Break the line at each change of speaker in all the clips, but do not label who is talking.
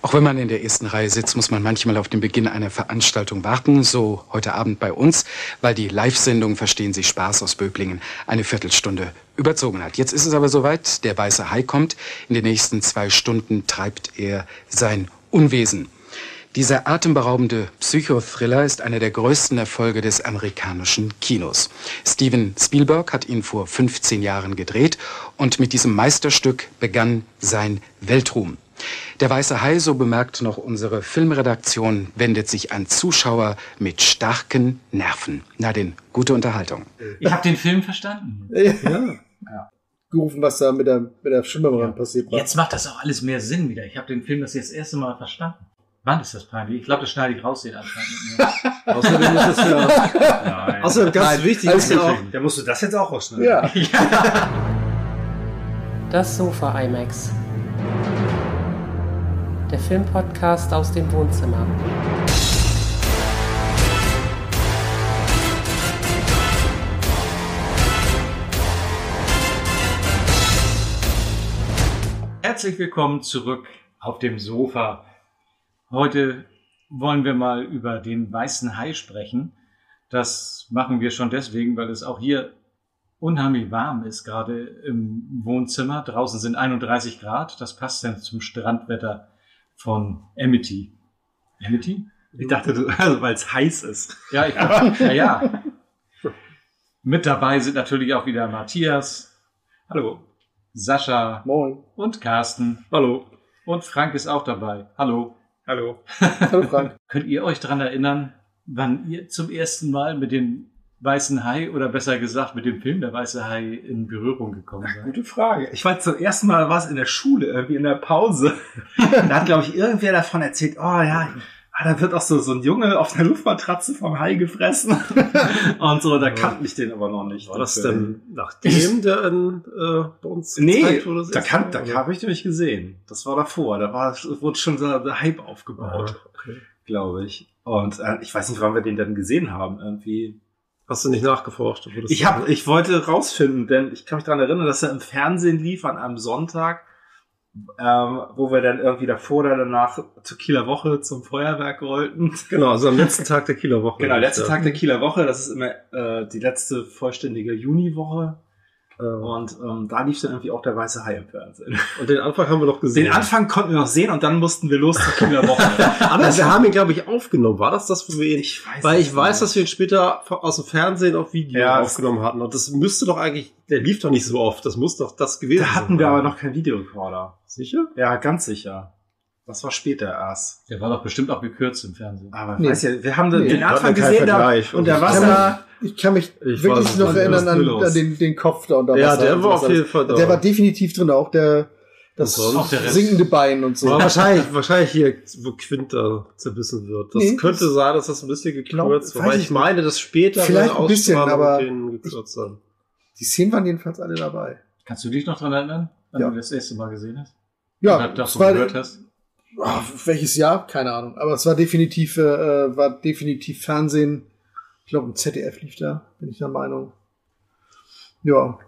Auch wenn man in der ersten Reihe sitzt, muss man manchmal auf den Beginn einer Veranstaltung warten, so heute Abend bei uns, weil die Live-Sendung Verstehen Sie Spaß aus Böblingen eine Viertelstunde überzogen hat. Jetzt ist es aber soweit, der weiße Hai kommt. In den nächsten zwei Stunden treibt er sein Unwesen. Dieser atemberaubende Psychothriller ist einer der größten Erfolge des amerikanischen Kinos. Steven Spielberg hat ihn vor 15 Jahren gedreht und mit diesem Meisterstück begann sein Weltruhm. Der Weiße Hai, so bemerkt noch unsere Filmredaktion, wendet sich an Zuschauer mit starken Nerven. Na denn, gute Unterhaltung.
Ich habe den Film verstanden.
Ja. Gerufen, was da mit der, mit der Schwimmerin passiert war.
Äh, Jetzt macht das auch alles mehr Sinn wieder. Ich habe den Film das jetzt das erste Mal verstanden. Wann ist das peinlich? Ich glaube, das schneide ich raus, den Anfang.
Außerdem ist es ja. Nein.
Außerdem ganz wichtig
Alles
ist ja auch,
gut. Da musst du das jetzt auch rausschneiden.
ja,
Das Sofa IMAX. Der Filmpodcast aus dem Wohnzimmer.
Herzlich willkommen zurück auf dem Sofa. Heute wollen wir mal über den weißen Hai sprechen. Das machen wir schon deswegen, weil es auch hier unheimlich warm ist, gerade im Wohnzimmer. Draußen sind 31 Grad. Das passt dann zum Strandwetter von Amity. Amity?
Ich dachte, du- also, weil es heiß ist.
Ja, ich, ja, ja. Mit dabei sind natürlich auch wieder Matthias,
Hallo.
Sascha
moin.
und Carsten.
Hallo.
Und Frank ist auch dabei. Hallo.
Hallo.
Hallo Frank.
Könnt ihr euch daran erinnern, wann ihr zum ersten Mal mit dem Weißen Hai oder besser gesagt mit dem Film Der Weiße Hai in Berührung gekommen seid?
Gute Frage. Ich war zum ersten Mal was in der Schule, irgendwie in der Pause. da hat, glaube ich, irgendwer davon erzählt, oh ja, ah, da wird auch so, so ein Junge auf einer Luftmatratze vom Hai gefressen. Und so, da kannte ich den aber noch nicht. äh,
War das denn nachdem der in, äh, bei uns
Nee,
gezeigt wurde? das
da,
erste
kann,
Mal,
da
oder?
habe ich den nicht gesehen. Das war davor. Da war, wurde schon der, der Hype aufgebaut,
Ah, okay.
glaube ich. Und äh, ich weiß nicht, wann wir den dann gesehen haben. Irgendwie.
Hast du nicht nachgeforscht? obwohl das-
Ich, hab, ich wollte rausfinden, denn ich kann mich daran erinnern, dass er im Fernsehen lief an einem Sonntag, ähm, wo wir dann irgendwie davor oder danach zur Kieler Woche zum Feuerwerk wollten.
Genau, also am letzten Tag der Kieler Woche.
Genau, letzter
Ja.
Tag der Kieler Woche, das ist immer äh, die letzte vollständige Juniwoche.
Äh,
Und ähm, da lief dann irgendwie auch der weiße Hai im Fernsehen.
Und den Anfang haben wir noch gesehen.
Den Anfang konnten wir noch sehen und dann mussten wir los zur Kieler Woche.
Aber wir haben ihn, glaube ich, aufgenommen. War das das, wo wir ihn...
Ich weiß
Weil
das
ich weiß,
nicht.
dass wir ihn später von- aus dem Fernsehen auf Video
Ja, das-
aufgenommen hatten. Und das müsste doch eigentlich... Der lief doch nicht so oft. Das muss doch das gewesen
Da hatten wir aber noch keinen Videorekorder.
Sicher?
Ja, ganz sicher. Das war später erst.
Der war doch bestimmt auch gekürzt im Fernsehen.
Aber
Nee.
weiß ja, wir haben den-
Nee,
den
war
Anfang
kein
gesehen da,
Vergleich.
und der
Also,
Wasser.
Ich kann mich
Ich weiß
wirklich
es
noch
nicht.
erinnern
Was
an,
Müllhaus.
an den, den Kopf da unter
Ja,
Wasser
der
und
war
sowas
auf
alles.
jeden Fall da.
Der war definitiv drin, auch der, das
Und sonst?
Auch der Rest.
sinkende Bein und so.
Aber wahrscheinlich, wahrscheinlich hier, wo Quint da zerbissen wird. Das
Nee,
könnte sein, dass das ein bisschen gekürzt
glaub,
war. Weil
weiß
ich
ich
meine, dass später
Vielleicht ein bisschen, aber
gekürzt haben.
Die Szenen waren jedenfalls alle dabei.
Kannst du dich noch daran erinnern, wann
Ja.
du das erste Mal gesehen hast?
Ja,
Oder das
es
so
war,
gehört hast?
Ah, welches Jahr? Keine Ahnung. Aber es war definitiv, äh, war definitiv Fernsehen. Ich glaube, im ZDF lief da, bin ich der Meinung. Ja.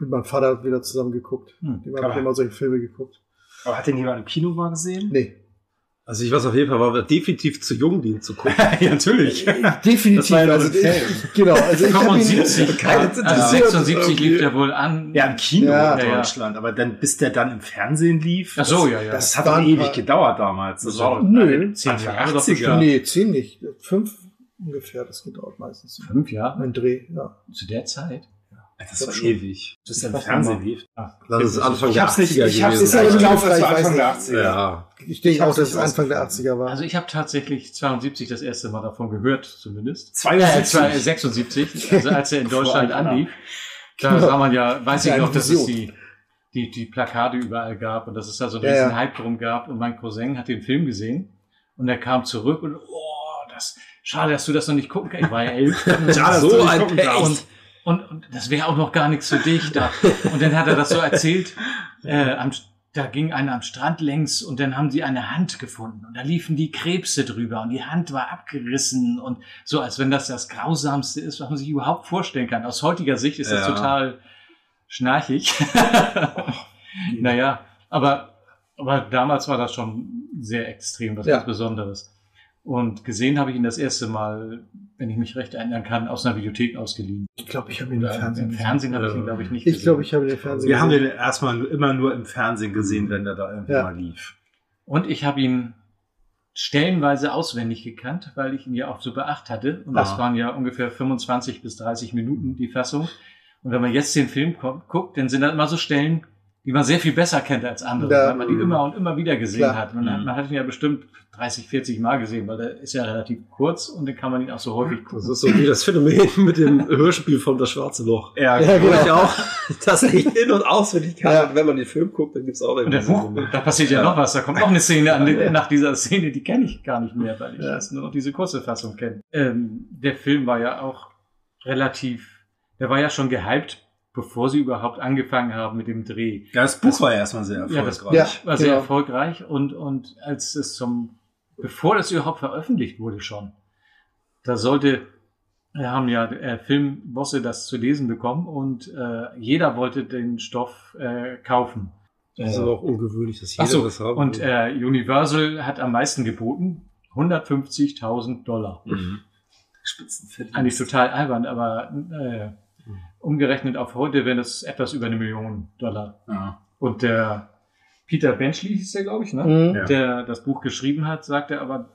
Mit meinem Vater wieder zusammen geguckt.
Hm,
Dem habe
aber-
ich immer solche Filme geguckt.
Aber hat den jemand im Kino mal gesehen?
Nee.
Also ich weiß auf jeden Fall, war wir definitiv zu jung, den zu gucken.
ja, natürlich. Das
Definitiv.
war ja nur
Also,
ein
ich,
Film.
ich, genau. Also ich habe ihn,
75.
Keine-
um also
das-
76 lief der wohl an.
Ja, im Kino
Ja.
in Deutschland. Aber dann, bis der dann im Fernsehen lief.
Ach so, ja, ja.
Das,
Das
hat doch
waren-
ewig gedauert damals. Also Das war doch
Nö.
Zehn Jahre doch
80er.
Nee, zehn nicht. Fünf ungefähr, das gedauert meistens.
Fünf Jahre?
Ein Dreh, ja.
Zu der Zeit?
Das war ewig. Bis der im Fernsehen lief.
Das ist Anfang
Ich hab's nicht,
80er
ich hab's nicht.
gewesen.
Ich glaube, das
genau Ich
war
weiß
Anfang
nicht.
der 80er.
Ja.
Ich denke auch,
hab's
dass es
nicht
Anfang der
rausgefunden.
80er war.
Also ich habe tatsächlich 72 das erste Mal davon gehört, zumindest. Äh,
72.
zwei- 76, also als er in Deutschland
Vor allem,
anlief. Da sah man ja, weiß ich
Eine
noch, dass es die,
Vision.
die, die Plakate überall gab und dass es da so einen
Ja,
riesen
ja.
Hype drum gab. Und mein Cousin hat den Film gesehen und er kam zurück und, oh, das, schade, dass du das noch nicht gucken kannst. Ich war ja elf.
dass
So
du nicht
ein
gucken
Pech.
darfst.
Und, und das wäre auch noch gar nichts für dich da. Und dann hat er das so erzählt. Äh, am, da ging einer am Strand längs und dann haben sie eine Hand gefunden. Und da liefen die Krebse drüber und die Hand war abgerissen. Und so, als wenn das das Grausamste ist, was man sich überhaupt vorstellen kann. Aus heutiger Sicht ist das
Ja.
total schnarchig. naja, aber, aber damals war das schon sehr extrem, was
Ja.
ganz Besonderes. Und gesehen habe ich ihn das erste Mal, wenn ich mich recht erinnern kann, aus einer Videothek ausgeliehen.
Ich glaube, ich habe ihn im
Oder
Fernsehen.
im Fernsehen habe ich ihn,
Äh,
glaube ich, nicht
Ich glaube, ich habe ihn im Fernsehen.
Wir haben
gesehen.
den erstmal immer nur im Fernsehen gesehen, wenn der da irgendwie
Ja.
mal lief.
Und ich habe ihn stellenweise auswendig gekannt, weil ich ihn ja auch so beacht hatte. Und das
Ah.
waren ja ungefähr 25 bis 30 Minuten die Fassung. Und wenn man jetzt den Film kommt, guckt, dann sind da immer so Stellen, die man sehr viel besser kennt als andere,
Ja.
weil man die immer und immer wieder gesehen
Klar.
hat. Man,
Mhm.
man hat ihn ja bestimmt 30, 40 Mal gesehen, weil der ist ja relativ kurz und dann kann man ihn auch so häufig
Das
gucken.
ist so wie das Phänomen mit dem Hörspiel von Das Schwarze Loch.
Ja,
Ja,
Wo
genau.
ich auch das nicht in- und auswendig kann.
Ja.
Und Wenn man den Film guckt, dann gibt's auch
Und der Buch, da passiert ja, noch was, da kommt noch eine Szene an, nach dieser Szene, die kenne ich gar nicht mehr, weil ich
Ja.
jetzt nur noch diese kurze Fassung kenne. Ähm, der Film war ja auch relativ, der war ja schon gehypt, bevor sie überhaupt angefangen haben mit dem Dreh.
Ja, das Buch war ja erstmal sehr
Ja, das-
erfolgreich.
ja,
War sehr
genau.
erfolgreich und, und als es zum, bevor das überhaupt veröffentlicht wurde schon, da sollte, da haben ja äh, Filmbosse das zu lesen bekommen und äh, jeder wollte den Stoff äh, kaufen.
Das ist aber auch ungewöhnlich, dass
Ach
jeder
so,
das haben
und
will.
äh, Universal hat am meisten geboten. 150.000 Dollar.
Mhm.
Eigentlich total albern, aber äh, umgerechnet auf heute wären das etwas über eine Million Dollar.
Ja.
Und der Peter Benchley hieß der, glaube ich, ne?
Mhm.
der das Buch geschrieben hat, sagte aber,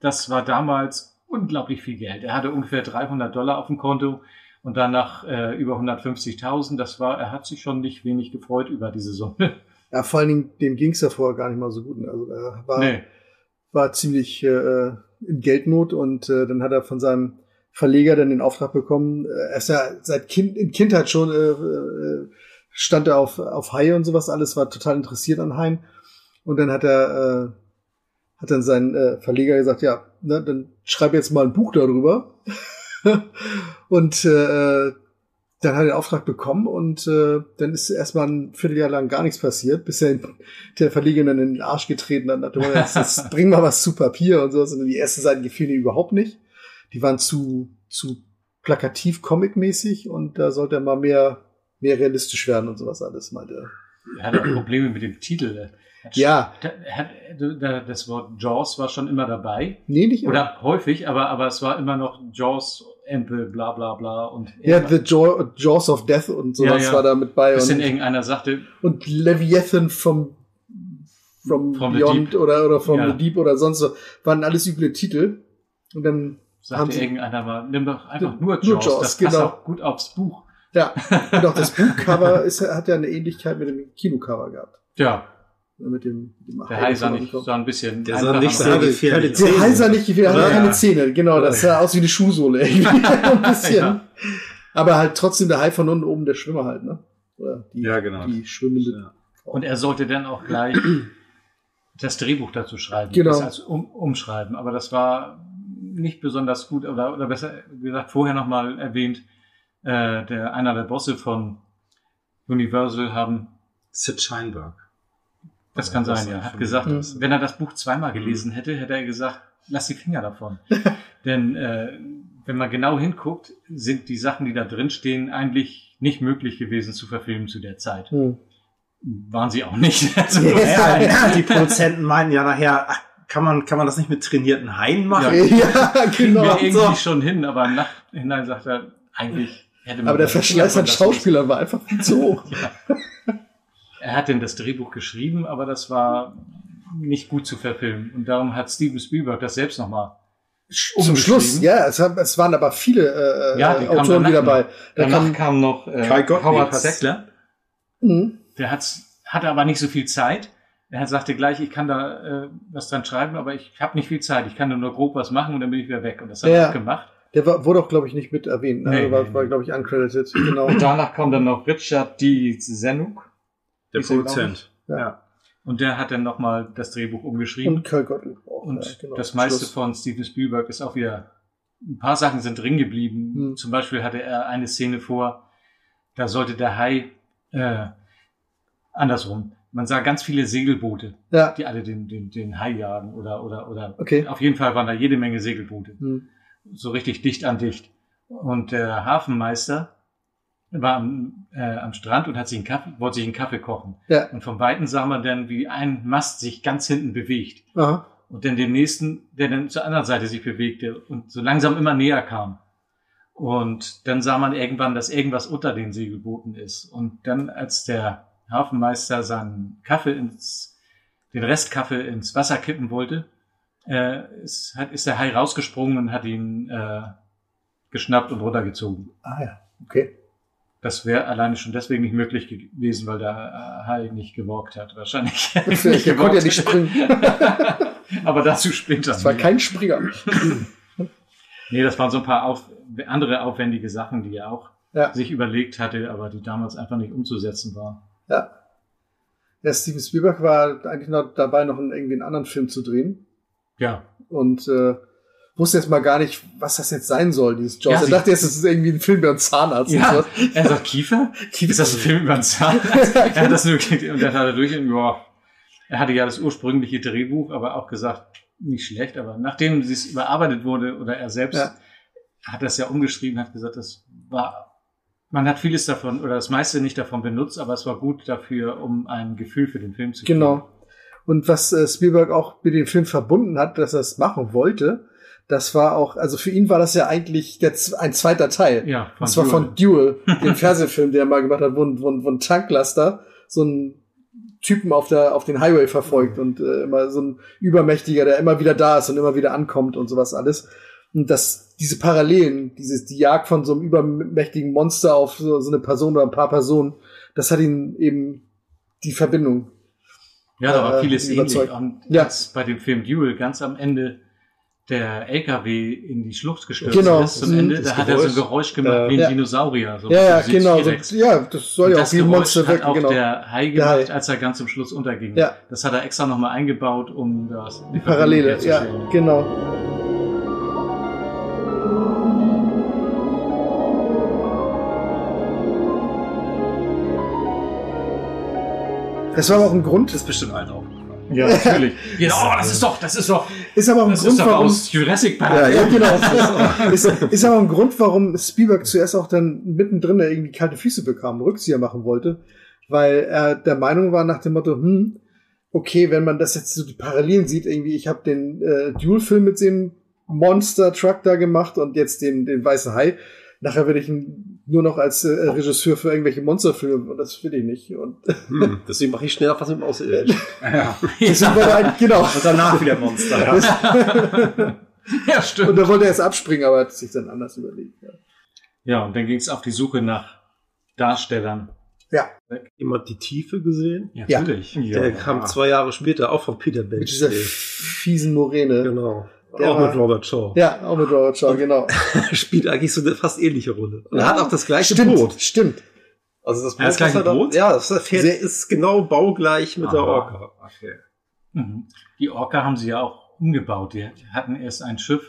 das war damals unglaublich viel Geld. Er hatte ungefähr 300 Dollar auf dem Konto und danach äh, über 150.000. Das war, er hat sich schon nicht wenig gefreut über diese Summe.
Ja, vor allen Dingen, dem ging es ja vorher gar nicht mal so gut. Also er war,
nee.
war ziemlich äh, in Geldnot und äh, dann hat er von seinem Verleger dann den Auftrag bekommen. Äh, Er ist ja seit kind, in Kindheit schon äh, äh, stand er auf, auf Haie und sowas alles, war total interessiert an Haien. Und dann hat er äh, hat dann sein äh, Verleger gesagt, ja, ne, dann schreib jetzt mal ein Buch darüber. und äh, dann hat er den Auftrag bekommen und äh, dann ist erstmal ein Vierteljahr lang gar nichts passiert, bis er der Verleger dann in den Arsch getreten hat, nach dem Motto, jetzt, jetzt bring mal was zu Papier und sowas. Und die ersten Seiten gefielen ihm überhaupt nicht. Die waren zu, zu plakativ comic-mäßig und da sollte er mal mehr, mehr realistisch werden und sowas alles, meinte er.
Er hatte auch Probleme mit dem Titel. Er hat-
Ja.
er hat- Das Wort Jaws war schon immer dabei.
Nee, nicht immer.
Oder häufig, aber, aber es war immer noch Jaws, Empel, bla bla bla. Und
ja, The Jaw, Jaws of Death und sowas
Ja, ja.
war da mit bei.
bis dann
Und,
irgendeiner sagte,
und Leviathan vom From,
From the
Beyond
Deep.
oder, oder From
Ja.
the Deep oder sonst so. Waren alles üble Titel. Und dann, Haben
sagte
Sie-
irgendeiner mal, nimm doch einfach
Nur
nur Jaws.
Jaws,
das passt
genau.
auch gut aufs Buch.
ja. Und auch das Buchcover ist, hat ja eine Ähnlichkeit mit dem Kinocover gehabt.
Ja,
mit dem, mit dem
der
Hai
Hai sah
von
nicht
Anfang.
so ein bisschen.
Der sah
einfacher
nicht
aus.
sehr gefährlich aus.
der Hai sah nicht gefährlich, er hatte
Ja.
keine Zähne, genau, das sah aus wie eine Schuhsohle irgendwie, ein bisschen.
Ja.
Aber halt trotzdem der Hai von unten oben, der Schwimmer halt, ne? Oder die,
Ja, genau.
die schwimmende.
Ja.
Und er sollte dann auch gleich das Drehbuch dazu schreiben,
Genau.
das als um, umschreiben. Aber das war nicht besonders gut, oder, oder besser gesagt, vorher nochmal erwähnt, äh, der, einer der Bosse von Universal haben,
Sid Scheinberg.
das kann
Ja, das
sein, ja,
ist
hat
schon- Mhm.
gesagt,
Mhm.
wenn er das Buch zweimal gelesen hätte, hätte er gesagt, lass die Finger davon. Denn äh, wenn man genau hinguckt, sind die Sachen, die da drin stehen, eigentlich nicht möglich gewesen zu verfilmen zu der Zeit.
Hm.
Waren sie auch nicht. Also,
Ja, ja, die Produzenten meinen ja nachher, ach, kann man, kann man das nicht mit trainierten Haien machen?
Ja,
kriegen
genau.
wir irgendwie schon hin, aber im Nachhinein sagt er, eigentlich hätte man.
Aber der
das
Verschleiß
eher
an
von
Schauspielern war einfach viel zu hoch.
Er hat denn das Drehbuch geschrieben, aber das war nicht gut zu verfilmen. Und darum hat Steven Spielberg das selbst nochmal.
Zum
umgeschrieben.
Schluss, ja, es, haben, es waren aber viele äh,
Ja, die
äh,
kamen
Autoren, die
danach
dabei. Da
Danach
kam,
kam noch äh,
Kai Gottlieb
Howard
hat's-
Sackler.
hm,
Der hat's, hatte aber nicht so viel Zeit. Er hat- sagte gleich, ich kann da äh, was dran schreiben, aber ich habe nicht viel Zeit. Ich kann nur grob was machen und dann bin ich wieder weg. Und das hat
Ja.
er auch gemacht.
der war, wurde auch, glaube ich, nicht mit erwähnt. Ne?
Nee,
Also war,
nee,
war
nee.
glaube ich, uncredited. Genau.
Und danach kam dann noch Richard D. Zenuk.
Der
Ist er,
Produzent.
Und der hat dann nochmal das Drehbuch umgeschrieben.
Und Kirk Gottlieb auch.
Und
ja, genau,
das
zum
meiste
Schluss.
von Steven Spielberg ist auch wieder. Ein paar Sachen sind drin geblieben.
Hm.
Zum Beispiel hatte er eine Szene vor, da sollte der Hai äh, andersrum. Man sah ganz viele Segelboote,
Ja,
die alle den, den, den Hai jagen oder oder oder.
okay.
Auf jeden Fall waren da jede Menge Segelboote
Hm.
so richtig dicht an dicht. Und der Hafenmeister war am, äh, am Strand und hat sich einen Kaffee, wollte sich einen Kaffee kochen.
Ja.
Und vom Weiten sah man dann, wie ein Mast sich ganz hinten bewegt.
Aha.
Und dann den nächsten, der dann zur anderen Seite sich bewegte und so langsam immer näher kam. Und dann sah man irgendwann, dass irgendwas unter den Segelbooten ist. Und dann, als der Hafenmeister seinen Kaffee ins, den Restkaffee ins Wasser kippen wollte, äh, ist, hat, ist der Hai rausgesprungen und hat ihn äh, geschnappt und runtergezogen.
Ah ja, okay.
Das wäre alleine schon deswegen nicht möglich gewesen, weil der äh, Hai nicht gewoggt hat, wahrscheinlich.
Der konnte ja nicht springen.
Aber dazu später.
Das war
mehr.
kein Springer.
Nee, das waren so ein paar auf, andere aufwendige Sachen, die er auch
Ja.
sich überlegt hatte, aber die damals einfach nicht umzusetzen waren.
Ja. ja, Steven Spielberg war eigentlich noch dabei, noch einen, irgendwie einen anderen Film zu drehen
Ja,
und äh, wusste jetzt mal gar nicht, was das jetzt sein soll, dieses Jaws.
Ja,
er
sie-
dachte jetzt, es ist irgendwie ein Film über einen Zahnarzt und
Ja,
sowas.
er sagt Kiefer? Kiefer ist das ein Film über einen Zahnarzt? er hat das nur gekriegt und dann hat er durch und boah, er hatte ja das ursprüngliche Drehbuch, aber auch gesagt, nicht schlecht, aber nachdem es überarbeitet wurde oder er selbst
Ja.
hat das ja umgeschrieben, hat gesagt, das war, man hat vieles davon oder das meiste nicht davon benutzt, aber es war gut dafür, um ein Gefühl für den Film zu kriegen.
Genau. Und was äh, Spielberg auch mit dem Film verbunden hat, dass er es machen wollte, das war auch, also für ihn war das ja eigentlich der, Z- ein zweiter Teil.
Ja,
und zwar
Duel.
von Duel, dem Fernsehfilm, der er mal gemacht hat, wo, ein- wo, ein- wo ein Tanklaster so einen Typen auf, der, auf den Highway verfolgt und äh, immer so ein Übermächtiger, der immer wieder da ist und immer wieder ankommt und sowas alles. Und das, diese Parallelen, dieses, die Jagd von so einem übermächtigen Monster auf so, so eine Person oder ein paar Personen, das hat ihn eben die Verbindung.
Ja, da war
äh,
vieles ähnlich.
überzeugt.
Und
Ja.
als bei dem Film Duel ganz am Ende der LKW in die Schlucht gestürzt
Genau.
ist zum
Mhm.
Ende,
Das
da hat er so ein
Geräusch.
Geräusch gemacht
Ja.
wie ein
Ja.
Dinosaurier. So
Ja, ja,
so ein
genau. So,
T-Rex.
ja, das soll
Und
ja auch
das
wie ein
Geräusch
Monster
hat
wirken,
auch
genau.
der Hai
Der Hai.
gemacht, als er ganz zum Schluss unterging.
Ja.
Das hat er extra nochmal eingebaut, um das die
Parallele,
Verbindung
ja,
herzustellen.
genau. Das war aber auch ein Grund.
Das ist bestimmt allen aufgefallen.
Ja, natürlich. Genau, das ist doch, das ist doch,
Ist aber auch ein
das
Grund,
ist doch
warum.
aus Jurassic Park.
Ja, ja, genau. ist, ist aber ein Grund, warum Spielberg zuerst auch dann mittendrin irgendwie kalte Füße bekam, Rückzieher machen wollte, weil er der Meinung war nach dem Motto, hm, okay, wenn man das jetzt so die Parallelen sieht, irgendwie, ich habe den äh, Duel-Film mit dem Monster-Truck da gemacht und jetzt den, den weißen Hai. Nachher werde ich ihn nur noch als äh, Regisseur für irgendwelche Monsterfilme und das will ich nicht. Und
Hm, deswegen mache ich schneller was mit dem Außerirdischen.
Ja.
deswegen wollte er eigentlich, genau.
Und danach wieder Monster. Ja.
ja stimmt.
Und da wollte er jetzt abspringen, aber hat sich dann anders überlegt. Ja.
Ja, und dann ging es auf die Suche nach Darstellern.
Jemand die Tiefe gesehen?
Ja.
Natürlich.
Der kam zwei Jahre später, auch von Peter
Mit dieser
Benchley.
fiesen Moräne.
Genau.
Der
auch
war-
mit Robert Shaw.
Ja, auch mit Robert Shaw, genau.
Der spielt eigentlich so eine fast ähnliche Rolle. Und
Ja.
er hat auch das gleiche Boot.
stimmt.
Also das
Ja, das gleiche
was er da-
Boot?
Ja, das Pferd
Sehr-
ist genau baugleich
Ah.
mit der
Aha.
Orca. Okay.
Mhm. Die Orca haben sie ja auch umgebaut. Die hatten erst ein Schiff,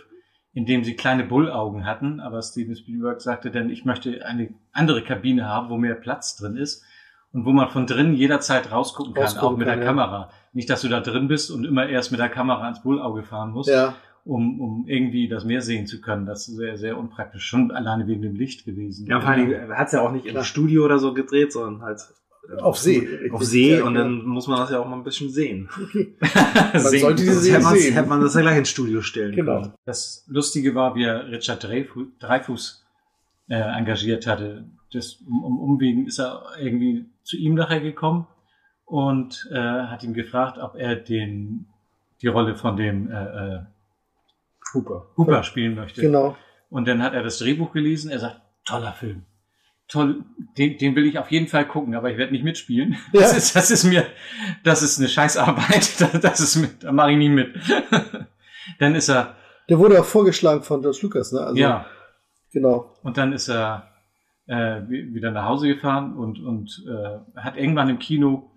in dem sie kleine Bullaugen hatten, aber Steven Spielberg sagte dann, ich möchte eine andere Kabine haben, wo mehr Platz drin ist und wo man von drinnen jederzeit rausgucken kann,
Rausgucken
auch mit
kann,
der
ja.
Kamera. Nicht, dass du da drin bist und immer erst mit der Kamera ans Bullauge fahren musst,
Ja,
um, um irgendwie das Meer sehen zu können. Das ist sehr, sehr unpraktisch, schon alleine wegen dem Licht gewesen.
Ja, vor allen Dingen, er hat es ja auch nicht im
Klar.
Studio oder so gedreht, sondern halt
auf See.
auf See
Ja,
und
genau.
dann muss man das ja auch mal ein bisschen sehen.
Man sollte die
Sonst
See
hätte, man's-
sehen.
hätte man das ja gleich ins Studio stellen
Genau.
können.
Das Lustige war, wie er Richard Dreyfu- Dreyfus äh, engagiert hatte. Das, um, um Umwegen ist er irgendwie zu ihm nachher gekommen und äh, hat ihn gefragt, ob er den, die Rolle von dem äh, äh,
Cooper.
Hooper spielen möchte.
Genau.
Und dann hat er das Drehbuch gelesen. Er sagt, toller Film. Toll, den, den will ich auf jeden Fall gucken, aber ich werde nicht mitspielen.
Ja.
Das, ist, das ist mir, das ist eine Scheißarbeit. Das, das ist mit, da mache ich nie mit. Dann ist er,
Der wurde auch vorgeschlagen von George Lucas, ne? Also,
ja,
Genau.
Und dann ist er äh, wi- wieder nach Hause gefahren und, und äh, hat irgendwann im Kino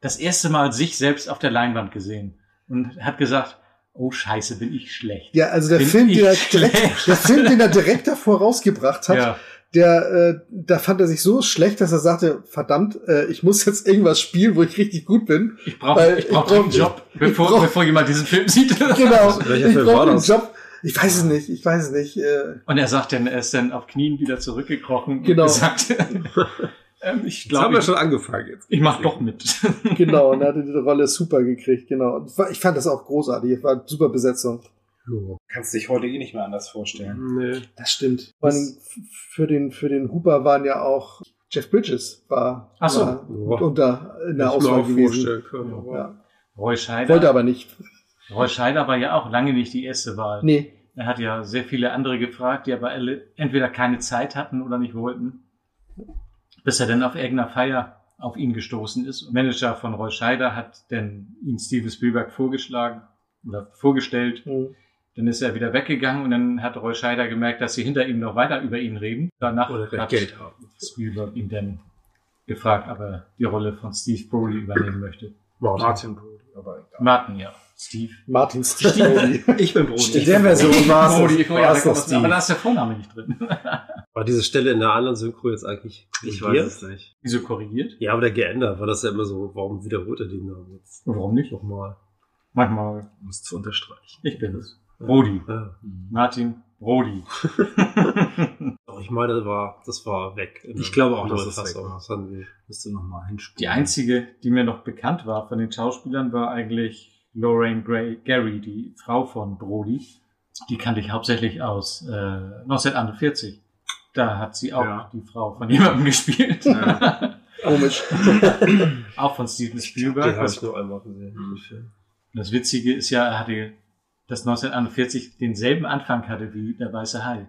das erste Mal sich selbst auf der Leinwand gesehen und hat gesagt, oh scheiße, bin ich schlecht.
Ja, also der
Bin
Film,
ich
den er direkt,
schlecht.
der Film, den er direkt davor rausgebracht hat,
Ja,
der, äh, da fand er sich so schlecht, dass er sagte, verdammt, äh, ich muss jetzt irgendwas spielen, wo ich richtig gut bin.
ich brauche
Weil
ich brauch
ich brauch-
den Job, bevor,
brauch-
bevor jemand diesen Film sieht.
Genau.
Welcher
ich
Film
brauch
war
einen
das?
Job. Ich weiß es nicht, ich weiß es nicht. Äh,
Und er sagt dann, er ist dann auf Knien wieder zurückgekrochen
Genau.
und gesagt, ähm, ich
Jetzt haben
glaube,
wir
ich,
schon angefangen jetzt.
ich mach doch mit.
genau, und er hatte diese Rolle super gekriegt, genau. Und ich fand das auch großartig, es war super Besetzung.
Kannst dich heute eh nicht mehr anders vorstellen.
Nee.
Das stimmt. Vor allem f- für den, für den Hooper waren ja auch Jeff Bridges war,
Ach so.
war mit unter in der
Hätte ich mir
Auswahl
auch
gewesen.
vorstellen können. aber-
Ja.
Roy Scheider,
Wollte aber nicht.
Roy Scheider war ja auch lange nicht die erste Wahl.
Nee,
Er hat ja sehr viele andere gefragt, die aber alle entweder keine Zeit hatten oder nicht wollten, bis er dann auf irgendeiner Feier auf ihn gestoßen ist. Und Manager von Roy Scheider hat dann ihn Steven Spielberg vorgeschlagen oder vorgestellt.
Hm.
Dann ist er wieder weggegangen und dann hat Roy Scheider gemerkt, dass sie hinter ihm noch weiter über ihn reden. Danach
Oder vielleicht
hat
Geld haben.
Spielberg ihn dann gefragt, ob er die Rolle von Steve Brody übernehmen möchte.
Martin Brody, aber egal.
Martin, ja. Steve.
Martin Stiefel.
Ich bin Brody.
In der Version war
Brody,
es
ich ja, da
war's
kommt
noch
was- aber da
Steve.
ist der Vorname nicht drin.
War diese Stelle in der anderen Synchro jetzt eigentlich
Ich
korrigiert?
weiß es nicht.
Wieso korrigiert?
Ja, aber der geändert war das ja immer so, warum wiederholt er den Namen jetzt
Warum nicht?
nochmal?
Manchmal
Um es zu unterstreichen.
Ich bin es. Brody.
Ja.
Martin Brody.
Doch, Ich meine, das war, das war weg. In
Ich
der
glaube auch, dass
neuen
es weg
Fassung.
war.
Das hatten wir.
Müsste nochmal hinspulen.
Die einzige, die mir noch bekannt war von den Schauspielern, war eigentlich Lorraine Gray Gary, die Frau von Brody. Die kannte ich hauptsächlich aus äh, 1941. Da hat sie auch
Ja.
die Frau von jemandem gespielt.
Ja.
Komisch.
auch von Steven
Den
Spielberg.
habe ich
Was,
nur einmal gesehen. den Film.
das Witzige ist ja, er hatte das 1941 denselben Anfang hatte wie der Weiße Hai.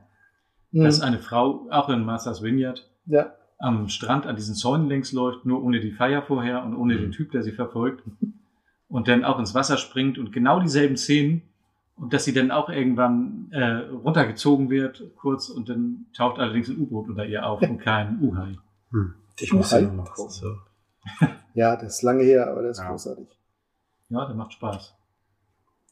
Hm.
Dass eine Frau auch in Masters Vineyard
Ja.
am Strand an diesen Zäunen längs läuft, nur ohne die Feier vorher und ohne den Typ, der sie verfolgt. Und dann auch ins Wasser springt und genau dieselben Szenen. Und dass sie dann auch irgendwann äh, runtergezogen wird, kurz, und dann taucht allerdings ein U-Boot unter ihr auf und kein U-Hai.
Ich muss ja
Hi.
nochmal gucken. So.
ja, das ist lange her, aber das ist
Ja.
großartig.
Ja, der macht Spaß.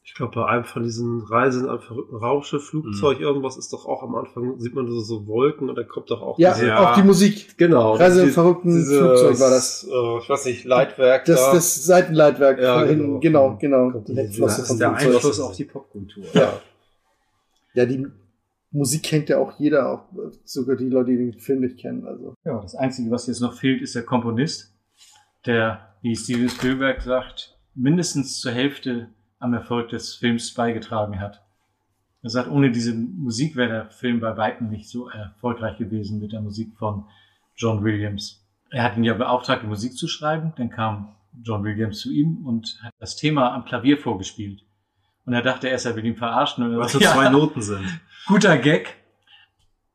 Ich glaube, bei einem von diesen Reisen am verrückten Raumschiff, Flugzeug, irgendwas ist doch auch am Anfang, sieht man so, so Wolken und da kommt doch auch
Ja,
diese,
Ja.
auch die Musik.
genau.
Reise im
diese-
verrückten
dieses,
Flugzeug war das.
Äh, ich weiß nicht, Leitwerk
Das,
da.
das Seitenleitwerk
Ja,
von hinten, genau, genau.
Kommt
Die
die-
Heckflosse
das
vom
ist der
Flugzeug.
Einfluss auf
die Popkultur.
Ja. ja, die Musik kennt ja auch jeder, auch äh, sogar die Leute, die den Film nicht kennen. Also.
Ja, das Einzige, was jetzt noch fehlt, ist der Komponist, der, wie Steven Spielberg sagt, mindestens zur Hälfte am Erfolg des Films beigetragen hat. Er sagt, ohne diese Musik wäre der Film bei weitem nicht so erfolgreich gewesen mit der Musik von John Williams. Er hat ihn ja beauftragt, die Musik zu schreiben. Dann kam John Williams zu ihm und hat das Thema am Klavier vorgespielt. Und er dachte erst, er will ihn verarschen. Und er
Weil es
sagt,
nur zwei
ja,
Noten sind.
guter Gag.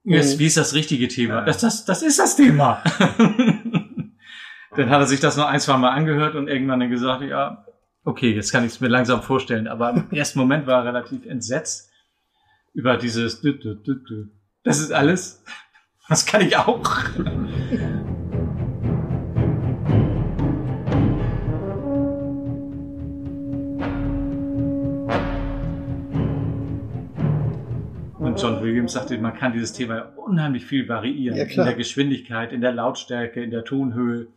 Jetzt,
Mhm.
wie ist das richtige Thema?
Ja.
Das, das, das ist das Thema. dann hat er sich das noch ein, zwei Mal angehört und irgendwann dann gesagt, ja, okay, jetzt kann ich es mir langsam vorstellen. Aber im ersten Moment war er relativ entsetzt über dieses dü- dü- dü- dü. Das ist alles. Das kann ich auch. Und John Williams sagte, man kann dieses Thema unheimlich viel variieren.
Ja,
in
klar.
der Geschwindigkeit, in der Lautstärke, in der Tonhöhe.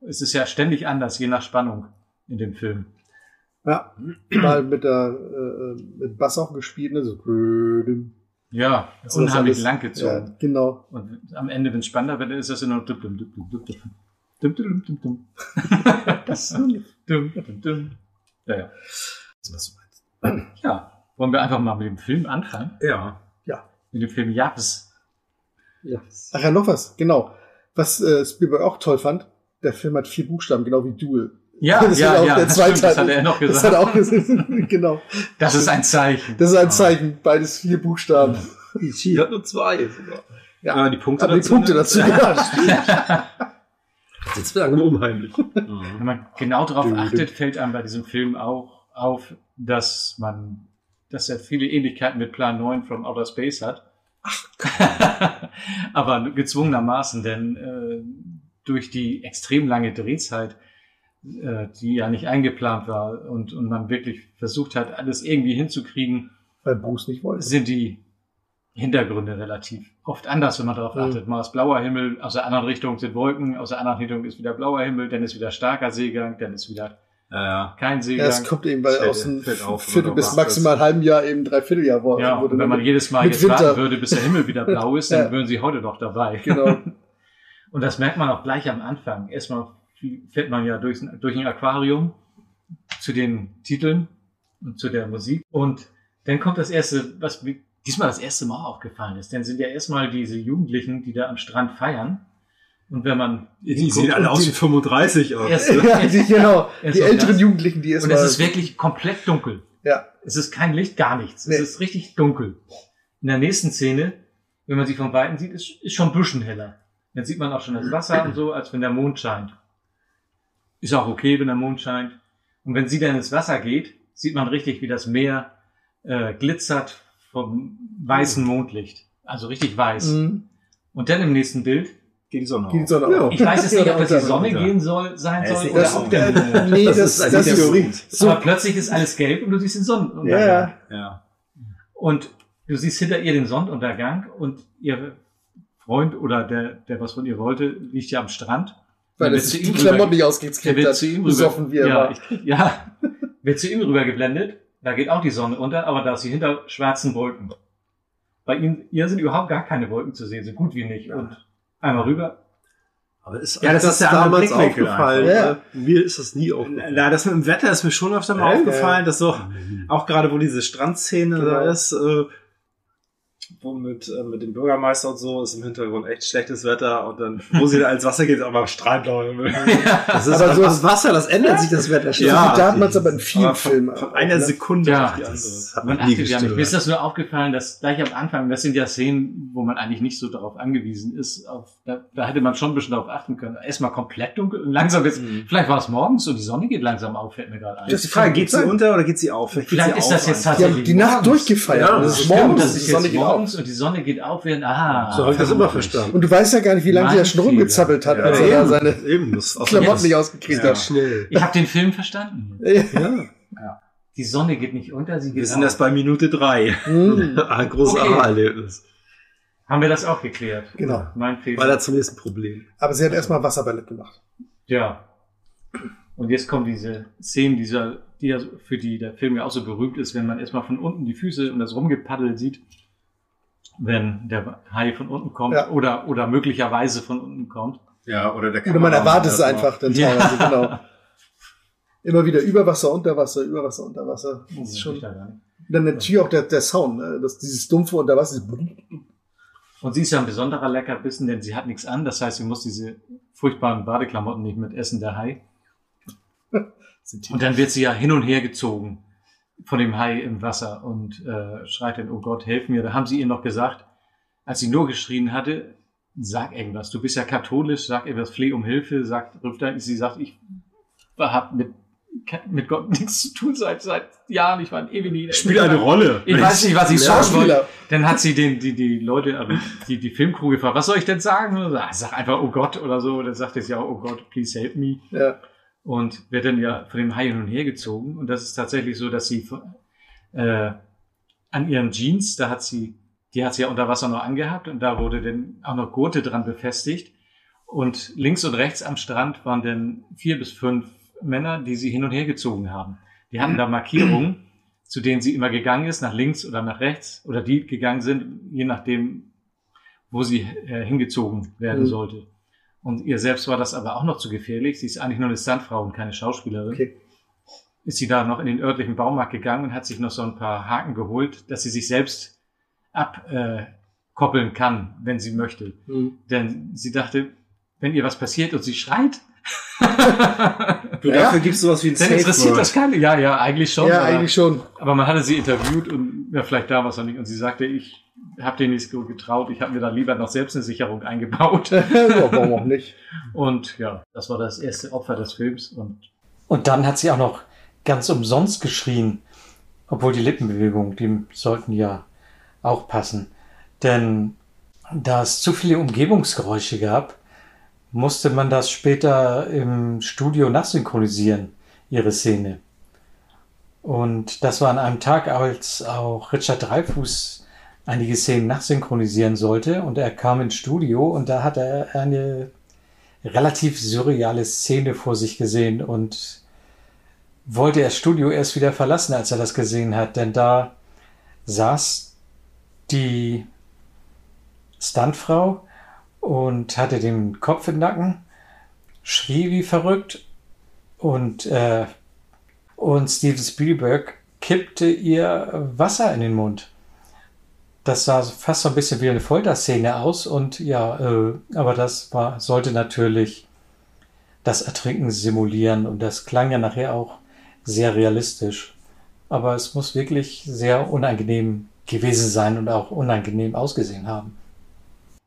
Es ist ja ständig anders, je nach Spannung in dem Film.
Ja, mal mit der äh, mit Bass auch gespielt, ne? So
Ja,
Das ist
unheimlich
alles-
lang
ja,
gezogen.
genau.
Und am Ende, wenn es spannender wird, ist das immer dum dum dum dum dum dum dum dum dum dum Das dum dum dum. Ja, ja. ja, wollen wir einfach mal mit dem Film anfangen?
Ja.
Mit dem Film Japs.
Ja.
Ach ja, noch was, genau. Was äh, Spielberg auch toll fand, der Film hat vier Buchstaben, genau wie Duel.
Ja,
Das
ja,
hat auch
ja,
der
das, stimmt, das
Zweiteil-
hat er noch
Das hat
gesagt.
er auch gesehen. genau.
Das ist ein Zeichen.
Das ist ein Zeichen, beides vier Buchstaben.
Die Ski hat nur zwei sogar.
Ja.
Ah,
Aber die Punkte
Aber die Punkte
ne?
dazu, ja.
Jetzt wird langsam unheimlich.
Wenn man genau darauf achtet, fällt einem bei diesem Film auch auf, dass man, dass er viele Ähnlichkeiten mit Plan 9 from Outer Space hat. Ach. Aber gezwungenermaßen, denn äh, durch die extrem lange Drehzeit, äh, die ja nicht eingeplant war und, und man wirklich versucht hat, alles irgendwie hinzukriegen,
Weil Bruce nicht wollte.
sind die Hintergründe relativ oft anders, wenn man darauf
Mhm.
achtet. Mal ist blauer Himmel, aus der anderen Richtung sind Wolken, aus der anderen Richtung ist wieder blauer Himmel, dann ist wieder starker Seegang, dann ist wieder
Naja.
Kein
Ja,
Seegang.
es kommt eben bei
Fällt-
aus dem
fällt auf,
Viertel
oder
bis
was?
maximal halben Jahr eben Dreivierteljahr wurde.
ja,
wurde
und wenn man
damit-
jedes Mal
mit
jetzt warten
Winter.
würde, bis der Himmel wieder blau ist, dann
Ja.
wären sie heute doch dabei.
genau.
Und das merkt man auch gleich am Anfang. Erstmal fährt man ja durchs, durch ein Aquarium zu den Titeln und zu der Musik. Und dann kommt das erste, was mir diesmal das erste Mal aufgefallen ist. Dann sind ja erstmal diese Jugendlichen, die da am Strand feiern. Und wenn man.
Die sehen alle aus wie 35. aber-
Erst,
ja, die, genau.
Ja,
Die
so,
älteren
ja.
Jugendlichen, die
und
erstmal.
es ist wirklich komplett dunkel.
Ja.
Es ist kein Licht, gar nichts.
Nee.
Es ist richtig dunkel. In der nächsten Szene, wenn man sie von Weitem sieht, ist, ist schon ein bisschen heller. Dann sieht man auch schon das Wasser und so, als wenn der Mond scheint. Ist auch okay, wenn der Mond scheint. Und wenn sie dann ins Wasser geht, sieht man richtig, wie das Meer äh, glitzert vom weißen
Hm.
Mondlicht. Also richtig weiß.
Mhm.
Und dann im nächsten Bild,
Geht die Sonne
Geht die
auf.
Sonne auf.
ich weiß jetzt nicht, ob das die Sonne
Ja.
gehen soll, sein
Ja, ist
soll
nicht
oder
das-
ob der Mond.
Nee, das, das,
eine
ist
Theorie.
So,
Aber plötzlich ist alles gelb und du siehst den Sonnenuntergang.
ja, ja.
Ja.
Und du siehst hinter ihr den Sonnenuntergang und ihr Freund oder der, der was von ihr wollte, liegt ja am Strand.
weil
Dann
es
wird zu ihm
die Klamotten
rüber-
nicht ausgeklebt
wird
hat.
zu ihm rüber-
Besoffen
ja,
wir ja,
ich, ja, wird zu ihm rüber geblendet. Da geht auch die Sonne unter, aber da ist sie hinter schwarzen Wolken. Bei ihm, ihr sind überhaupt gar keine Wolken zu sehen, so gut wie nicht. Und einmal rüber.
Aber ist,
Ja, das, ist
der andere
damals
Blickwinkel
aufgefallen.
einfach.
ne? Mir ist das nie aufgefallen.
Na, das mit dem Wetter ist mir schon öfter mal
Ja,
aufgefallen, dass so,
Mhm.
auch gerade wo diese Strandszene da
Genau.
ist, äh, wo mit, äh, mit dem Bürgermeister und so, ist im Hintergrund echt schlechtes Wetter und dann, wo sie da ins Wasser geht, ist aber strahlblauer Himmel.
Das ist also
Aber so-
einfach Wasser, das ändert sich das Wetter schnell.
Ja.
Da hat man es aber in vielen
Aber von,
Filmen.
von
auch,
einer
ne?
Sekunde
Ja,
auf die
Das
andere.
hat
Man
mich nie
achtet ja nicht. Mir ist
gestört.
das nur aufgefallen, dass gleich am Anfang, das sind ja Szenen, wo man eigentlich nicht so darauf angewiesen ist. Auf, da, da hätte man schon ein bisschen darauf achten können. Erstmal komplett dunkel und langsam jetzt, vielleicht war es morgens und die Sonne geht langsam auf, fällt mir gerade ein.
Mhm. Das ist die Frage, geht sie
Vielleicht
unter oder geht sie auf? Vielleicht, geht
Vielleicht
sie
ist
auf
das jetzt
Die
tatsächlich
haben die Nacht durchgefeiert.
Ja,
und
das
es ist
Stimmt,
morgens,
das ist
die Sonne
jetzt
geht auf.
morgens und die Sonne geht auf, während, aha.
So habe ich das immer
vermutlich.
verstanden.
Und du weißt ja gar nicht, wie lange der schon
Mann,
rumgezappelt hat,
Ja,
als er da
eben,
halt-
seine
eben, das ist auch
Klamotten
jetzt-
nicht ausgekriegt
Ja.
hat.
schnell.
Ich habe den Film verstanden.
Ja.
Die Sonne geht nicht unter, sie geht
Wir sind
auf.
erst bei Minute drei.
Hm,
Ein großes
Okay.
Ah, Aha-Erlebnis.
haben wir das auch geklärt?
Genau.
Mein Fehler.
Weiter zum nächsten Problem.
Aber sie hat erstmal Wasserballett gemacht.
Ja. Und jetzt kommen diese Szenen, dieser, die ja, für die der Film ja auch so berühmt ist, wenn man erstmal von unten die Füße und das Rumgepaddel sieht, wenn der Hai von unten kommt
Ja.
oder, oder möglicherweise von unten kommt.
Ja, oder der
Oder man
Kameramann
erwartet
hat
es
noch-
einfach dann
Ja.
teilweise, genau. Immer wieder über Wasser, unter Wasser, über Wasser, unter Wasser. Das ist schon.
Da gar nicht.
Dann natürlich auch der, der Sound, ne? das, dieses dumpfe unter Wasser. dieses-
Und sie ist ja ein besonderer Leckerbissen, denn sie hat nichts an. Das heißt, sie muss diese furchtbaren Badeklamotten nicht mit essen, der Hai. Und dann wird sie ja hin und her gezogen von dem Hai im Wasser und äh, schreit dann, oh Gott, helf mir. Da haben sie ihr noch gesagt, als sie nur geschrien hatte, sag irgendwas, du bist ja katholisch, sag irgendwas, fleh um Hilfe, sagt, ruft dann, sie sagt, ich hab mit, mit Gott nichts zu tun seit, seit Jahren, ich war ein ewig
Spielt eine Rolle.
Ich weiß nicht, was ich sagen wollte.
Schauspieler.
Dann hat sie den, die, die Leute, ähm, die, die Filmcrew gefragt, was soll ich denn sagen? Und so, ah, Sag einfach, oh Gott oder so. Dann sagt es ja, oh Gott, please help me
Ja.
und wird dann ja von dem Hai hin und her gezogen. Und das ist tatsächlich so, dass sie äh, an ihren Jeans, da hat sie, die hat sie ja unter Wasser noch angehabt und da wurde dann auch noch Gurte dran befestigt. Und links und rechts am Strand waren dann vier bis fünf Männer, die sie hin und her gezogen haben. Die hatten da Markierungen, zu denen sie immer gegangen ist, nach links oder nach rechts, oder die gegangen sind, je nachdem, wo sie äh, hingezogen werden
Mhm.
sollte. Und ihr selbst war das aber auch noch zu gefährlich. Sie ist eigentlich nur eine Stuntfrau und keine Schauspielerin.
Okay.
Ist sie da noch in den örtlichen Baumarkt gegangen und hat sich noch so ein paar Haken geholt, dass sie sich selbst abkoppeln kann, wenn sie möchte.
Hm.
Denn sie dachte, wenn ihr was passiert und sie schreit,
Du, dafür gibst du sowas wie ein
dann interessiert das keine. Ja, ja, eigentlich schon.
ja,
aber,
eigentlich schon.
aber man hatte sie interviewt und ja, vielleicht da war es noch nicht. Und sie sagte, ich habe denen nicht so getraut, ich habe mir da lieber noch selbst eine Sicherung eingebaut.
ja, warum auch nicht?
Und ja, das war das erste Opfer des Films und
Und dann hat sie auch noch ganz umsonst geschrien, obwohl die Lippenbewegungen, die sollten ja auch passen. Denn da es zu viele Umgebungsgeräusche gab, musste man das später im Studio nachsynchronisieren, ihre Szene. Und das war an einem Tag, als auch Richard Dreyfuss einige Szenen nachsynchronisieren sollte. Und er kam ins Studio und da hat er eine relativ surreale Szene vor sich gesehen und wollte er das Studio erst wieder verlassen, als er das gesehen hat, denn da saß die Stuntfrau und hatte den Kopf im Nacken, schrie wie verrückt und, äh, und Steven Spielberg kippte ihr Wasser in den Mund. Das sah fast so ein bisschen wie eine Folterszene aus und ja, äh, aber das war, sollte natürlich das Ertrinken simulieren und das klang ja nachher auch sehr realistisch. Aber es muss wirklich sehr unangenehm gewesen sein und auch unangenehm ausgesehen haben.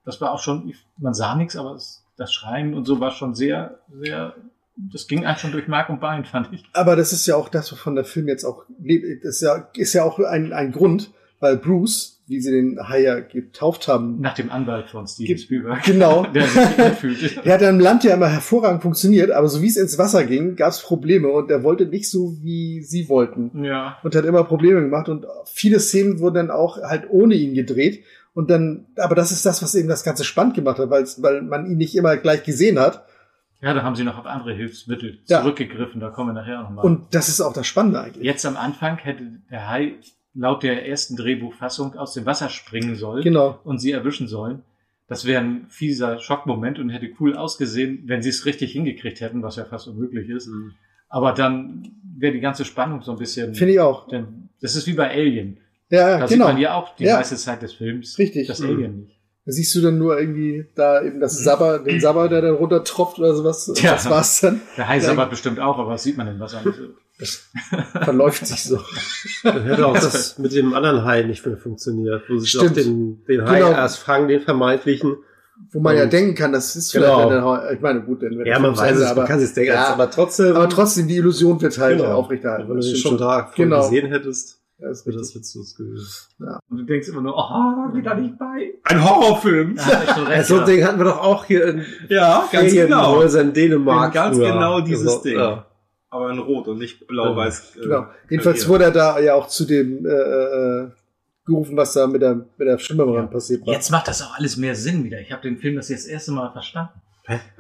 Das war auch schon, man sah nichts, aber es, das Schreien und so war schon sehr, sehr, das ging einem schon durch Mark und Bein, fand ich.
Aber das ist ja auch das, wovon der Film jetzt auch lebt. Das ist ja, ist ja auch ein, ein Grund, weil Bruce, wie sie den Hai ja getauft haben,
Nach dem Anwalt von Steven
Gibt-
Spielberg,
genau,
der sich mitfühlt.
der hat ja im Land ja immer hervorragend funktioniert, aber so wie es ins Wasser ging, gab es Probleme und er wollte nicht so, wie sie wollten.
Ja,
Und hat immer Probleme gemacht und viele Szenen wurden dann auch halt ohne ihn gedreht. Und dann, aber das ist das, was eben das Ganze spannend gemacht hat, weil's- weil man ihn nicht immer gleich gesehen hat.
ja, da haben sie noch auf andere Hilfsmittel
Ja.
zurückgegriffen, da kommen wir nachher auch nochmal.
Und das ist auch das Spannende eigentlich.
Jetzt am Anfang hätte der Hai laut der ersten Drehbuchfassung aus dem Wasser springen sollen
Genau.
und sie erwischen sollen. Das wäre ein fieser Schockmoment und hätte cool ausgesehen, wenn sie es richtig hingekriegt hätten, was ja fast unmöglich ist. Aber dann wäre die ganze Spannung so ein bisschen.
Finde ich auch.
denn das ist wie bei Alien.
Ja,
Da
ja
sieht
genau.
man ja auch die
Ja.
meiste Zeit des Films
Richtig.
das
Mhm.
Alien nicht.
Da siehst du dann nur irgendwie da eben das Sabber, den Sabber, der dann runtertropft oder sowas. Und
Ja.
Das war's dann.
Der Hai
Ja.
sabbert bestimmt auch, aber das sieht man im Wasser nicht so.
Verläuft sich so.
Dann hätte auch das mit dem anderen Hai nicht mehr funktioniert, wo sie doch
Stimmt.
den, den Hai
Genau.
erst fangen, den vermeintlichen.
Wo man ja
Und-
denken kann, das ist vielleicht,
Genau.
wenn der Hau- ich meine, gut, dann wird
Ja,
der Film
man
zu
weiß
Ende,
es, man kann es denken,
ja,
aber trotzdem.
aber trotzdem, die Illusion wird halt
Genau.
aufrechterhalten.
Wenn du
Das
den
stimmt
schon da vorher
Genau.
gesehen hättest,
Ja, ist
wäre das
richtig.
witzlos gewesen.
Und du denkst immer nur, oh, geht da nicht bei.
Ein Horrorfilm.
Da hat er schon
Ja,
recht.
so ein
ja.
Ding hatten wir doch auch hier in
Ja, ganz genau.
Ferienhäusern in Dänemark.
Ganz
früher.
genau dieses
Also,
Ding.
Ja.
Aber in Rot und nicht blau-weiß. äh,
Genau. Jedenfalls
ja.
wurde er da ja auch zu dem äh, äh, gerufen, was da mit der, mit der Schwimmerin passiert war.
Jetzt macht das auch alles mehr Sinn wieder. Ich habe den Film das jetzt das erste Mal verstanden.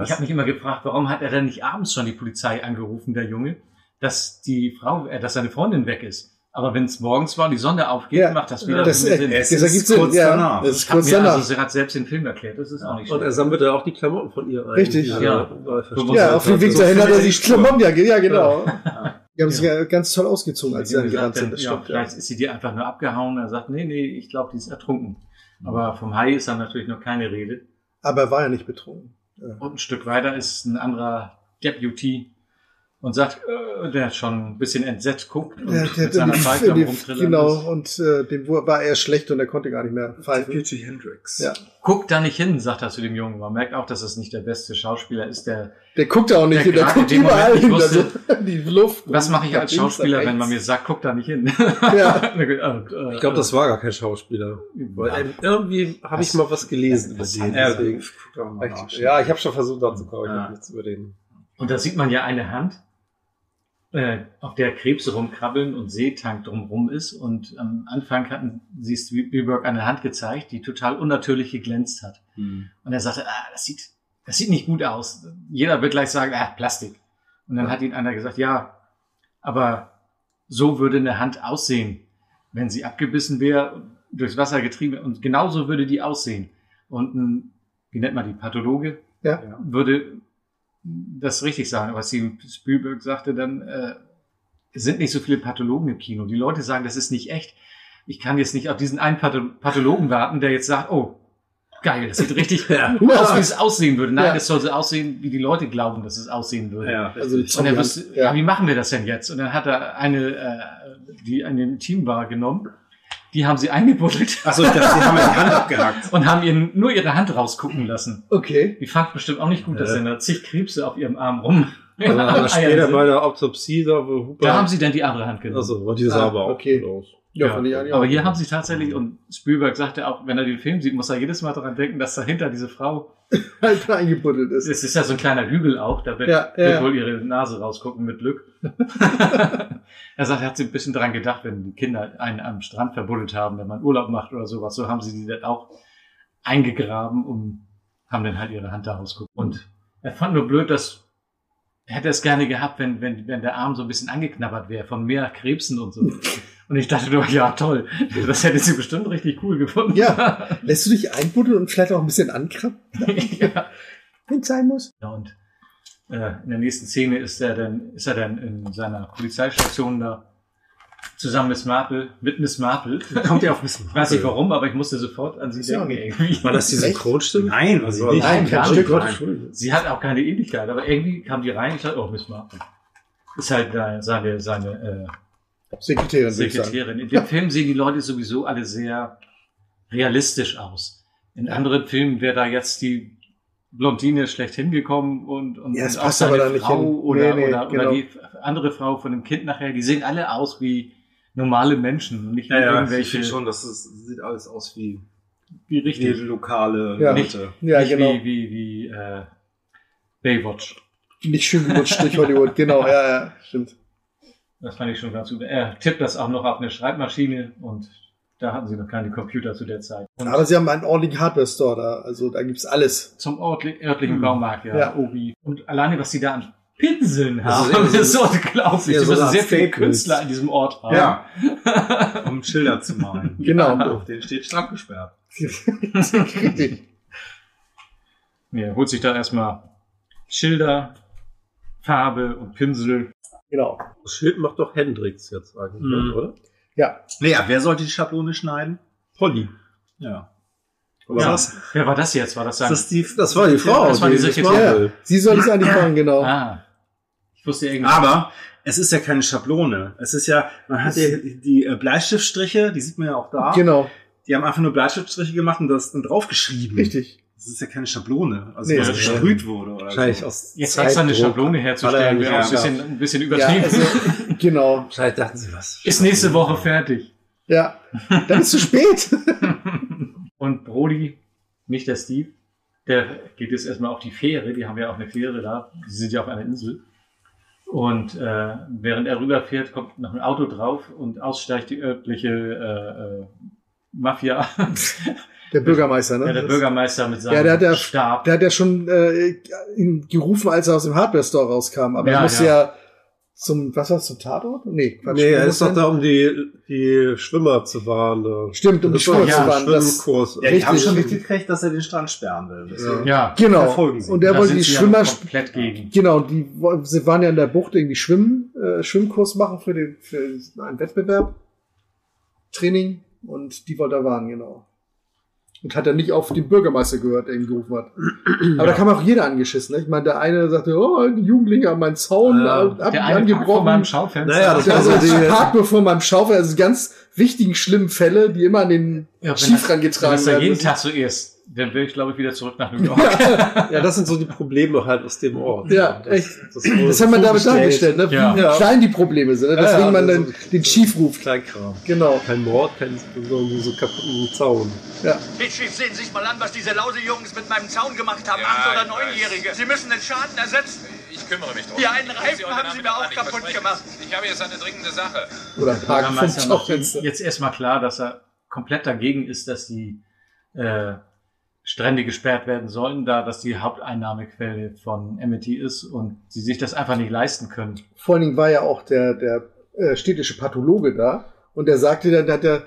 Ich habe mich immer gefragt, warum hat er denn nicht abends schon die Polizei angerufen, der Junge, dass die Frau, äh, dass seine Freundin weg ist. Aber wenn es morgens war und die Sonne aufgeht,
Ja,
macht das wieder
das,
mehr
äh,
Sinn.
das
Es
ergibt
ist
Sinn.
kurz
ja,
danach.
Das ist
Hab
kurz
mir
danach.
also sie hat selbst den Film erklärt, das ist auch nicht
Und er
schlecht.
sammelte auch die Klamotten von ihr ein.
Richtig.
die er
Ja.
überall versteckt Also,
Bewusst-
Ja, auf dem Weg
So
dahin hat er
fühlte
sich Klamotten, ja, ge- ja genau. Die haben sich
Ja.
ja ganz toll ausgezogen, als sie
Junge
dann gerannt
sagt
sind.
dann,
Das
ja,
stimmt, ja.
vielleicht ist sie dir einfach nur abgehauen. Er sagt, nee, nee, ich glaube, die ist ertrunken. Aber vom Hai ist dann natürlich noch keine Rede.
Aber er war ja nicht betrunken.
Und ein Stück weiter ist ein anderer Deputy und sagt, äh, der schon ein bisschen entsetzt guckt und
Der- der-
mit seiner
in die-
Pfeife
in die-
rumtrillern
Genau,
ist.
und äh, dem wo- war er schlecht und er konnte gar nicht mehr pfeifen.
Beauty Hendrix.
Ja.
Guck da nicht hin, sagt er zu dem Jungen. Man merkt auch, dass es nicht der beste Schauspieler ist, der
Der guckt auch nicht
Der
hin, der
gerade
guckt
in dem
überall
Moment
hin.
nicht
Also, die Luft.
was mache ich
nach
als
links, nach
Schauspieler, wenn man mir
rechts.
sagt, guck da nicht hin?
Ja.
Ich glaube, das war gar kein Schauspieler. Weil ähm, irgendwie habe ich mal was gelesen über
Das-
den.
Ja,
deswegen.
guck doch mal nach.
Ich, ja, ich habe schon versucht nachzukommen, ich
Ja.
habe nichts über den.
Und da sieht man ja eine Hand, äh, auf der Krebse rumkrabbeln und Seetank drumrum ist. Und am Anfang hatten sie Spielberg eine Hand gezeigt, die total unnatürlich geglänzt hat. Und er sagte, ah, das sieht, das sieht nicht gut aus. Jeder wird gleich sagen, ah, Plastik. Und dann hat ihn einer gesagt, ja, aber so würde eine Hand aussehen, wenn sie abgebissen wäre, durchs Wasser getrieben. Und genauso würde die aussehen. Und ein, wie nennt man die, Pathologe,
Ja.
würde das richtig sagen. Aber Steven Spielberg sagte dann, äh, es sind nicht so viele Pathologen im Kino. Die Leute sagen, das ist nicht echt. Ich kann jetzt nicht auf diesen einen Patho Pathologen warten, der jetzt sagt, oh, geil, das sieht richtig aus, wie es aussehen würde. Nein,
Ja.
es soll so aussehen, wie die Leute glauben, dass es aussehen würde.
Ja,
Also die
Und er
Zombie-Hand.
wusste, ja.
Ja.
wie machen wir das denn jetzt? Und dann hat er eine, äh, die an dem Team war genommen, die haben sie eingebuddelt
Achso, ich dachte, die haben ja die Hand abgehackt.
und haben ihnen nur ihre Hand rausgucken lassen.
Okay.
Die fand bestimmt auch nicht gut, dass
Ja.
denn da zig Krebse auf ihrem Arm rum.
Also,
am Eiern
aber später
sind.
bei der Autopsie, da wo Huber.
da haben sie dann die andere Hand genommen.
also, war die
Ah,
sah aber auch
okay.
gut aus.
Ja,
Ja,
fand ich eigentlich auch.
Aber hier haben sie tatsächlich, und Spielberg sagte auch, wenn er den Film sieht, muss er jedes Mal daran denken, dass dahinter diese Frau,
halt eingebuddelt ist.
es ist ja so ein kleiner Hügel auch, da wird,
Ja, ja,
wird
ja.
wohl ihre Nase rausgucken mit Glück. er sagt, er hat sich ein bisschen daran gedacht, wenn die Kinder einen am Strand verbuddelt haben, wenn man Urlaub macht oder sowas, so haben sie die dann auch eingegraben und haben dann halt ihre Hand da rausgeguckt. Und er fand nur blöd, dass hätte es gerne gehabt, wenn, wenn, wenn der Arm so ein bisschen angeknabbert wäre von mehr Krebsen und so. Und ich dachte nur, ja toll, das hätte sie bestimmt richtig cool gefunden.
Ja. Lässt du dich einbuddeln und vielleicht auch ein bisschen ankrabben,
ja.
wenn es sein muss?
Ja, und äh, in der nächsten Szene ist er dann, ist er dann in seiner Polizeistation da zusammen mit Miss Marple, mit Miss Marple.
Kommt ihr auf Miss Marple?
Weiß nicht warum, aber ich musste sofort an sie
Ist ja
denken
auch
irgendwie.
War das die
Echt?
Synchronstimme?
Nein, was ich nicht.
Nein,
kein
gar
Stück.
nicht.
Entschuldigung.
Sie hat auch keine Ähnlichkeit, aber irgendwie kam die rein und ich dachte, oh, Miss Marple. Ist halt da seine, seine äh,
Sekretärin, würde Also ich sagen.
Sekretärin. In dem Film sehen die Leute sowieso alle sehr realistisch aus. In anderen Filmen wäre da jetzt die Blondine schlecht hingekommen und, und,
Ja, es
und
passt aber da nicht
Frau
hin.
oder,
Nee, nee,
oder,
genau.
oder die andere Frau von dem Kind nachher. Die sehen alle aus wie normale Menschen und nicht wie
Ja, ja,
Ich
irgendwelche,
finde schon, das ist, sieht alles aus wie
wie
die
richtig,
lokale
Ja.
Leute.
Ja,
nicht
genau.
wie, wie, wie äh, Baywatch.
Nicht schön gerutscht durch Hollywood, genau, ja, ja, stimmt.
Das fand ich schon ganz gut. Er tippt das auch noch auf eine Schreibmaschine und da hatten sie noch keine Computer zu der Zeit. Und
Aber sie haben einen ordentlichen Hardware-Store da, also da gibt's alles.
zum ortli- örtlichen
Hm.
Baumarkt, ja,
Ja.
Obi. Und alleine, was sie da an Pinseln
Das
haben, das
ist eher
ist
so-
unglaublich.
eher
Sie
so
müssen
eine
sehr
Art
viele
Fake-News.
Künstler in diesem Ort haben.
Ja. um Schilder zu malen.
Genau.
Auf den steht strafgesperrt.
Richtig.
Ja, holt sich da erstmal Schilder, Farbe und Pinsel.
genau.
Das Schild macht doch Hendrix jetzt eigentlich,
Mhm.
oder?
Ja.
Naja, wer sollte die Schablone schneiden? Polly. Ja. Oder
Ja.
was?
Wer war das jetzt? War das
Das,
sein?
ist die,
Das war die Frau.
das war die
Miss
Sekretärin.
Marple.
Sie soll es eigentlich machen, genau.
ah. Ich wusste irgendwas.
aber es ist ja keine Schablone. Es ist ja, man hat ja die äh, Bleistiftstriche, die sieht man ja auch da.
Genau,
Die haben einfach nur Bleistiftstriche gemacht und das dann draufgeschrieben.
richtig.
Das ist ja keine Schablone, also
Nee.
was
Ja.
gesprüht wurde. Oder
Wahrscheinlich
so.
aus
Jetzt extra eine
Zeitdruck.
Schablone herzustellen,
Hat Ah. er
wäre auch ein
ja
bisschen, ein bisschen
Ja,
übertrieben.
also, genau.
Wahrscheinlich dachten sie was.
ist nächste Woche fertig.
Ja, dann ist zu spät.
Und Brody, nicht der Steve, der geht jetzt erstmal auf die Fähre. Die haben ja auch eine Fähre da. Die sind ja auf einer Insel. Und äh, während er rüberfährt, kommt noch ein Auto drauf und aussteigt die örtliche äh, äh, Mafia.
Der Bürgermeister, ne?
ja, der Bürgermeister mit seinem
Ja, der hat ja-
Stab.
Der hat ja schon äh, ihn gerufen, als er aus dem Hardware-Store rauskam. Aber er
Ja,
musste ja.
ja.
zum, was war's, zum Tatort? Nee, Quatsch.
Nee, er
Wo
ist
muss
doch da, um die, die Schwimmer zu warnen. Da.
Stimmt, um die
Das war
Schule
ja
zu
ein
fahren. Das,
Schwimmkurs.
ja, die haben
Richtig.
schon mitgekriegt, dass er den Strand sperren will. Deswegen-
ja,
genau.
Verfolgen sie.
Und er
da
wollte
sind
die
sie ja
Schwimmer,
komplett gegen.
genau, die wo- sie waren ja in der Bucht irgendwie Schwimmen, äh, Schwimmkurs machen für, den, für einen Wettbewerb, Training und die wollte er warnen, genau. Und hat er nicht auf den Bürgermeister gehört, der ihn gerufen hat. Aber da kam auch jeder angeschissen. Ne? Ich meine, der eine sagte, oh, die Jugendlichen haben meinen Zaun ab,
der eine parkt vor
angebrochen.
meinem Schaufenster.
Naja, das
Ja,
war
also
so
ich
die.
park bevor meinem Schaufel, also ganz wichtigen, schlimmen Fälle, die immer an den
Ja, wenn das-
Schief
Wenn
rangetragen
das da
werden.
jeden
müssen.
Tag so ist, dann wäre ich, glaube ich, wieder zurück nach New York.
Ja, das sind so die Probleme halt aus dem Ort.
Ja, echt.
Das, wurde
Das haben wir damit dargestellt,
vorgestellt.
ne?
Ja.
wie klein die Probleme sind, ne?
Ja, also
deswegen
ja,
man
das
dann
ist-
den Chief ruft.
Kleinkram.
Genau.
Kein Mord, kein so, so kaputten Zaun.
Hey, Chief, sehen Sie sich mal an, was diese Lausejungs mit meinem Zaun gemacht haben.
Ja,
Acht- oder
ich weiß.
Neunjährige. Sie müssen den Schaden ersetzen.
Ich kümmere mich drum.
Ja, einen
Ich
Reifen
Sie heute
haben Sie mir
Nachmittag
auch
an, ich
kaputt
verspreche
gemacht.
es. Ich habe jetzt eine dringende Sache.
Oder parken vom
Bürgermeister macht ihm
Schaufenster.
jetzt erstmal klar, dass er komplett dagegen ist, dass die äh, Strände gesperrt werden sollen, da das die Haupteinnahmequelle von Amity ist und sie sich das einfach nicht leisten können.
Vor allen Dingen war ja auch der, der äh, städtische Pathologe da und der sagte dann, der hat der,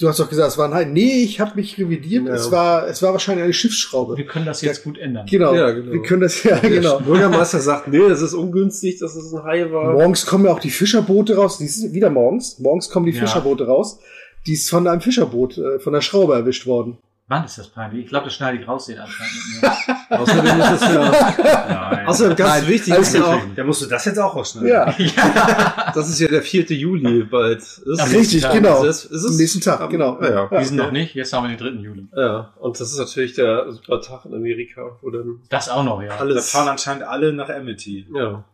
du hast doch gesagt, es war ein Hai. Nee, ich habe mich revidiert,
Ja.
es, war, es war wahrscheinlich eine Schiffsschraube.
Wir können das jetzt gut ändern.
Genau.
Ja, genau.
wir können das, ja, genau.
Der Bürgermeister sagt, nee, das ist ungünstig, dass es ein Hai war.
Morgens kommen ja auch die Fischerboote raus. Siehst du, wieder morgens. Morgens kommen die
Ja.
Fischerboote raus. Die ist von einem Fischerboot, äh, von der Schraube erwischt worden.
Mann, ist das peinlich. Ich glaube, das schneide ich raus, den Anfang. mit mir.
Außerdem ist es ja,
Nein.
außerdem ganz
Nein,
wichtig
alles
ist ja
gut.
auch,
Da musst du das jetzt auch rausschneiden.
Ja,
das ist ja der 4. Juli bald. Ist
Am
richtig,
Tag.
genau.
Also es- es ist-
Am nächsten Tag,
am-
genau.
Ja, ja.
Wir sind noch nicht, jetzt haben wir den 3. Juli.
Ja, und das ist natürlich der super Tag in Amerika, wo dann
Das auch noch, ja.
Da
alles.
fahren anscheinend alle nach Amity.
ja.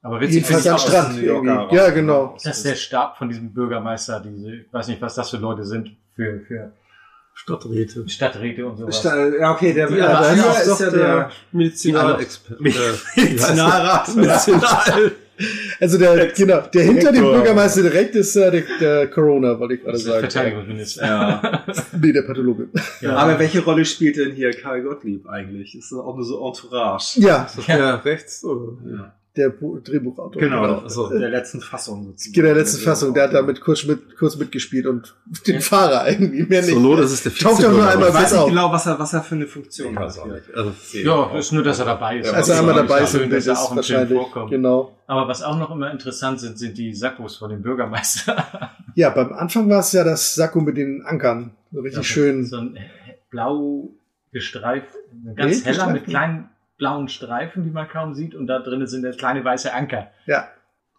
Aber
Jeden
witzig finde
Fall
ich
am
auch, dass-
Strand.
New Yorker
irgendwie. Ja,
raus.
genau.
dass der Stab von diesem Bürgermeister, diese, ich weiß nicht, was das für Leute sind, für, für
Stadträte.
Stadträte und sowas.
Ja, okay, der
Ja,
aber
da
hier
ist, doch der Medizinalexperte.
Medizinalrat.
Medizinal.
Also der,
Jetzt-
genau, der hinter dem
Direktor.
Bürgermeister direkt ist äh, der, der Corona, wollte ich gerade
Das ist der
sagen.
Verteidigungsminister.
Ja.
Nee, der Pathologe.
Ja.
Aber welche Rolle spielt denn hier Karl Gottlieb eigentlich? Ist das auch nur so Entourage?
Ja,
Ist das der rechts? Oder?
Ja.
der Bu- Drehbuchautor.
Genau,
Also,
also der letzten Fassung sozusagen. Also,
in Genau, der letzten Fassung, der hat da mit kurz, mit, kurz mitgespielt und den Fahrer irgendwie mehr nicht.
Zur Not ist es der
Taucht doch nur
Vizebürger.
einmal
Ich weiß
kurz
nicht
auf.
genau, was er, was er für eine Funktion hat.
Also,
Ja, ist nur, dass er dabei ist.
Als er Also einmal dabei ist,
Schön,
das
dass er
ist
auch im Film
wahrscheinlich.
vorkommt.
Genau.
Aber was auch noch immer interessant sind, sind die Sackos von dem Bürgermeister.
Ja, beim Anfang war es ja das Sakko mit den Ankern. So richtig schön.
So ein blau gestreift, ein ganz
Nee,
heller mit
gestreift.
kleinen blauen Streifen, die man kaum sieht. Und da drinnen sind jetzt kleine weiße Anker.
Ja,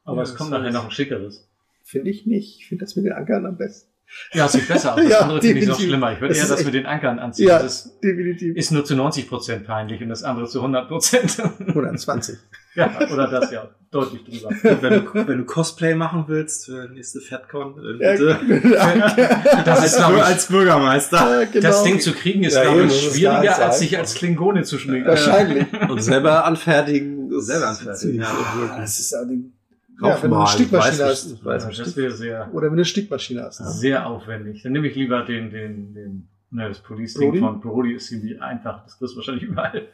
Aber
Ja,
es
das
kommt
ist-
nachher noch ein schickeres.
finde ich nicht. Ich finde das mit den Ankern am besten.
Ja, es sieht besser aus. Das
Ja,
andere finde ich noch
definitiv.
schlimmer. Ich würde
Das
eher
ist
das
echt-
mit den Ankern anziehen.
Ja,
Das ist,
definitiv.
ist nur zu 90 Prozent peinlich und das andere zu 100 Prozent.
120.
ja, oder das ja. Deutlich drüber.
Wenn du, wenn du Cosplay machen willst für nächste Fatcon, dann
Ja, genau.
bitte.
Das ist, glaube
Nur
ich,
als Bürgermeister.
Ja, genau.
das Ding zu kriegen ist,
Ja,
glaube
eben,
ich,
das ist
schwieriger,
ganz
als sich
einfach.
als Klingone zu schminken.
Wahrscheinlich.
Und selber anfertigen. ist
Selber anfertigen,
ziemlich
ja.
unmöglich.
Das ist ja, die, ja, wenn du eine
Aufmalen,
Stickmaschine
weiß
hast.
nicht,
Ja,
weiß nicht.
Also, das wäre sehr,
Oder wenn du eine Stickmaschine hast.
sehr aufwendig. Dann nehme ich lieber den, den, den, ne, das
Brody?
Police-Ding von Brody ist ziemlich einfach. Das kriegst du wahrscheinlich überall.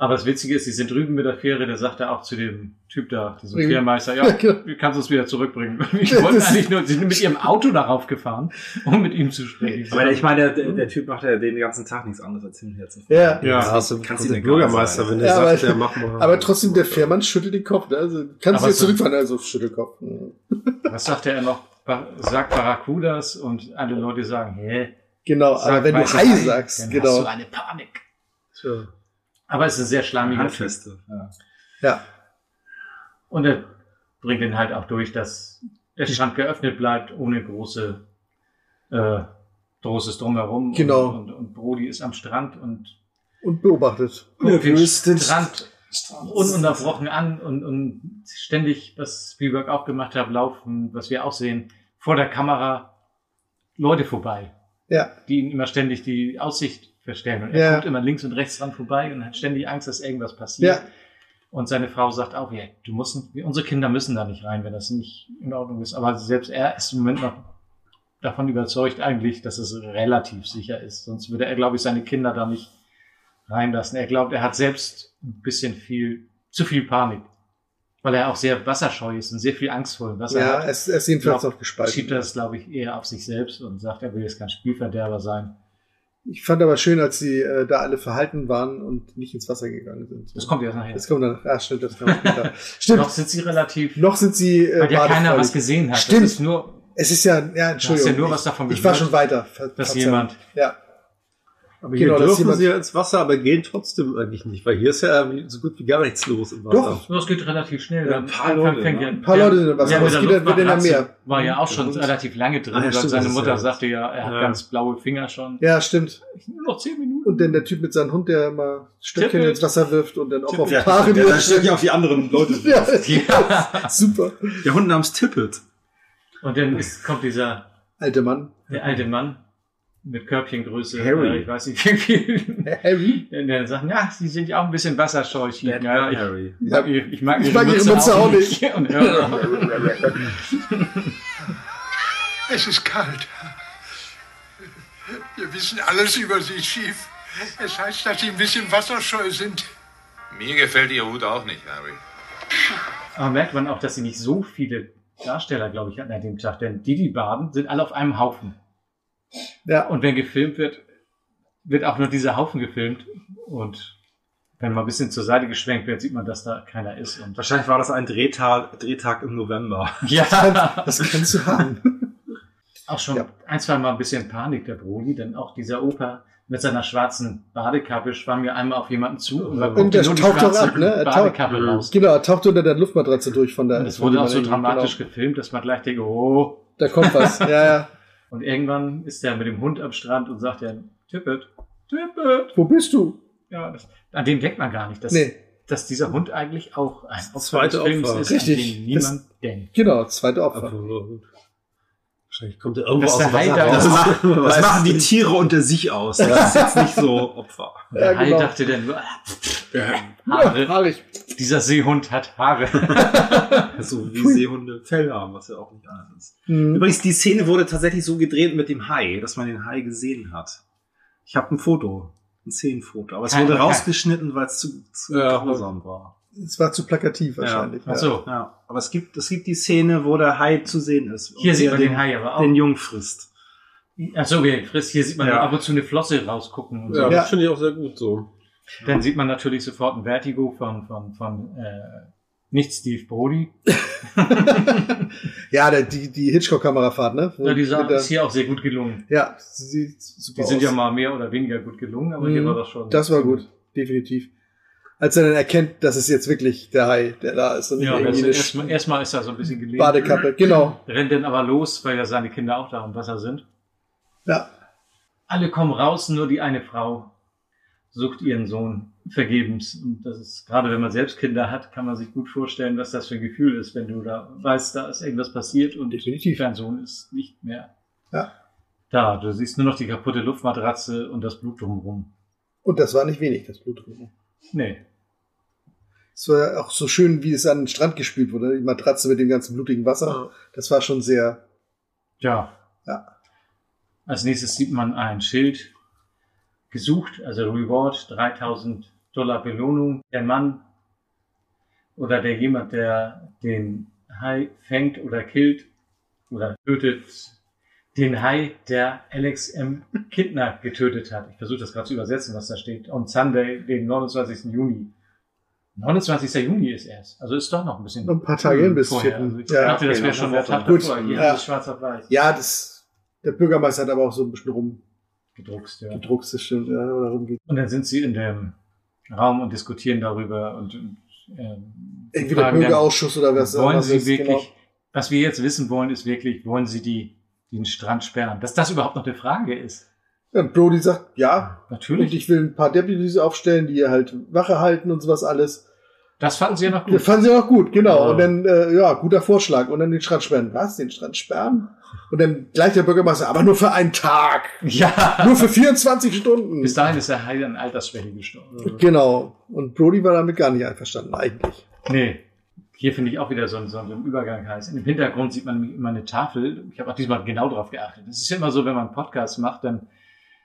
Aber das Witzige ist, die sind drüben mit der Fähre, der sagt da auch zu dem Typ da, diesem
Bring-
Fährmeister, ja,
genau.
du kannst uns wieder zurückbringen. Ich
Das
wollte
ist-
eigentlich nur, sie sind mit ihrem Auto darauf gefahren, um mit ihm zu sprechen.
Aber ich meine, der, der Typ macht ja den ganzen Tag nichts anderes als hin und her zu fahren.
Ja.
Ja,
Das
hast du
kann's
kannst
dir
den
egal
Bürgermeister,
sein.
wenn der
Ja,
sagt,
aber-
der macht mal.
Aber trotzdem, der Fährmann schüttelt den Kopf. Ne? Also kannst
Aber
du jetzt
so-
zurückfahren. Also Schüttelkopf. Mhm.
Was sagt er noch? Ba- Sagt Barracudas und alle Leute sagen, hä?
Genau, aber
Sag
wenn du
weißes
Hi
Ei,
sagst,
dann hast du
genau.
eine Panik.
Tja.
Aber es ist ein sehr schlammiger Typ.
Handfeste. Ja.
Ja.
Und er bringt ihn halt auch durch, dass der Strand geöffnet bleibt, ohne große äh, Großes drumherum.
Genau.
Und, und, und Brody ist am Strand und
Und beobachtet.
guckt den
den
Strand ununterbrochen an und, und ständig, was Spielberg auch gemacht hat, laufen, was wir auch sehen, vor der Kamera Leute vorbei.
Ja.
die ihm immer ständig die Aussicht verstellen. Und er
Ja.
guckt immer links und rechts dran vorbei und hat ständig Angst, dass irgendwas passiert.
Ja.
Und seine Frau sagt auch, ja, du musst, unsere Kinder müssen da nicht rein, wenn das nicht in Ordnung ist. Aber selbst er ist im Moment noch davon überzeugt eigentlich, dass es relativ sicher ist. Sonst würde er, glaube ich, seine Kinder da nicht reinlassen. Er glaubt, er hat selbst ein bisschen viel, zu viel Panik. Weil er auch sehr wasserscheu ist und sehr viel Angst vor dem Wasser
Ja,
hat
es, es ist jedenfalls
Glaub-
noch gespalten.
schiebt das, glaube ich, eher auf sich selbst und sagt, er will jetzt kein Spielverderber sein.
Ich fand aber schön, als sie äh, da alle verhalten waren und nicht ins Wasser gegangen sind.
Das kommt erst nachher.
Das kommt dann. Ah, stimmt, das kommt später.
Noch
stimmt.
sind sie relativ,
Noch sind sie äh,
weil ja keiner was
badefreudig.
gesehen hat.
Stimmt.
Das ist nur,
Es ist ja, ja,
du hast
Entschuldigung.
ja nur was davon
ich war schon
gehört,
weiter. Ver-
dass
verzerrt.
jemand
Ja,
Aber hier
Genau, das ist
dürfen
jemand-
sie ja ins Wasser, aber gehen trotzdem eigentlich nicht, weil hier ist ja so gut wie gar nichts los im Wasser.
doch.
So, es geht relativ schnell.
Ja,
Am
ein paar
Anfang
Leute,
fängt
ne?
ja-
Ein paar
der-
Leute sind im Wasser,
der
aber
mit
es
der
geht dann wieder in der
Luftmatratze
Meer.
War ja auch schon relativ lange drin,
Ah, ja,
weil
stimmt,
seine
das ist
Mutter
ja-
sagte ja, er hat
Ja.
ganz blaue Finger schon.
ja, stimmt.
Nur noch zehn Minuten.
Und dann der Typ mit seinem Hund, der immer Stückchen
Tippelt.
ins Wasser wirft und dann auch auf
Ja,
Paare
der, der
wirft.
stellt ja auf die anderen Leute.
Ja,
Ja.
super.
Der Hund namens Tippet.
Und dann ist, kommt dieser
Alter Mann.
der alte Mann mit Körbchengröße.
Harry.
äh, Ich weiß nicht wie viel.
Harry?
Und dann sagen, ja, sie sind ja auch ein bisschen wasserscheu. Chief. Ja, ich,
Harry.
Ja.
ich, ich mag
Ich
ihre
mag ihre
Mütze
Mütze auch
auch
nicht.
nicht. Und äh, höre-
Es ist kalt. Wir wissen alles über Sie, Chief. Es heißt, dass Sie ein bisschen wasserscheu sind.
Mir gefällt Ihr Hut auch nicht, Harry.
Aber merkt man auch, dass sie nicht so viele Darsteller, glaube ich, hatten an dem Tag. Denn die, die baden, sind alle auf einem Haufen.
Ja,
Und wenn gefilmt wird, wird auch nur dieser Haufen gefilmt. Und wenn mal ein bisschen zur Seite geschwenkt wird, sieht man, dass da keiner ist. Und
Wahrscheinlich war das ein Drehtag, Drehtag im November.
ja,
das kannst du haben.
auch schon
Ja.
ein, zwei Mal ein bisschen Panik, der Brody. Denn auch dieser Opa mit seiner schwarzen Badekappe schwamm ja einmal auf jemanden zu. Und, man
Und
guckte
der
nur die
taucht doch
schwarze
ab, ne? Er taucht-
Badekappe
Mhm.
raus.
Genau, er taucht unter der Luftmatratze durch von der.
Und es wurde auch so
von der-
dramatisch gefilmt, dass man gleich denkt, oh,
Genau, da kommt was. Ja, ja.
Und irgendwann ist er mit dem Hund am Strand und sagt ja, Tippet, Tippet.
Wo bist du?
Ja, das, an dem denkt man gar nicht, dass,
Nee.
dass dieser Hund eigentlich auch ein Opfer
zweite
des Films
Opfer.
ist,
Richtig.
an den niemand denkt.
Genau, zweite
Aber
Opfer.
Also,
gut. Wahrscheinlich kommt er irgendwo
Dass
aus dem
der Hai
Wasser
da
raus.
ist.
Das, macht, das
weiß
machen die
nicht.
Tiere unter sich aus. Das ist jetzt nicht so Opfer.
Und der
Ja,
Hai
genau.
dachte dann nur, ah,
Ja,
Haare.
haarig.
dieser Seehund hat Haare.
So Also, wie Seehunde Fell haben, was ja auch nicht anders ist.
Mhm.
Übrigens, die Szene wurde tatsächlich so gedreht mit dem Hai, dass man den Hai gesehen hat. Ich habe ein Foto, ein Szenenfoto, aber es
Kein-
wurde
kein-
rausgeschnitten, weil es zu, zu
Ja,
grausam war.
Es war zu plakativ wahrscheinlich. ne?
Ja. Ach so. ja. Aber es gibt, es gibt die Szene, wo der Hai zu sehen ist.
Hier
Und
sieht
der
man den Hai aber auch.
Den Jungen frisst.
Achso, okay, Fritz, hier sieht man
Ja.
ab und zu eine Flosse rausgucken. Und
Ja,
so.
das finde ich auch sehr gut so.
Dann sieht man natürlich sofort ein Vertigo von, von, von äh, nicht Steve Brody.
Ja, der, die, die Hitchcock-Kamerafahrt, ne? Wo-
Ja, die Sache
mit der-
ist hier auch sehr gut gelungen.
ja, sie sieht super
Die sind
aus.
ja mal mehr oder weniger gut gelungen, aber hier
Mhm.
war das schon.
Das war gut, definitiv. Als er dann erkennt, dass es jetzt wirklich der Hai, der da ist und nicht
Ja, also
irgendwie
das-
eine
erstmal erstmal ist er so ein bisschen gelegen.
Badekappe. Genau.
Rennt dann aber los, weil ja seine Kinder auch da im Wasser sind.
Ja.
Alle kommen raus, nur die eine Frau sucht ihren Sohn vergebens. Und das ist, gerade wenn man selbst Kinder hat, kann man sich gut vorstellen, was das für ein Gefühl ist, wenn du da weißt, da ist irgendwas passiert und dein Sohn ist nicht mehr
Ja.
da. Du siehst nur noch die kaputte Luftmatratze und das Blut drumherum.
Und das war nicht wenig, das Blut drüber.
Nee.
Es war auch so schön, wie es an den Strand gespült wurde. Die Matratze mit dem ganzen blutigen Wasser. Das war schon sehr.
Ja.
Ja.
Als nächstes sieht man ein Schild. Gesucht, also Reward, 3000 Dollar Belohnung. Der Mann oder der jemand, der den Hai fängt oder killt oder tötet, den Hai, der Alex M. Kidner getötet hat. Ich versuche das gerade zu übersetzen, was da steht. On Sunday, den 29. Juni. 29. Juni ist erst. Also ist doch noch ein bisschen.
Noch ein paar Tage hin bis
vorher.
4..
Also ich
Ja.
dachte, das
Okay,
wäre
noch
schon
eine
der
Woche.
Tag
Gut.
davor. Hier
Ja.
ja. ist es schwarz auf weiß.
Ja, das. Der Bürgermeister hat aber auch so ein bisschen
Gedruckst, ja.
rumgedruckst, das stimmt, ja, äh, oder rumgeht.
Und dann sind sie in dem Raum und diskutieren darüber und ähm,
Irgendwie der
fragen dann,
Bürgerausschuss oder was
Wollen
was
sie
ist,
wirklich,
genau.
was wir jetzt wissen wollen, ist wirklich, wollen sie die, den Strand sperren? Dass das überhaupt noch eine Frage ist.
Ja, Brody sagt, ja.
Natürlich.
Und ich will ein paar Deputies aufstellen, die halt Wache halten und sowas alles.
Das fanden sie ja noch
Das
gut.
fanden sie auch gut, genau.
Ja.
Und dann, äh, ja, guter Vorschlag. Und dann den Strand sperren. Was? Den Strand sperren? Und dann gleich der Bürgermeister, aber nur für einen Tag.
Ja.
Nur für 24 Stunden.
Bis dahin ist der Heil an Altersschwäche gestorben.
Genau. Und Brody war damit gar nicht einverstanden, eigentlich.
Nee. Hier finde ich auch wieder so einen, so einen Übergang heiß. Im Hintergrund sieht man immer eine Tafel. Ich habe auch diesmal genau drauf geachtet. Es ist ja immer so, wenn man einen Podcast macht, dann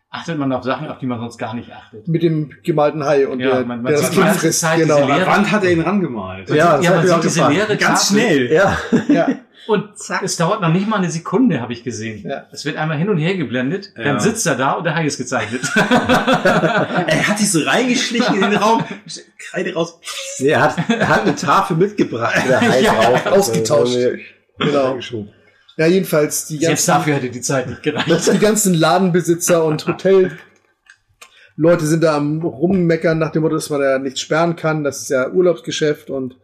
achtet man auf Sachen, auf die man sonst gar nicht achtet.
Mit dem gemalten Hai und
Ja,
der,
man- man
der
sieht
das
die
Kind
ganze
frisst.
Zeit
Genau.
diese Leere.
Wand hat er ihn rangemalt.
Ja, das
ja,
hat
man
mir auch
sieht diese
gefallen.
leere
Ganz
Tafel.
schnell.
Ja, ja.
Und es dauert noch nicht mal eine Sekunde, habe ich gesehen.
Ja.
Es wird einmal hin und her geblendet,
Ja.
dann sitzt er da und der Hai ist gezeichnet.
Er hat sich so reingeschlichen in den Raum. Kreide raus.
Nee, er hat, er hat eine Tafel mitgebracht. Der Hai
Ja,
drauf.
ausgetauscht.
Also,
Äh,
Genau.
reingeschoben.
Ja, jedenfalls die
Selbst
ganzen,
dafür hätte die Zeit nicht gereicht.
die ganzen Ladenbesitzer und Hotelleute sind da am rummeckern nach dem Motto, dass man da nichts sperren kann. Das ist ja Urlaubsgeschäft und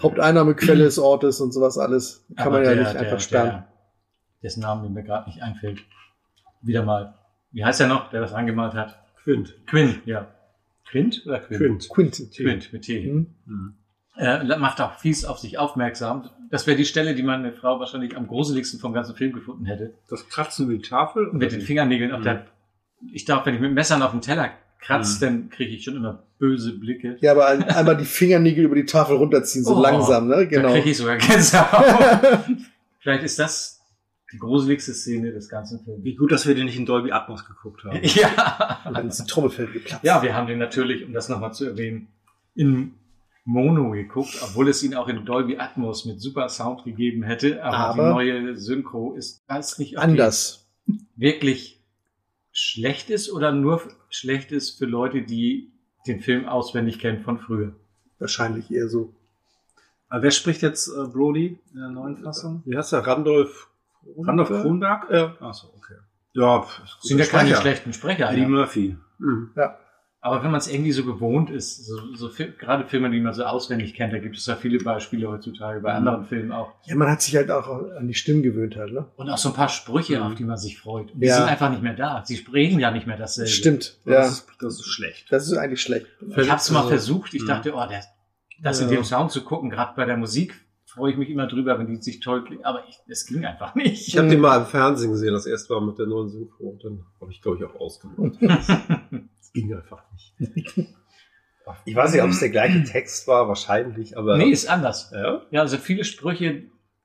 Haupteinnahmequelle des Ortes und sowas alles. Kann
Aber
man ja
der-
nicht
der-
einfach sperren.
Der, dessen Namen, den mir gerade nicht einfällt. Wieder mal. Wie heißt er noch, der das angemalt hat?
Quint.
Quint, ja. Quint oder Quint?
Quint.
Quint.
Quint mit T.
Mhm.
Äh, macht auch fies auf sich aufmerksam. Das wäre die Stelle, die meine Frau wahrscheinlich am gruseligsten vom ganzen Film gefunden hätte.
Das Kratzen über die Tafel?
mit den Fingernägeln auf
Mhm.
der. Ich darf, wenn ich mit Messern auf den Teller kratze, dann kriege ich schon immer böse Blicke.
Ja, aber ein, einmal die Fingernägel über die Tafel runterziehen, so
Oh,
langsam, ne?
Da
Genau.
kriege ich sogar Gänsehaut. Vielleicht ist das die gruseligste Szene des ganzen Films.
Wie gut, dass wir den nicht in Dolby Atmos geguckt haben.
Ja.
Und dann ist ein Trommelfell geplatzt.
ja, wir haben den natürlich, um das nochmal zu erwähnen, in Mono geguckt, obwohl es ihn auch in Dolby Atmos mit super Sound gegeben hätte. Aber,
Aber-
die neue Synchro ist, ist nicht okay.
Anders.
wirklich schlecht ist oder nur f- schlecht ist für Leute, die den Film auswendig kennen von früher.
Wahrscheinlich eher so.
Aber wer spricht jetzt äh, Brody in der neuen Fassung?
Wie heißt der? Randolph Kronberg?
Randolph Kronberg?
Ja.
Achso, okay. Ja, pff, ist gut.
Sind ja keine
Sprecher.
schlechten Sprecher.
Eddie
Ja.
Murphy.
Mhm.
Aber wenn man es irgendwie so gewohnt ist, so, so Fi- gerade Filme, die man so auswendig kennt, da gibt es ja viele Beispiele heutzutage bei
Mhm.
anderen Filmen auch.
Ja, man hat sich halt auch an die Stimmen gewöhnt halt, ne?
Und auch so ein paar Sprüche,
Mhm.
auf die man sich freut. Und die
Ja.
sind einfach nicht mehr da. Sie sprechen ja nicht mehr dasselbe.
Stimmt.
Das,
Ja.
ist, das ist schlecht.
Das ist eigentlich schlecht. Also,
Ich habe es mal versucht. Ich
Mhm.
dachte, oh, der, das in
Ja.
dem Sound zu gucken, gerade bei der Musik freue ich mich immer drüber, wenn die sich toll klingt. Aber ich- es ging einfach nicht.
Ich habe den mal im Fernsehen gesehen, das erste Mal mit der neuen Synchro. Und dann habe ich, glaube ich, auch ausgemacht. Es ging einfach nicht.
Ich weiß nicht, ob es der gleiche Text war, wahrscheinlich, aber.
Nee, ist anders.
Ja?
Ja, also viele Sprüche,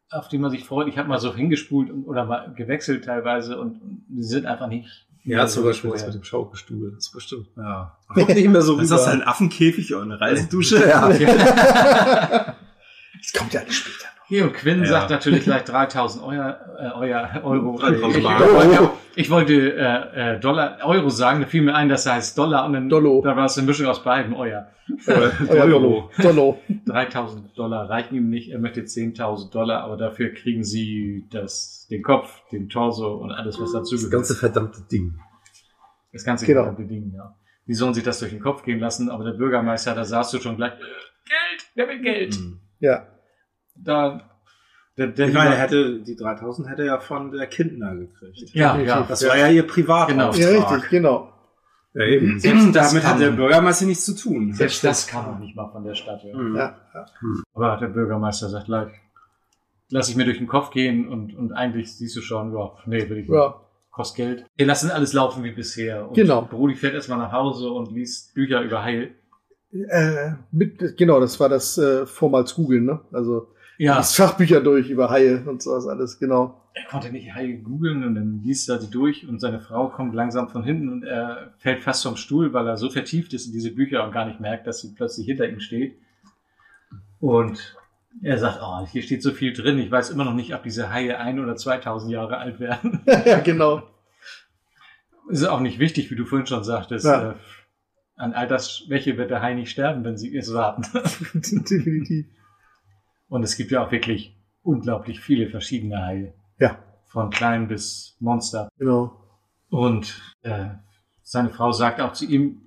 auf die man sich freut. Ich habe mal so hingespult und, oder mal gewechselt teilweise und die sind einfach nicht,
Ja, zum Beispiel das mit dem Schaukelstuhl.
Das ist bestimmt.
Ja.
Kommt nicht mehr so
Ist
rüber.
das
halt
ein Affenkäfig oder eine Reisendusche?
Ja.
Das kommt ja alles später.
Hier, und Quinn
Ja.
sagt natürlich gleich 3000 Euer, äh, Euer Euro. Ich,
3000
ich,
Mark.
wollte, ich wollte äh, äh, Dollar, Euro sagen, da fiel mir ein, das heißt Dollar und dann da war es eine Mischung aus beidem, Euer.
Oh Dollo. Dollo.
3000 Dollar reichen ihm nicht, er möchte 10.000 Dollar, aber dafür kriegen sie das, den Kopf, den Torso und alles, was dazu
Das ganze verdammte Ding.
Das ganze
Genau.
genau. Ding, ja. Die sollen sich das durch den Kopf gehen lassen, aber der Bürgermeister, da sahst du schon gleich, Geld, wer will Geld?
Ja.
Da, der, der
Ich meine, er hätte, die 3000 hätte er ja von der Kindner gekriegt.
Ja, ja.
Das war ja ihr Privat.
Genau.
Ja, richtig, genau.
Ja, eben.
Selbst das
Damit
kann
hat der
man-
Bürgermeister nichts zu tun.
Selbst das kann man nicht mal von der Stadt. Ja.
Mhm.
Ja.
Aber der Bürgermeister sagt gleich, lass ich mir durch den Kopf gehen und, und eigentlich siehst du schon, ja, nee, will ich nicht.
Ja.
Kostet Geld. Wir lassen alles laufen wie bisher. Und
Genau.
Brody fährt erstmal nach Hause und liest Bücher über Heil.
Äh, mit, genau, das war das äh, vormals googeln, ne? Also
Ja.
das Fachbücher durch über Haie und sowas alles, genau.
Er konnte nicht Heil googeln und dann liest er sie durch und seine Frau kommt langsam von hinten und er fällt fast vom Stuhl, weil er so vertieft ist in diese Bücher und gar nicht merkt, dass sie plötzlich hinter ihm steht. Und er sagt, oh, hier steht so viel drin, ich weiß immer noch nicht, ob diese Haie ein oder 2000 Jahre alt werden.
ja, genau.
Ist auch nicht wichtig, wie du vorhin schon sagtest.
Ja.
Äh, an Altersschwäche wird der Hai nicht sterben, wenn sie es warten.
Definitiv.
Und es gibt ja auch wirklich unglaublich viele verschiedene Haie.
Ja.
Von klein bis Monster.
Genau.
Und äh, seine Frau sagt auch zu ihm,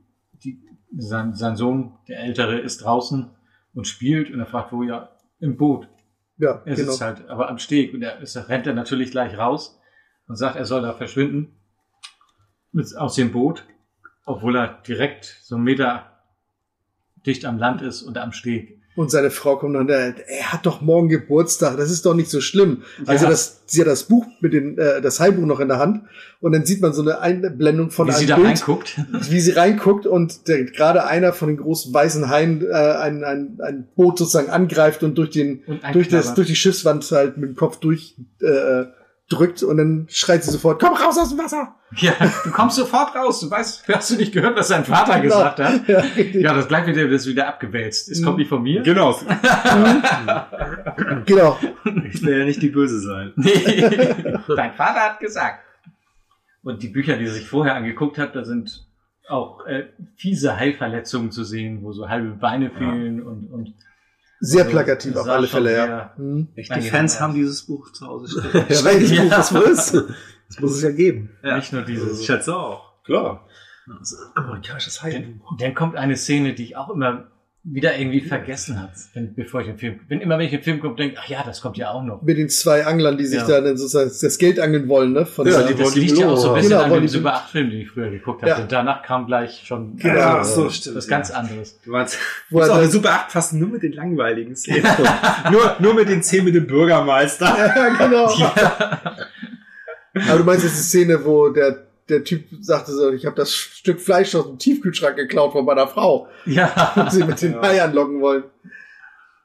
die, sein, sein Sohn, der Ältere, ist draußen und spielt. Und er fragt, wo ja? Im Boot.
Ja,
Er
genau.
sitzt halt aber am Steg und er ist, rennt er natürlich gleich raus und sagt, er soll da verschwinden mit, aus dem Boot, obwohl er direkt so einen Meter dicht am Land ist und am Steg.
Und seine Frau kommt dann, der, er hat doch morgen Geburtstag, das ist doch nicht so schlimm. Also
Ja.
das, sie hat das Buch mit den, äh, das Heilbuch noch in der Hand und dann sieht man so eine Einblendung von
Wie
einem
sie da
Bild,
reinguckt.
wie sie reinguckt und der, gerade einer von den großen weißen Haien äh, ein, ein, ein Boot sozusagen angreift und durch den
Und
durch das
einknabbert.
durch die Schiffswand halt mit dem Kopf durch äh, drückt und dann schreit sie sofort, komm raus aus dem Wasser!
Ja, du kommst sofort raus. Du weißt, hast du nicht gehört, was dein Vater
Genau.
gesagt hat?
Ja,
Ja, das gleich wird dir das wieder abgewälzt. Es kommt nicht von mir.
Genau.
genau.
Ich will ja nicht die Böse sein.
Dein Vater hat gesagt. Und die Bücher, die er sich vorher angeguckt hat, da sind auch äh, fiese Heilverletzungen zu sehen, wo so halbe Beine fehlen und, und
Sehr
Also,
plakativ
das
auf
sah
alle
schon
Fälle, ja.
sehr-
Mhm.
Echte Fans haben dieses Buch zu Hause stehen.
Ja, welches
Ja.
Buch das wohl ist. Das muss es ja geben.
nicht nur dieses.
Ich schätze auch.
Klar. Das ist ein amerikanisches Heilbuch.
Dann kommt eine Szene, die ich auch immer wieder irgendwie vergessen habe, wenn, bevor ich den Film, wenn immer wenn ich den Film gucke, denke ich, ach ja, das kommt ja auch noch.
Mit den zwei Anglern, die sich
Ja.
da dann sozusagen das Geld angeln wollen, ne? Von
Ja,
der-
die
Das
wollen
liegt ja auch so ein bisschen
Genau,
an
wollen
dem
die-
Super 8-Film, den ich früher geguckt habe.
Ja.
Und danach kam gleich schon
Ja,
also,
so, stimmt,
was
ja.
ganz anderes.
Du meinst,
Wo er
gibt's auch eine
dann-
Super 8 fast nur mit den langweiligen Szenen. nur, nur mit den Szenen mit dem Bürgermeister.
Ja, genau. Aber du meinst jetzt die Szene, wo der, der Typ sagte so, ich habe das Stück Fleisch aus dem Tiefkühlschrank geklaut von meiner Frau
Ja,
und sie mit den Eiern locken wollen.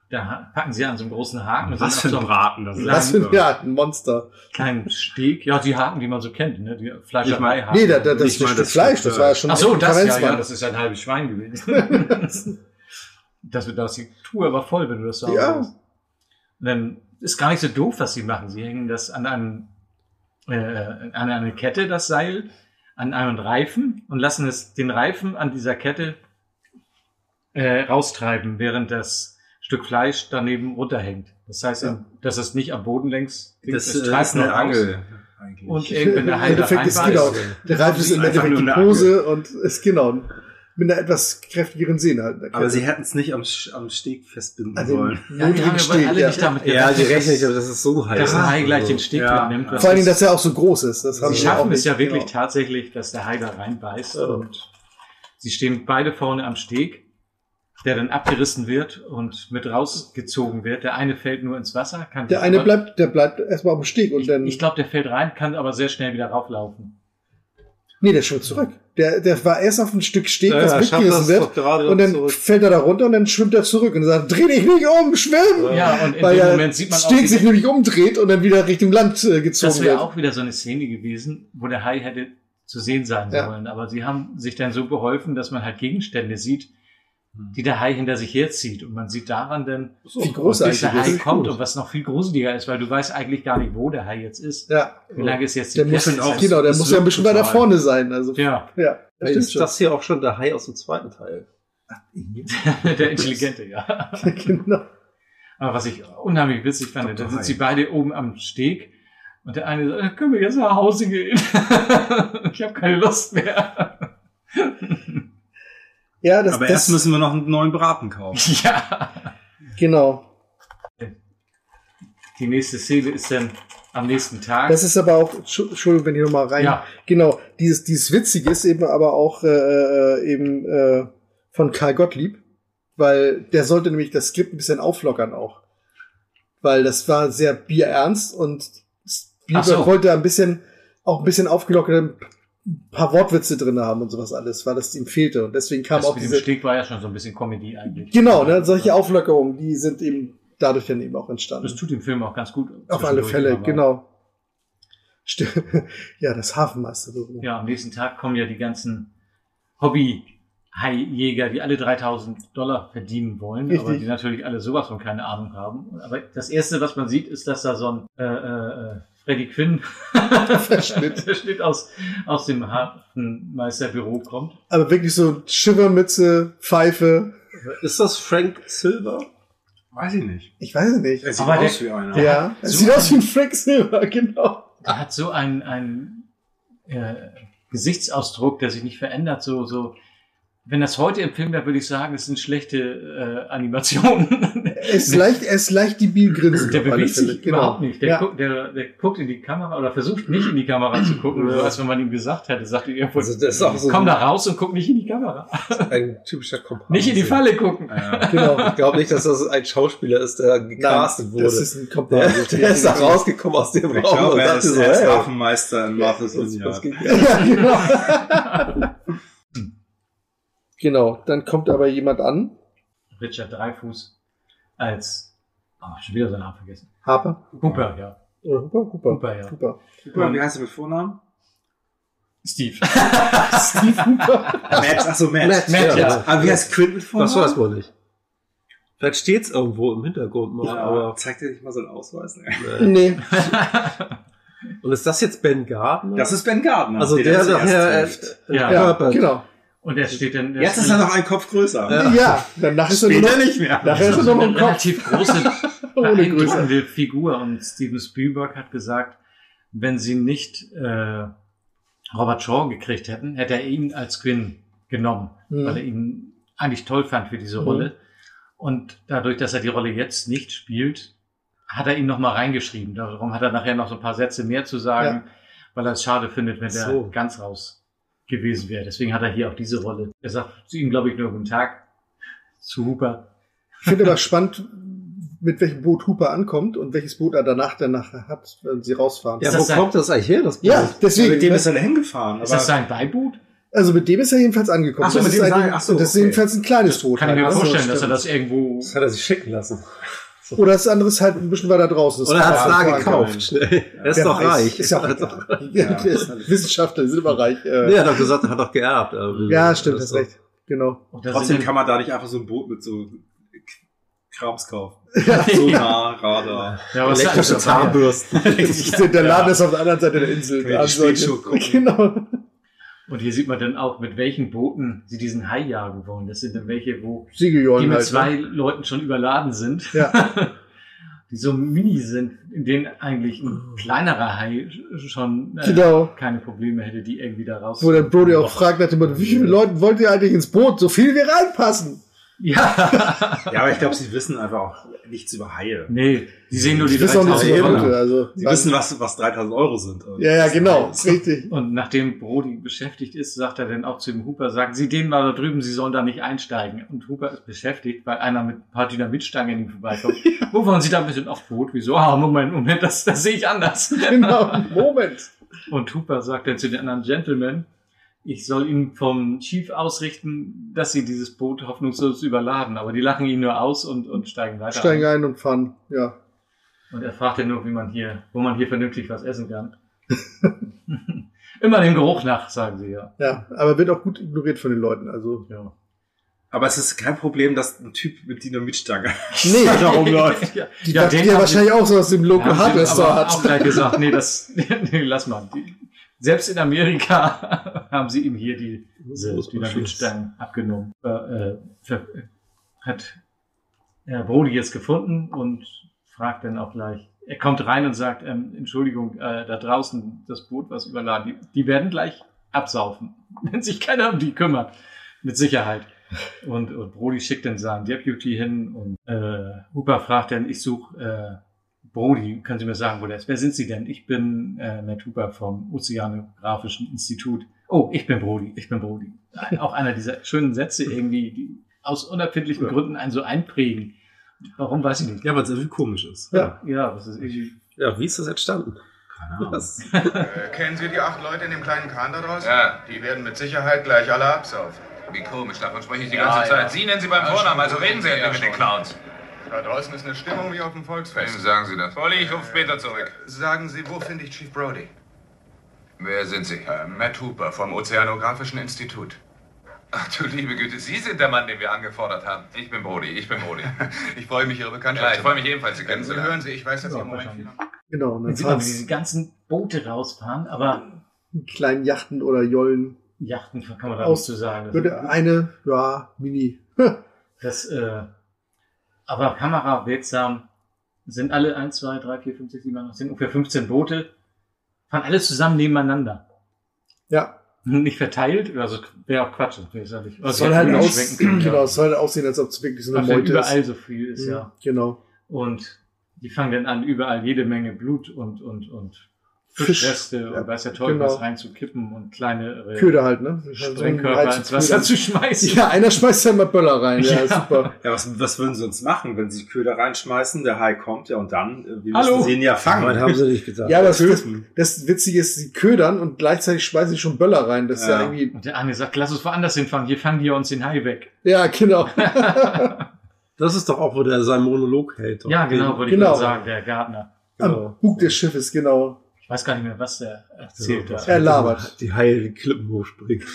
da packen sie an so einem großen Haken. und
Was
sind
für
auf
ein
so einem
Braten das ist.
Was für ein, ja, halt ein Monster.
kleinen Steg. Ja, die Haken, die man so kennt, ne? Die Fleischerei
Nee, da, da, das ist
Ich
ein
meine,
Stück
das
Fleisch,
Stück
das war ja schon
äh, Ach so,
ein
das, ja, ja,
Karenzmann.
das ist ein halbes Schwein gewesen. das wird aus die Tour aber voll, wenn du das sagst.
Ja.
Und dann ist gar nicht so doof, was sie machen. Sie hängen das an einem, äh, an eine Kette, das Seil, an einen Reifen und lassen es den Reifen an dieser Kette äh, raustreiben, während das Stück Fleisch daneben runterhängt. Das heißt,
Ja.
dass es nicht am Boden längs
Das,
es
äh,
treibt
ist eine
noch raus.
Angel. eigentlich.
Und irgendwann der
Im
Hai da
Endeffekt ist
rein
genau.
war, ist-
Der Reifen
Das
ist
ist
im
einfach
Endeffekt
nur
die
eine Angel.
Pose und ist genau mit einer etwas kräftigeren Sehne halt.
Aber sie hätten es nicht am, Sch- am Steg festbinden
also
sollen.
den
Ja, die haben
niedrigen
aber alle
ja.
nicht damit
Ja, die
gerechnet,
rechne ich,
dass-
aber das ist so heiß.
dass ein Hai gleich den Steg
Ja.
mitnimmt.
Vor
Das
Vor allen Dingen,
ist-
dass er auch so groß ist. Das haben
sie schaffen
auch
es
nicht,
ja wirklich
genau.
tatsächlich, dass der Hai da reinbeißt. Und sie stehen beide vorne am Steg, der dann abgerissen wird und mit rausgezogen wird. Der eine fällt nur ins Wasser. Kann
Der eine bleibt, der bleibt erstmal auf dem Steg und dann.
Ich glaube, der fällt rein, kann aber sehr schnell wieder rauflaufen.
nee, der ist schon zurück. Der, der war erst auf ein Stück Steg,
Ja,
was
ja, schafft
mitgerissen
das
wird.
doch gerade
Und dann
zurück.
fällt er da runter und dann schwimmt er zurück und sagt, dreh dich nicht um, schwimm!
Ja, und in
Weil
dem
der
Moment sieht man auch,
Steg sich
wie-
nämlich umdreht und dann wieder Richtung Land äh,
das
gezogen
wäre
wird.
auch wieder so eine Szene gewesen, wo der Hai hätte zu sehen sein
Ja.
sollen. Aber sie haben sich dann so geholfen, dass man halt Gegenstände sieht,
Hm.
die der Hai hinter sich herzieht. Und man sieht daran dann,
So, wie groß er
bis der
eigentlich ist.
Hai
Richtig
kommt
groß.
und was noch viel gruseliger ist, weil du weißt eigentlich gar nicht, wo der Hai jetzt ist.
Ja.
Wie lange ist jetzt die
der muss,
Pest? Das heißt,
Genau, der
es
muss ja ein
wirkt
bisschen weiter
total.
vorne sein. Also,
Ja.
ja das
Vielleicht
stimmt
ist
schon.
das hier auch schon der Hai aus dem zweiten Teil.
der Intelligente, ja.
genau.
Aber was ich unheimlich witzig fand, da sind sie beide oben am Steg und der eine sagt, "Äh, können wir jetzt nach Hause gehen? ich habe keine Lust mehr.
Ja, das,
Aber
das,
erst müssen wir noch einen neuen Braten kaufen.
ja.
Genau.
Die nächste Szene ist dann am nächsten Tag.
Das ist aber auch, Entschu- Entschuldigung, wenn ich nochmal rein.
Ja.
Genau, dieses, dieses Witzige ist eben aber auch äh, äh, eben äh, von Karl Gottlieb, weil der sollte nämlich das Skript ein bisschen auflockern auch. Weil das war sehr bierernst und Spielberg
Ach so.
wollte ein bisschen, auch ein bisschen aufgelockert, ein paar Wortwitze drin haben und sowas alles, weil das ihm fehlte. Und deswegen kam
das
auch
mit dem
diese.
Steg war ja schon so ein bisschen Comedy eigentlich.
Genau, ne, solche Auflockerungen, die sind eben dadurch dann eben auch entstanden.
Das tut dem Film auch ganz gut.
Auf alle
zwischendurch
Fälle,
immer mal.
genau. Stimmt. Ja, das ne? Hafenmeisterbüro.
Ja, am nächsten Tag kommen ja die ganzen Hobby-Haijäger, die alle 3000 Dollar verdienen wollen, aber
Richtig.
die natürlich alle sowas von keine Ahnung haben. Aber das Erste, was man sieht, ist, dass da so ein äh, äh, äh, Freddy Quinn
Verschnitt.
Verschnitt aus, aus dem Hafenmeisterbüro kommt.
Aber wirklich so Schimmermütze, Pfeife.
Ist das Frank Silver?
Weiß ich nicht.
Ich weiß es nicht.
Er sieht
Aber
aus
der-
wie einer.
Ja, es sieht aus wie ein Frank Silver, genau.
Der hat so einen, einen äh, Gesichtsausdruck, der sich nicht verändert. So, so, wenn das heute im Film wäre, würde ich sagen, es sind schlechte äh, Animationen.
Er ist leicht, er ist leicht die Bielgrinsen.
Der
auf alle
bewegt
Fälle,
sich
genau.
überhaupt nicht. Der,
ja.
guckt, der, der guckt in die Kamera oder versucht nicht in die Kamera zu gucken, so als wenn man ihm gesagt hätte, sagt er irgendwo,
Also das ist auch so
komm
ein-
da raus und guck nicht in die Kamera.
Ein typischer Kompan.
Nicht in die Falle gucken.
genau.
Ich glaube nicht, dass das ein Schauspieler ist, der gecastet wurde.
Das ist ein
der,
Kompliment.
der ist da rausgekommen aus dem Raum
Ich
Oh,
glaube,
und
er
dachte
ist,
so,
er ist
hey,
Hafenmeister in Martha's
was
Vineyard.
geht hier?
ja, genau. genau, dann kommt aber jemand an.
Richard Dreifuß als, oh, ich hab schon wieder seinen Namen vergessen.
Harper.
Hooper, ja.
Oder Hooper? Hooper.
Hooper, ja.
Hooper.
Guck mal, Wie heißt er mit Vornamen?
Steve.
Steve Hooper.
Matt, achso, Matt.
Matt,
Matt, ja.
Aber wie heißt Quint mit Vornamen?
Das weiß man nicht. Vielleicht steht's irgendwo im Hintergrund mal,
Ja,
aber.
aber zeigt er nicht mal so einen Ausweis? Ne?
Nee.
Nee.
Und ist das jetzt Ben Gardner?
Das ist Ben Gardner.
also der,
das erst
nachher
trifft.
Ja. äh,
äh,
Ja,
verkörpert.
genau.
Und er steht dann.
Jetzt ist er noch einen Kopf größer.
Ja, danach ist er nur
Später
noch,
nicht mehr.
nachher ist er nur noch im
Also eine
Kopf.
relativ große,
Ohne Größe.
beeindruckende Figur. Und Steven Spielberg hat gesagt, wenn sie nicht äh, Robert Shaw gekriegt hätten, hätte er ihn als Quinn genommen,
Mhm.
weil er ihn eigentlich toll fand für diese
Mhm.
Rolle. Und dadurch, dass er die Rolle jetzt nicht spielt, hat er ihn nochmal reingeschrieben. Darum hat er nachher noch so ein paar Sätze mehr zu sagen, weil er es schade findet, wenn der
So.
ganz raus gewesen wäre. Deswegen hat er hier auch diese Rolle. Er sagt zu ihm, glaube ich, nur guten Tag zu Hooper.
Ich finde aber spannend, mit welchem Boot Hooper ankommt und welches Boot er danach danach hat, wenn sie rausfahren.
Ja,
Ist
Also, wo
das sein-
kommt das eigentlich her? Das
Ja, deswegen.
Mit dem
ne?
ist er da hingefahren.
Ist
aber-
das sein Beiboot?
also mit dem ist er jedenfalls angekommen.
Ach so,
das
mit
ist
dem
ein,
sei- ach so,
das ist
okay.
jedenfalls ein kleines Boot.
Kann ich mir
halt.
vorstellen, dass er das irgendwo.
Das hat er sich schicken lassen.
Oder das andere ist halt ein bisschen weiter draußen. Das
Oder
kann
hat's
man
da
fahren
gekauft?
können.
Schnell. Er ist
Wer
doch
weiß.
reich.
Ist ja auch egal. ja. Wissenschaftler die sind immer reich.
Nee,
Äh,
er hat doch gesagt, er hat doch geerbt. äh, irgendwie.
ja, stimmt, hast
doch-
recht. Genau.
Und da sind
Trotzdem
dann-
kann man da nicht einfach so ein Boot mit so Krams kaufen. Sonar, Radar.
Ja, was
Elektrische Zahnbürsten.
Der Laden ist auf der anderen Seite der Insel.
Kann ich die
Also,
Spielshow gucken?
genau.
Und hier sieht man dann auch, mit welchen Booten sie diesen Hai jagen wollen. Das sind dann welche, wo die
Siegeljollen
mit
halt.
zwei
ne?
Leuten schon überladen sind.
Ja.
die so mini sind, in denen eigentlich
Oh.
ein kleinerer Hai schon äh,
Genau.
keine Probleme hätte, die irgendwie da raus.
Wo dann Brody auch fragt nach dem Motto, wie viele Leute wollt ihr eigentlich ins Boot? So viel wie reinpassen.
Ja.
Ja, aber ich glaube, sie wissen einfach auch nichts über Haie.
nee, die sehen nur die
Ich weiß auch nicht,
3000
wie viele
Dollar.
Leute, also.
Sie wissen, was, was 3000 Euro sind.
Ja, ja, genau.
Das ist ein Hai.
Richtig.
Und nachdem Brody beschäftigt ist, sagt er dann auch zu dem Hooper, sagen Sie denen mal da drüben, Sie sollen da nicht einsteigen. Und Hooper ist beschäftigt, weil einer mit ein paar Dynamitstangen an ihm vorbeikommt. Wo waren Sie da ein bisschen auf Boot? Wieso? Ah, Moment, Moment, das, das sehe ich anders.
Genau. Moment.
Und Hooper sagt dann zu den anderen Gentlemen, ich soll Ihnen vom Chief ausrichten, dass Sie dieses Boot hoffnungslos überladen. Aber die lachen ihn nur aus und, und steigen weiter.
Steigen
ein.
ein und fahren. Ja.
Und er fragt dann nur, wie man hier, wo man hier vernünftig was essen kann. Immer dem Geruch nach, sagen sie ja.
Ja, aber wird auch gut ignoriert von den Leuten, also.
Ja.
Aber es ist kein Problem, dass ein Typ mit Dynamitstange
Nee.
da rumläuft.
Ja,
Die dachten
den
ja
haben
wahrscheinlich auch so aus dem
Ja, haben
Local
sie
Hardware Store
aber
hat.
auch gleich gesagt, nee, das, nee, lass mal. Die, selbst in Amerika haben sie ihm hier die, diese
Muss man
Dynamitstangen abgenommen. Äh, äh, ver, äh, hat äh, Brody jetzt gefunden und fragt dann auch gleich. Er kommt rein und sagt, ähm, Entschuldigung, äh, da draußen das Boot was überladen. Die, die werden gleich absaufen, wenn sich keiner um die kümmert. Mit Sicherheit. Und, und Brody schickt dann seinen Deputy hin und äh, Hooper fragt dann, ich suche äh, Brody, können Sie mir sagen, wo der ist? Wer sind Sie denn? Ich bin äh, Matt Hooper vom Ozeanographischen Institut. Oh, ich bin Brody, ich bin Brody. Ein- Auch einer dieser schönen Sätze irgendwie, die aus unerfindlichen Gründen einen so einprägen. Warum weiß ich nicht.
Ja, weil es irgendwie komisch ist.
Ja.
Ja, das ist irgendwie.
Ja, wie ist das entstanden?
Keine Ahnung.
Das,
Äh, kennen Sie die acht Leute in dem kleinen Kahn da draußen? Ja. Die werden mit Sicherheit gleich alle absaufen.
Wie komisch, davon spreche ich die
Ja,
ganze
ja.
Zeit. Sie nennen sie beim
Ja,
Vornamen, also
schon.
reden Sie endlich
Ja,
mit den
schon.
Clowns.
Da draußen ist eine Stimmung wie auf dem Volksfest.
Wem sagen Sie das?
Polly, ich rufe später zurück. Sagen Sie, wo finde ich Chief Brody?
Wer sind Sie?
Äh, Matt Hooper vom Ozeanografischen Institut.
Ach du liebe Güte, Sie sind der Mann, den wir angefordert haben. Ich bin Brody, ich bin Brody.
Ich freue mich, Ihre Bekanntschaft
ja, ich
zu
freue
machen.
mich ebenfalls, Sie
Äh,
kennenzulernen.
Hören Sie, ich weiß, dass Sie im Moment viel
Genau, und
Man
dann
sieht man, wie
fahrt's
diese ganzen Boote rausfahren, aber
in kleinen Yachten oder Jollen.
Yachten kann man da nicht
Aus-
zu sagen.
Würde eine, ja, Mini.
Das, äh, aber kamerawirksam sind alle 1, 2, 3, 4, 5, 6, 7, 8, 9, 10, ungefähr 15 Boote, fahren alle zusammen nebeneinander.
Ja.
Nicht verteilt, also wäre auch Quatsch, natürlich. sag ich.
Es soll halt
hätten wir
aus,
schwenken können, ja.
genau, es soll halt aussehen, als ob es wirklich so eine
Ach, wenn
Meute
überall
ist.
so viel ist,
Mhm,
ja.
Genau.
Und die fangen dann an, überall jede Menge Blut und, und, und
Fisch.
Fischreste und
Ja,
weiß ja toll,
genau.
was reinzukippen und kleine äh,
Köder halt, ne?
Sprengkörper
Also,
ins Wasser
Köder.
zu schmeißen.
Ja, einer schmeißt ja immer Böller rein. Ja,
Ja.
super.
Ja, was, was würden sie uns machen, wenn sie Köder reinschmeißen, der Hai kommt ja und dann, äh, wir
Hallo.
müssen sie ihn ja fangen.
Nein, haben sie nicht gedacht.
Ja, aber das, das,
Töten.
das Witzige ist, sie ködern und gleichzeitig schmeißen sie schon Böller rein. Das ist ja
Ja.
irgendwie.
Und der eine sagt, lass uns woanders hinfangen, hier fangen die uns den Hai weg.
Ja, genau.
das ist doch auch, wo der seinen Monolog hält.
Ja, genau, wollte
Genau.
ich gerade sagen, der Gärtner.
Am Bug des Schiffes, genau.
Ich weiß gar nicht mehr, was der erzählt hat.
Er labert.
Die Haie die Klippen hochspringen.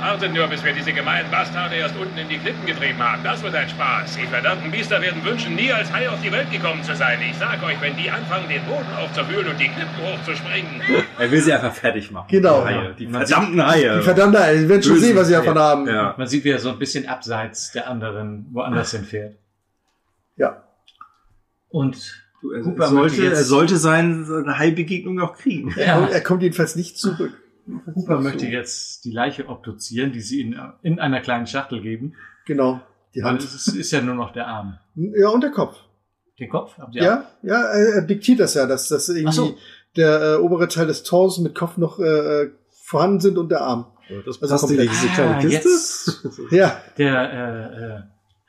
Wartet nur, bis wir diese gemeinen Bastarde erst unten in die Klippen getrieben haben. Das wird ein Spaß. Die verdammten Biester werden wünschen, nie als Hai auf die Welt gekommen zu sein. Ich sag euch, wenn die anfangen, den Boden aufzuwühlen und die Klippen hochzuspringen.
Er will sie einfach fertig machen.
Genau.
Die, Haie, die
Ah Man
verdammten Haie.
Die verdammte, Haie, die werden schon
Böse
sehen, was sie
Haie.
davon haben.
Ja.
Man sieht, wie er so ein bisschen abseits der anderen woanders hinfährt.
Ja.
Und
Du, er,
Hooper möchte
sollte,
jetzt-
er sollte seine, seine Hai-Begegnung auch kriegen.
Er,
Ja.
kommt, er kommt jedenfalls nicht zurück.
Hooper möchte jetzt die Leiche obduzieren, die sie in, in einer kleinen Schachtel geben.
Genau. Die
Weil
Hand.
es ist, ist ja nur noch der Arm.
Ja, und der Kopf.
Den Kopf habt ihr
Ja, ja, er er diktiert das ja, dass, dass irgendwie
Ach so.
der äh, obere Teil des Torsos mit Kopf noch äh, äh, vorhanden sind und der Arm.
Das
Also
passt in
komplett-
diese
Ah,
kleine Kiste.
jetzt.
Ja,
Der äh, äh,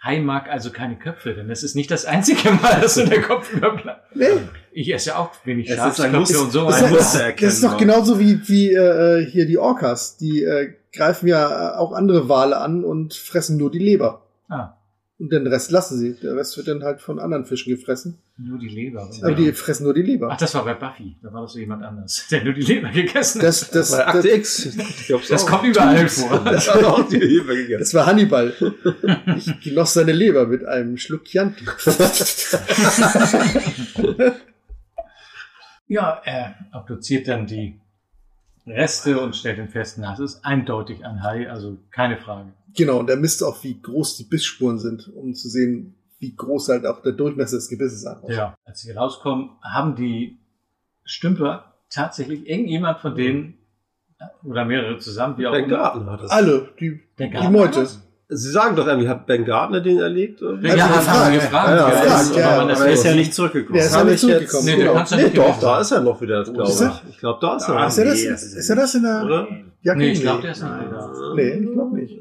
Hai mag also keine Köpfe, denn das ist nicht das einzige Mal, dass so der Kopf überbleibt.
nee.
Ich esse ja auch wenig
Es ist ein
Schafsköpfe
Muster-
und so.
es
Das, ist,
Man
weiter.
muss
das,
sie
das
erkennen,
ist
ne?
doch
genau-
ja.
genauso wie, wie äh, hier die Orcas. Die äh, greifen ja auch andere Wale an und fressen nur die Leber.
Ah,
Und den Rest lassen sie. Der Rest wird dann halt von anderen Fischen gefressen.
nur die Leber.
Aber die fressen nur die
Ach,
Leber.
das war bei Buffy. Da war das so jemand anders, der nur die Leber gegessen hat.
Das, das,
Bei
das,
Akte
das,
X. Ich glaub's
Das
auch.
kommt überall vor.
Das hat auch die Hilfe gegessen.
war Hannibal. Ich genoss seine Leber mit einem Schluck Chianti.
Ja, er obduziert dann die Reste und stellt den fest, na, es ist eindeutig ein Hai, also keine Frage.
Genau, und er misst auch, wie groß die Bissspuren sind, um zu sehen, wie groß halt auch der Durchmesser des Gebisses sein muss.
Ja. Als sie rauskommen, haben die Stümper tatsächlich irgendjemand von denen oder mehrere zusammen, wie auch
Ben
immer.
Gardner hat das.
Alle, die,
Der
die
Garten.
Meute.
Sie sagen doch irgendwie, hat Ben Gardner den erlegt?
Ja, ja,
Also
haben wir gefragt.
gefragt.
Ja,
Ja,
ja,
das ist-
ja,
aber das
Aber er ist
ist
ja
nie-
nicht zurückgekommen.
Der ist ja
habe
nicht
ich jetzt-
zurückgekommen.
Nee, der
genau.
kann's ja
Nee,
nicht
doch,
gewesen
da
sein.
ist er noch wieder, glaube
Ist er?
ich. Ich glaube, da ist er.
Da
Ist er das,
Ah, Nee, das
ist,
ist
ist er das in der
Oder?
Jacke?
Nee, ich glaube, der ist nicht mehr da.
Nee, ich glaube nicht.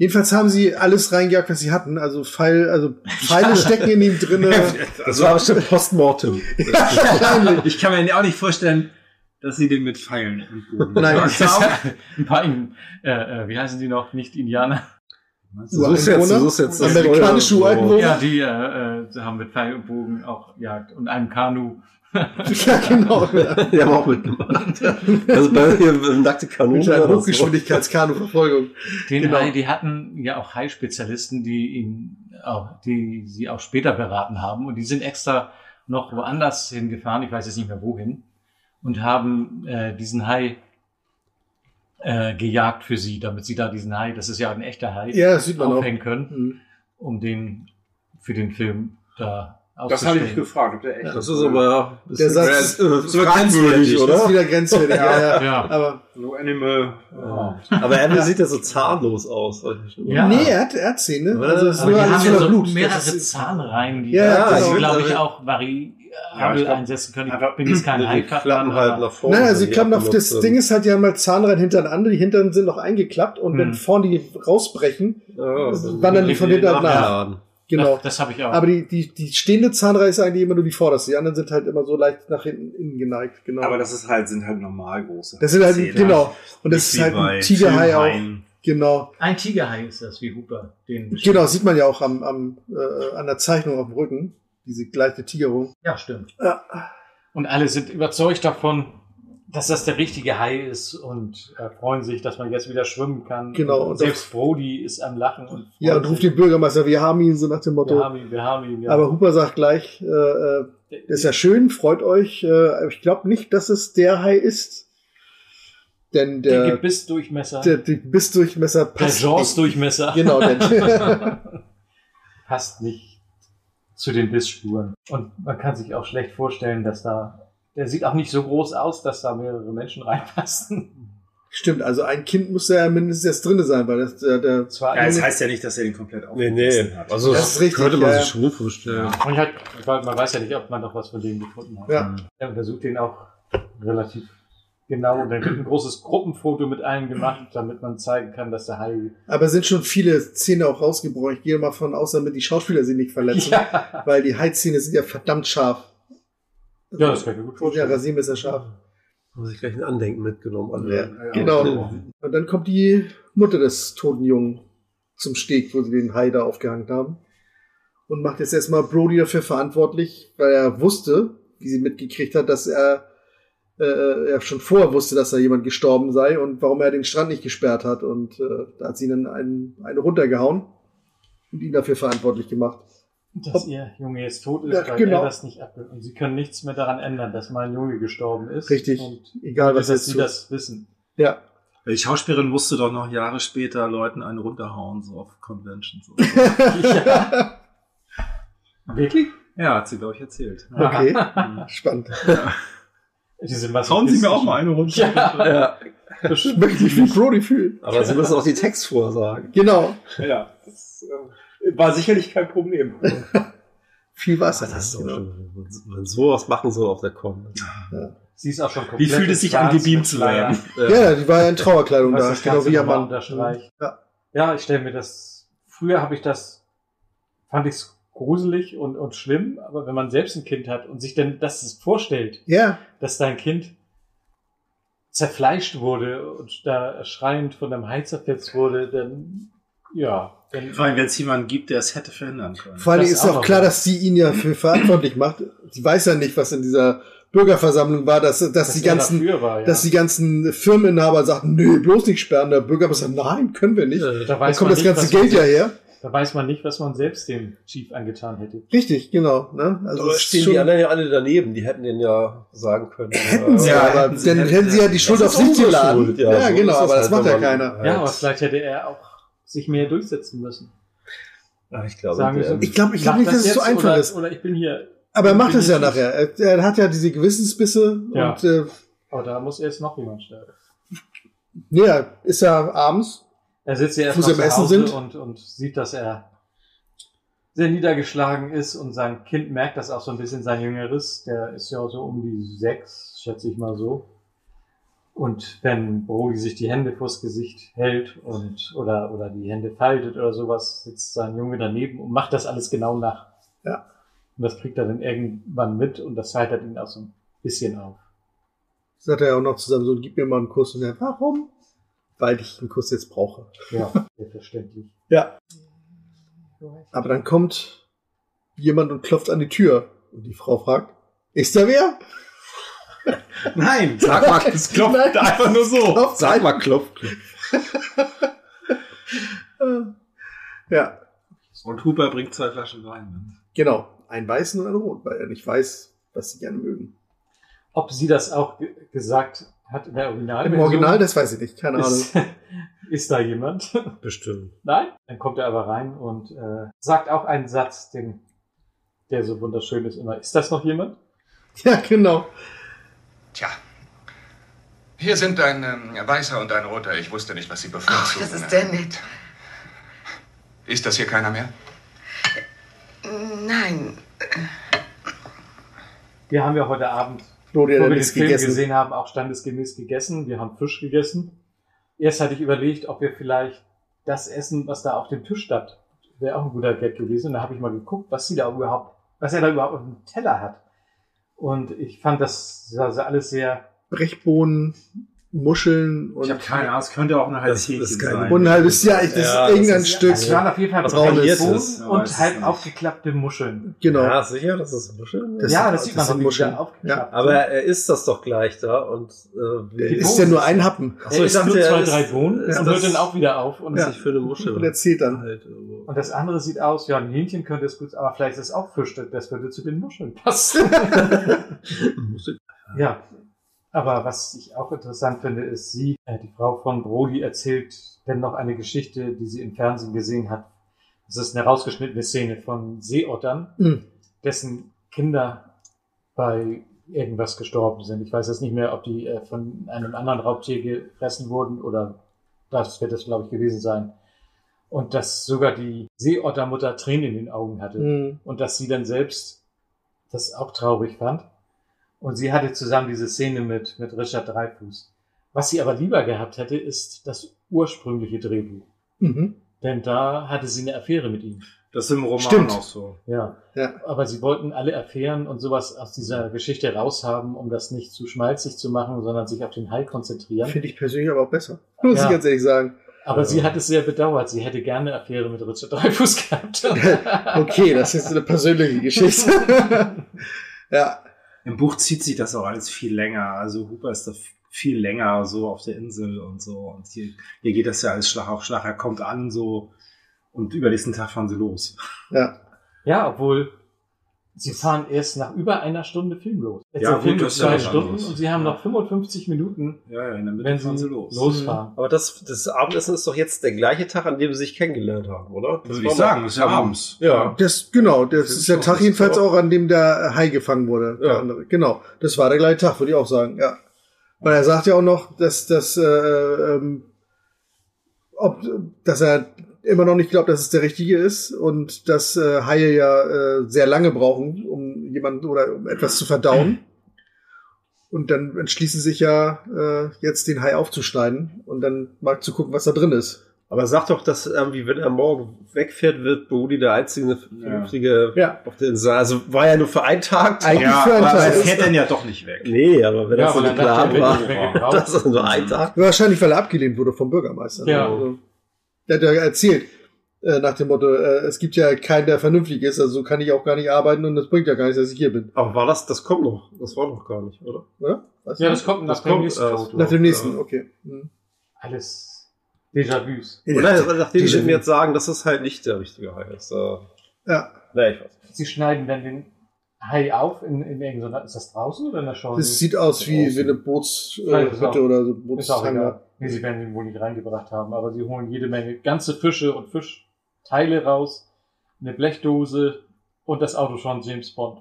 Jedenfalls haben sie alles reingejagt, was sie hatten. Also Pfeil, also Pfeile stecken in ihm drinne.
Das war bestimmt Postmortem.
Wahrscheinlich.
Ich kann mir auch nicht vorstellen, dass sie den mit Pfeilen und Bogen.
Nein,
ich glaube,
Ein paar, In- äh, äh, wie heißen die noch? Nicht Indianer.
Du suchst jetzt, du
Ureinwohner?
suchst jetzt das
Amerikanische
neue-
Ureinwohner?
Ja, die äh, äh, haben mit Pfeil und Bogen auch Jagd und einem Kanu.
ja, genau.
Die haben auch mitgemacht. Also bei mir nackte Kanone.
Mit einer Hochgeschwindigkeitskanuverfolgung.
Den
Genau.
Hai, Genau. die hatten ja auch Hai-Spezialisten, die ihn, auch, die sie auch später beraten haben. Und die sind extra noch woanders hingefahren, ich weiß jetzt nicht mehr wohin, und haben äh, diesen Hai äh, gejagt für sie, damit sie da diesen Hai, das ist ja ein echter Hai,
Ja, das sieht man auch. Mhm. Hm.
aufhängen können, um den für den Film da
Das habe ich
aufzustellen.
gefragt, ob der echt
Das ist aber, das
Der Satz
das
ist,
ist äh, aber
fragwürdig,
grenzwertig,
Das ist
oder?
wieder grenzwertig, ja, ja.
Ja.
Aber,
No Animal.
Oh.
Ja.
Aber Apple sieht ja so zahnlos aus.
Ja.
Nee, er hat, er hat Zähne.
Aber
Also, es ist
Aber
nur
die
alles
haben ja
voller
so
Blut. Das
mehrere
ist-
Zahnreihen, die
Ja, ja,
die,
genau.
glaube ich,
Also-
auch
Ja, ich
variabel
glaub-
einsetzen können. Ich bin jetzt kein
Die klappen halt
Haifachmann.
nach vorne.
Nein,
wenn
also die
die
klappen auf das
abgenutzt
Ding
sind.
ist halt ja mal Zahnrad hintereinander, die hinteren sind noch eingeklappt und wenn
Hm.
vorne die rausbrechen,
Ja, dann
wandern die von
die
hinten nach.
Nachladen.
Genau.
Das, das habe ich auch.
Aber die, die, die stehende Zahnreihe ist eigentlich immer nur die vorderste. Die anderen sind halt immer so leicht nach hinten innen geneigt. Genau.
Aber das ist halt, sind halt normal große.
Das sind halt,
Zähne.
genau. Und das
Nicht
ist
wie
halt
bei
ein Tigerhai auch.
Filmhaien.
Genau.
Ein Tigerhai ist das, wie Hooper den beschrieben
Genau,
hat.
sieht man ja auch am, am, äh, an der Zeichnung auf dem Rücken. Diese gleiche Tigerung.
Ja, stimmt.
Ja.
Und alle sind überzeugt davon, dass das der richtige Hai ist und äh, freuen sich, dass man jetzt wieder schwimmen kann.
Genau.
Und selbst Brody ist am Lachen und freut
Ja, und ruft
sich.
den Bürgermeister, wir haben ihn, so nach dem Motto.
Wir haben ihn, wir haben ihn. Ja.
Aber Hooper sagt gleich, äh, äh, ist ja schön, freut euch. Äh, ich glaube nicht, dass es der Hai ist. Denn
der
der,
Gebissdurchmesser,
der,
der,
der Bissdurchmesser passt. nicht.
Jaws-Durchmesser.
Genau, der,
passt nicht zu den Bissspuren. Und man kann sich auch schlecht vorstellen, dass da. Der sieht auch nicht so groß aus, dass da mehrere Menschen reinpassen.
Stimmt, also ein Kind muss ja mindestens jetzt drin sein, weil das der, der
Zwar
Ja, das heißt ja nicht, dass er den komplett
Nee,
aufgegessen
nee.
hat.
Also,
Das ist richtig,
könnte man
ja,
sich schon vorstellen.
Und halt, weil man weiß ja nicht, ob man noch was von denen gefunden hat.
Ja.
Er untersucht den auch relativ genau. Und dann wird ein großes Gruppenfoto mit allen gemacht, damit man zeigen kann, dass der Hai.
aber es sind schon viele Szenen auch rausgebrochen. Ich gehe mal von aus, damit die Schauspieler sie nicht verletzen,
Ja,
weil die Heizszene sind ja verdammt scharf.
ja das kann ich mir gut
Und der
vorstellen.
Rasiermesser scharf.
Haben sich gleich ein Andenken mitgenommen. alle.
Ja, genau. Und dann kommt die Mutter des toten Jungen zum Steg, wo sie den Hai da aufgehangen haben. Und macht jetzt erstmal Brody dafür verantwortlich, weil er wusste, wie sie mitgekriegt hat, dass er, äh, er schon vorher wusste, dass da jemand gestorben sei und warum er den Strand nicht gesperrt hat. Und äh, da hat sie dann einen, eine runtergehauen und ihn dafür verantwortlich gemacht.
Dass ihr Junge jetzt tot ist,
Ja,
weil
genau.
er das nicht ab. Und sie können nichts mehr daran ändern, dass mein Junge gestorben ist.
Richtig.
Und
Egal, was
dass
jetzt
sie
tut.
das wissen.
Ja.
Die Schauspielerin musste doch noch Jahre später Leuten einen runterhauen, so auf Conventions. So.
ja. Wirklich?
ja, hat sie, glaube ich, erzählt.
Okay. Spannend.
Diese
Hauen Sie mir auch mal eine runter.
Ja.
Ich möchte mich wie Brody fühlen.
Aber sie müssen auch die Textvorsagen.
Genau.
Ja, das
ähm,
äh, war sicherlich kein Problem.
Viel Wasser.
Das ist doch
genau.
schon, wenn wenn sowas machen soll auf der Con.
Sie ist auch schon komplett.
Wie fühlt es sich an, gebeamt zu werden?
Ja, die war ja in Trauerkleidung
Also Das
da,
ist
genau wie ihr Mann.
unterstreicht.
Ja.
Ja, ich stelle mir das. Früher habe ich das, fand ich es gruselig und, und schlimm, aber wenn man selbst ein Kind hat und sich dann das vorstellt,
Ja,
dass dein Kind zerfleischt wurde und da schreiend von einem Hai zerfetzt wurde, dann ja, dann
Vor allem, wenn es jemanden gibt, der es hätte verhindern können.
vor allem
Das
ist auch
aber-
klar, dass sie ihn ja für verantwortlich macht. Sie weiß ja nicht, was in dieser Bürgerversammlung war, dass, dass,
dass
die
er
ganzen,
dafür war, ja.
dass die ganzen Firmeninhaber sagten, nö, bloß nicht sperren. Der Bürgermeister, nein, können wir
Äh,
nicht.
da
Dann
weiß
kommt
man nicht,
das ganze
was man
Geld ja
selbst-
her.
Da weiß man nicht, was man selbst dem Chief angetan hätte.
Richtig, genau. Ne? Also
Aber
es ist
stehen
schon-
die anderen ja alle daneben, die hätten den ja sagen können.
hätten sie,
Ja,
aber
hätten sie-
dann
hätten
hätten sie
sie-
ja die Schuld auf
Das ist
sich
unsere
geladen.
Schuld,
ja,
ja, so
genau,
ist das
aber das
halt,
macht
wenn
ja
man-
keiner.
Ja,
Halt.
aber vielleicht hätte er auch sich mehr durchsetzen müssen.
Ja, ich glaube,
Sagen wir
der-
so.
Ich glaube ich glaub
Mach
nicht, dass es
jetzt
so einfach
oder,
ist.
Oder ich bin hier.
Aber er macht es ja
Definitiv.
nachher. Er, er hat ja diese Gewissensbisse
Ja.
und äh,
Aber da muss erst noch jemand sterben.
ja, ist ja abends.
Er sitzt ja erst
Wo
noch
sie
zu
am Essen
Hause
sind.
Und, und sieht, dass er sehr niedergeschlagen ist und sein Kind merkt das auch so ein bisschen, sein Jüngeres. Der ist ja auch so um die sechs, schätze ich mal so. Und wenn Brody sich die Hände vors Gesicht hält und oder, oder die Hände faltet oder sowas, sitzt sein Junge daneben und macht das alles genau nach.
Ja.
Und das kriegt er dann irgendwann mit und das heitert ihn auch so ein bisschen auf.
sagt er ja auch noch zusammen so, gib mir mal einen Kuss. Und er, warum? Weil ich einen Kuss jetzt brauche.
Ja, selbstverständlich.
Ja. Aber dann kommt jemand und klopft an die Tür. Und die Frau fragt, Ist da wer?
Nein, sag mal, es klopft
Nein,
einfach nur so.
klopft.
Sag mal, klopft. klopft.
Ja,
Und Huber bringt zwei Flaschen Wein.
genau. Einen weißen und einen roten, weil er nicht weiß, was sie gerne mögen.
Ob sie das auch ge- gesagt hat in der Original.
Im Original, das weiß ich nicht, keine
ist, ist da jemand?
Bestimmt.
Nein? Dann kommt er aber rein und äh, sagt auch einen Satz, den, der so wunderschön ist immer. Ist das noch jemand?
Ja, genau.
Tja. Hier sind ein ähm, weißer und ein roter. Ich wusste nicht, was Sie bevorzugen.
Das ist sehr nett.
Ist das hier keiner mehr?
Nein,
Wir haben ja heute Abend,
Claudia
wo
hat
wir den
nichts
Film
gegessen.
gesehen haben, auch standesgemäß gegessen. Wir haben Fisch gegessen. Erst hatte ich überlegt, ob wir vielleicht das essen, was da auf dem Tisch stand, wäre auch ein guter Gag gewesen. Und da habe ich mal geguckt, was sie da überhaupt, was er da überhaupt auf dem Teller hat. Und ich fand das sah sah alles sehr
Brechbohnen, Muscheln und
Ich habe keine Ahnung, es könnte auch eine halbe
Das- das ist kein-
sein.
Und ein halbes Jahr, ich, das ist irgendein Stück.
Es also waren auf jeden Fall
Braunes.
Braunes
aber
und
es
halb
ist
aufgeklappte Muscheln.
Genau.
Ja, sicher, das ist Muscheln.
Das-
ja, das sieht man
sind
doch nicht
Muscheln.
wieder aufgeklappt.
Aber er isst das doch gleich da und äh,
Die ist ja nur ein Happen.
Er isst nur zwei, drei Bohnen und hört dann auch wieder auf. Und,
Und
das,
sich für eine Muschel.
Und erzählt dann.
halt irgendwo.
und das andere sieht aus, ja, ein Hähnchen könnte es gut, aber vielleicht ist es auch Fisch, das würde zu den Muscheln passen.
Muschel.
ja. Aber was ich auch interessant finde, ist, sie, äh, die Frau von Brody, erzählt dann noch eine Geschichte, die sie im Fernsehen gesehen hat. Das ist eine rausgeschnittene Szene von Seeottern,
Mhm.
dessen Kinder bei irgendwas gestorben sind. Ich weiß jetzt nicht mehr, ob die äh, von einem anderen Raubtier gefressen wurden oder das wird es, glaube ich, gewesen sein. Und dass sogar die Seeottermutter Tränen in den Augen hatte
Mhm.
und dass sie dann selbst das auch traurig fand. Und sie hatte zusammen diese Szene mit, mit Richard Dreyfuss. Was sie aber lieber gehabt hätte, ist das ursprüngliche Drehbuch.
Mhm.
Denn da hatte sie eine Affäre mit ihm.
Das ist im Roman
Stimmt.
auch so.
Ja.
Ja.
Aber sie wollten alle Affären und sowas aus dieser Geschichte raushaben, um das nicht zu schmalzig zu machen, sondern sich auf den Hai konzentrieren.
Finde ich persönlich aber auch besser. Muss
Ja.
ich ganz ehrlich sagen.
Aber sie hat es sehr bedauert. Sie hätte gerne eine Affäre mit Richard Dreyfuss gehabt.
Okay, das ist eine persönliche Geschichte. ja.
Im Buch zieht sich das auch alles viel länger. Also Hooper ist da f- viel länger so auf der Insel und so. Und hier, hier geht das ja alles Schlag auf Schlag. Er kommt an so und übernächsten Tag fahren sie los.
Ja.
Ja, obwohl sie fahren erst nach über einer Stunde Film los. Jetzt
Ja,
der
gut,
Film
das
ist
ist ja
zwei
was
Stunden
anderes.
und sie haben
Ja.
noch 55 Minuten,
Ja, ja, in der Mitte
wenn
fahren
sie
sie los. Mhm.
losfahren.
Aber das, das Abendessen ist doch jetzt der gleiche Tag, an dem sie sich kennengelernt haben, oder?
Würde
Das war
ich
doch-
sagen, das ist ja abends.
Ja.
Das, genau, das
Finde
ist
ich
der
auch.
Tag
Das ist
jedenfalls
auch-
auch, an dem der äh, Hai gefangen wurde. Der
Ja.
andere. Genau. Das war der gleiche Tag, würde ich auch sagen, ja. Weil er sagt ja auch noch, dass, dass, äh, ähm, ob, dass er immer noch nicht glaubt, dass es der richtige ist und dass äh, Haie ja äh, sehr lange brauchen, um jemanden oder um etwas zu verdauen. Und dann entschließen sich ja, äh, jetzt den Hai aufzuschneiden und dann mal zu gucken, was da drin ist.
Aber sag doch, dass irgendwie, wenn er morgen wegfährt, wird Bodhi der einzige vernünftige
Ja.
auf der Insel. Also war ja nur für einen Tag.
Eigentlich
Ja,
für einen
aber
Tag.
er fährt dann ja doch nicht weg.
Nee, aber wenn
Ja,
das so
aber
ein
dann hat
Plan
der
war,
Wind nicht weggebraucht.
dass das nur ein Tag.
Wahrscheinlich, weil er abgelehnt wurde vom Bürgermeister.
Ja.
Also, der hat ja erzählt, äh, nach dem Motto, äh, es gibt ja keinen, der vernünftig ist, also so kann ich auch gar nicht arbeiten und das bringt ja gar nichts, dass ich hier bin.
Aber war das, das kommt noch. Das war noch gar nicht, oder?
Oder? Weißt
Ja,
du?
das kommt nach
Das
dem
kommt
nächsten
erst.
Foto.
nach dem nächsten,
ja.
okay. Hm.
Alles Déjà-vus.
Oder oder nachdem
also, die-
sie mir jetzt sagen, dass das halt nicht der richtige Hai ist. Äh,
Ja,
nee, ich weiß.
Sie schneiden dann den Hai auf in, in irgendeiner, ist das draußen oder in der Scheune?
das sieht aus wie, wie eine
Ja, ist auch-
Bootshütte oder so.
Ist auch
Bootshanger.
egal. Nee, sie werden ihn wohl nicht reingebracht haben, aber sie holen jede Menge ganze Fische und Fischteile raus, eine Blechdose und das Auto schon James Bond.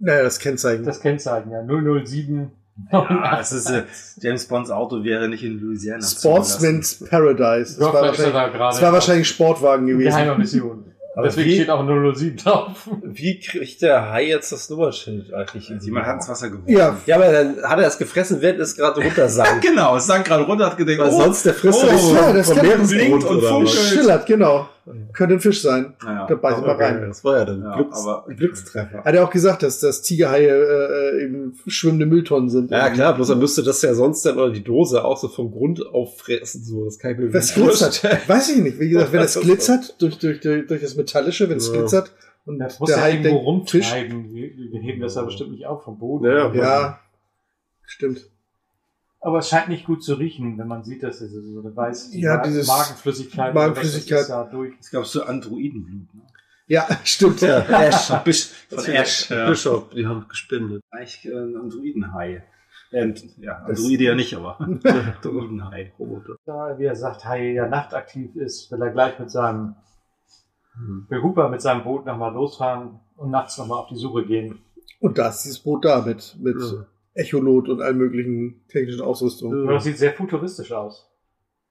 Naja, das Kennzeichen.
Das Kennzeichen, ja. 007.
Ja, es ist, äh, James Bonds Auto wäre nicht in Louisiana. zugelassen.
Sportsman's Paradise. Das
Ja,
war,
vielleicht ist er
wahrscheinlich,
da gerade.
das war wahrscheinlich Sportwagen gewesen.
Geheime Mission.
Aber
Deswegen
wie-
steht auch 007 drauf.
Wie kriegt der Hai jetzt das Nummernschild eigentlich in die
Jemand hat
Mauer?
ins Wasser geworfen.
Ja,
Ja, aber dann hat er es gefressen, während es gerade
Ja,
runtersank.
genau, es sank gerade runter, hat gedacht,
Weil
oh,
sonst der frisst
oh,
er nicht
ja, das
vom
kann-
Meeresgrund
blinkt und
oder was.
funkelt.
schillert, genau. Könnte ein Fisch sein.
naja.
Da beißt mal rein.
Das war ja dann
Ja,
Glücks,
aber-
Glückstreffer.
Hat er auch gesagt, dass, dass Tigerhaie äh, äh, eben schwimmende Mülltonnen sind.
Ja klar, bloß dann müsste das ja sonst dann oder die Dose auch so vom Grund auffressen, so das kann ich mir
Das
nicht
glitzert. Weiß ich nicht. Wie gesagt, wenn das glitzert, durch, durch, durch, durch das Metallische, wenn es
Ja.
glitzert, Und
Das muss
der
ja
Hai
irgendwo
denkt, Fisch.
rumtreiben. Wir, wir heben das ja bestimmt nicht auf vom Boden.
Ja, ja. stimmt.
Aber es scheint nicht gut zu riechen, wenn man sieht, dass es so eine weiße
Ja,
Ma-
dieses
Magenflüssigkeit, oder
Magenflüssigkeit.
was ist da durch.
Es gab so Androidenblut. Ne?
Ja, stimmt.
Ja, Ash, Bisch, von
Von
Ash. Ja.
Bischof, die haben gespendet.
Eigentlich äh, ein Androidenhai. Äh, ja, Androide ja nicht, aber Androidenhai, Roboter.
Da, wie er sagt, Hai ja nachtaktiv ist, will er gleich mit seinem
Hm.
will Hooper mit seinem Boot nochmal losfahren und nachts nochmal auf die Suche gehen.
Und da ist dieses Boot da mit, mit
Ja.
Echolot und allen möglichen technischen Ausrüstungen.
Und Das sieht sehr futuristisch aus.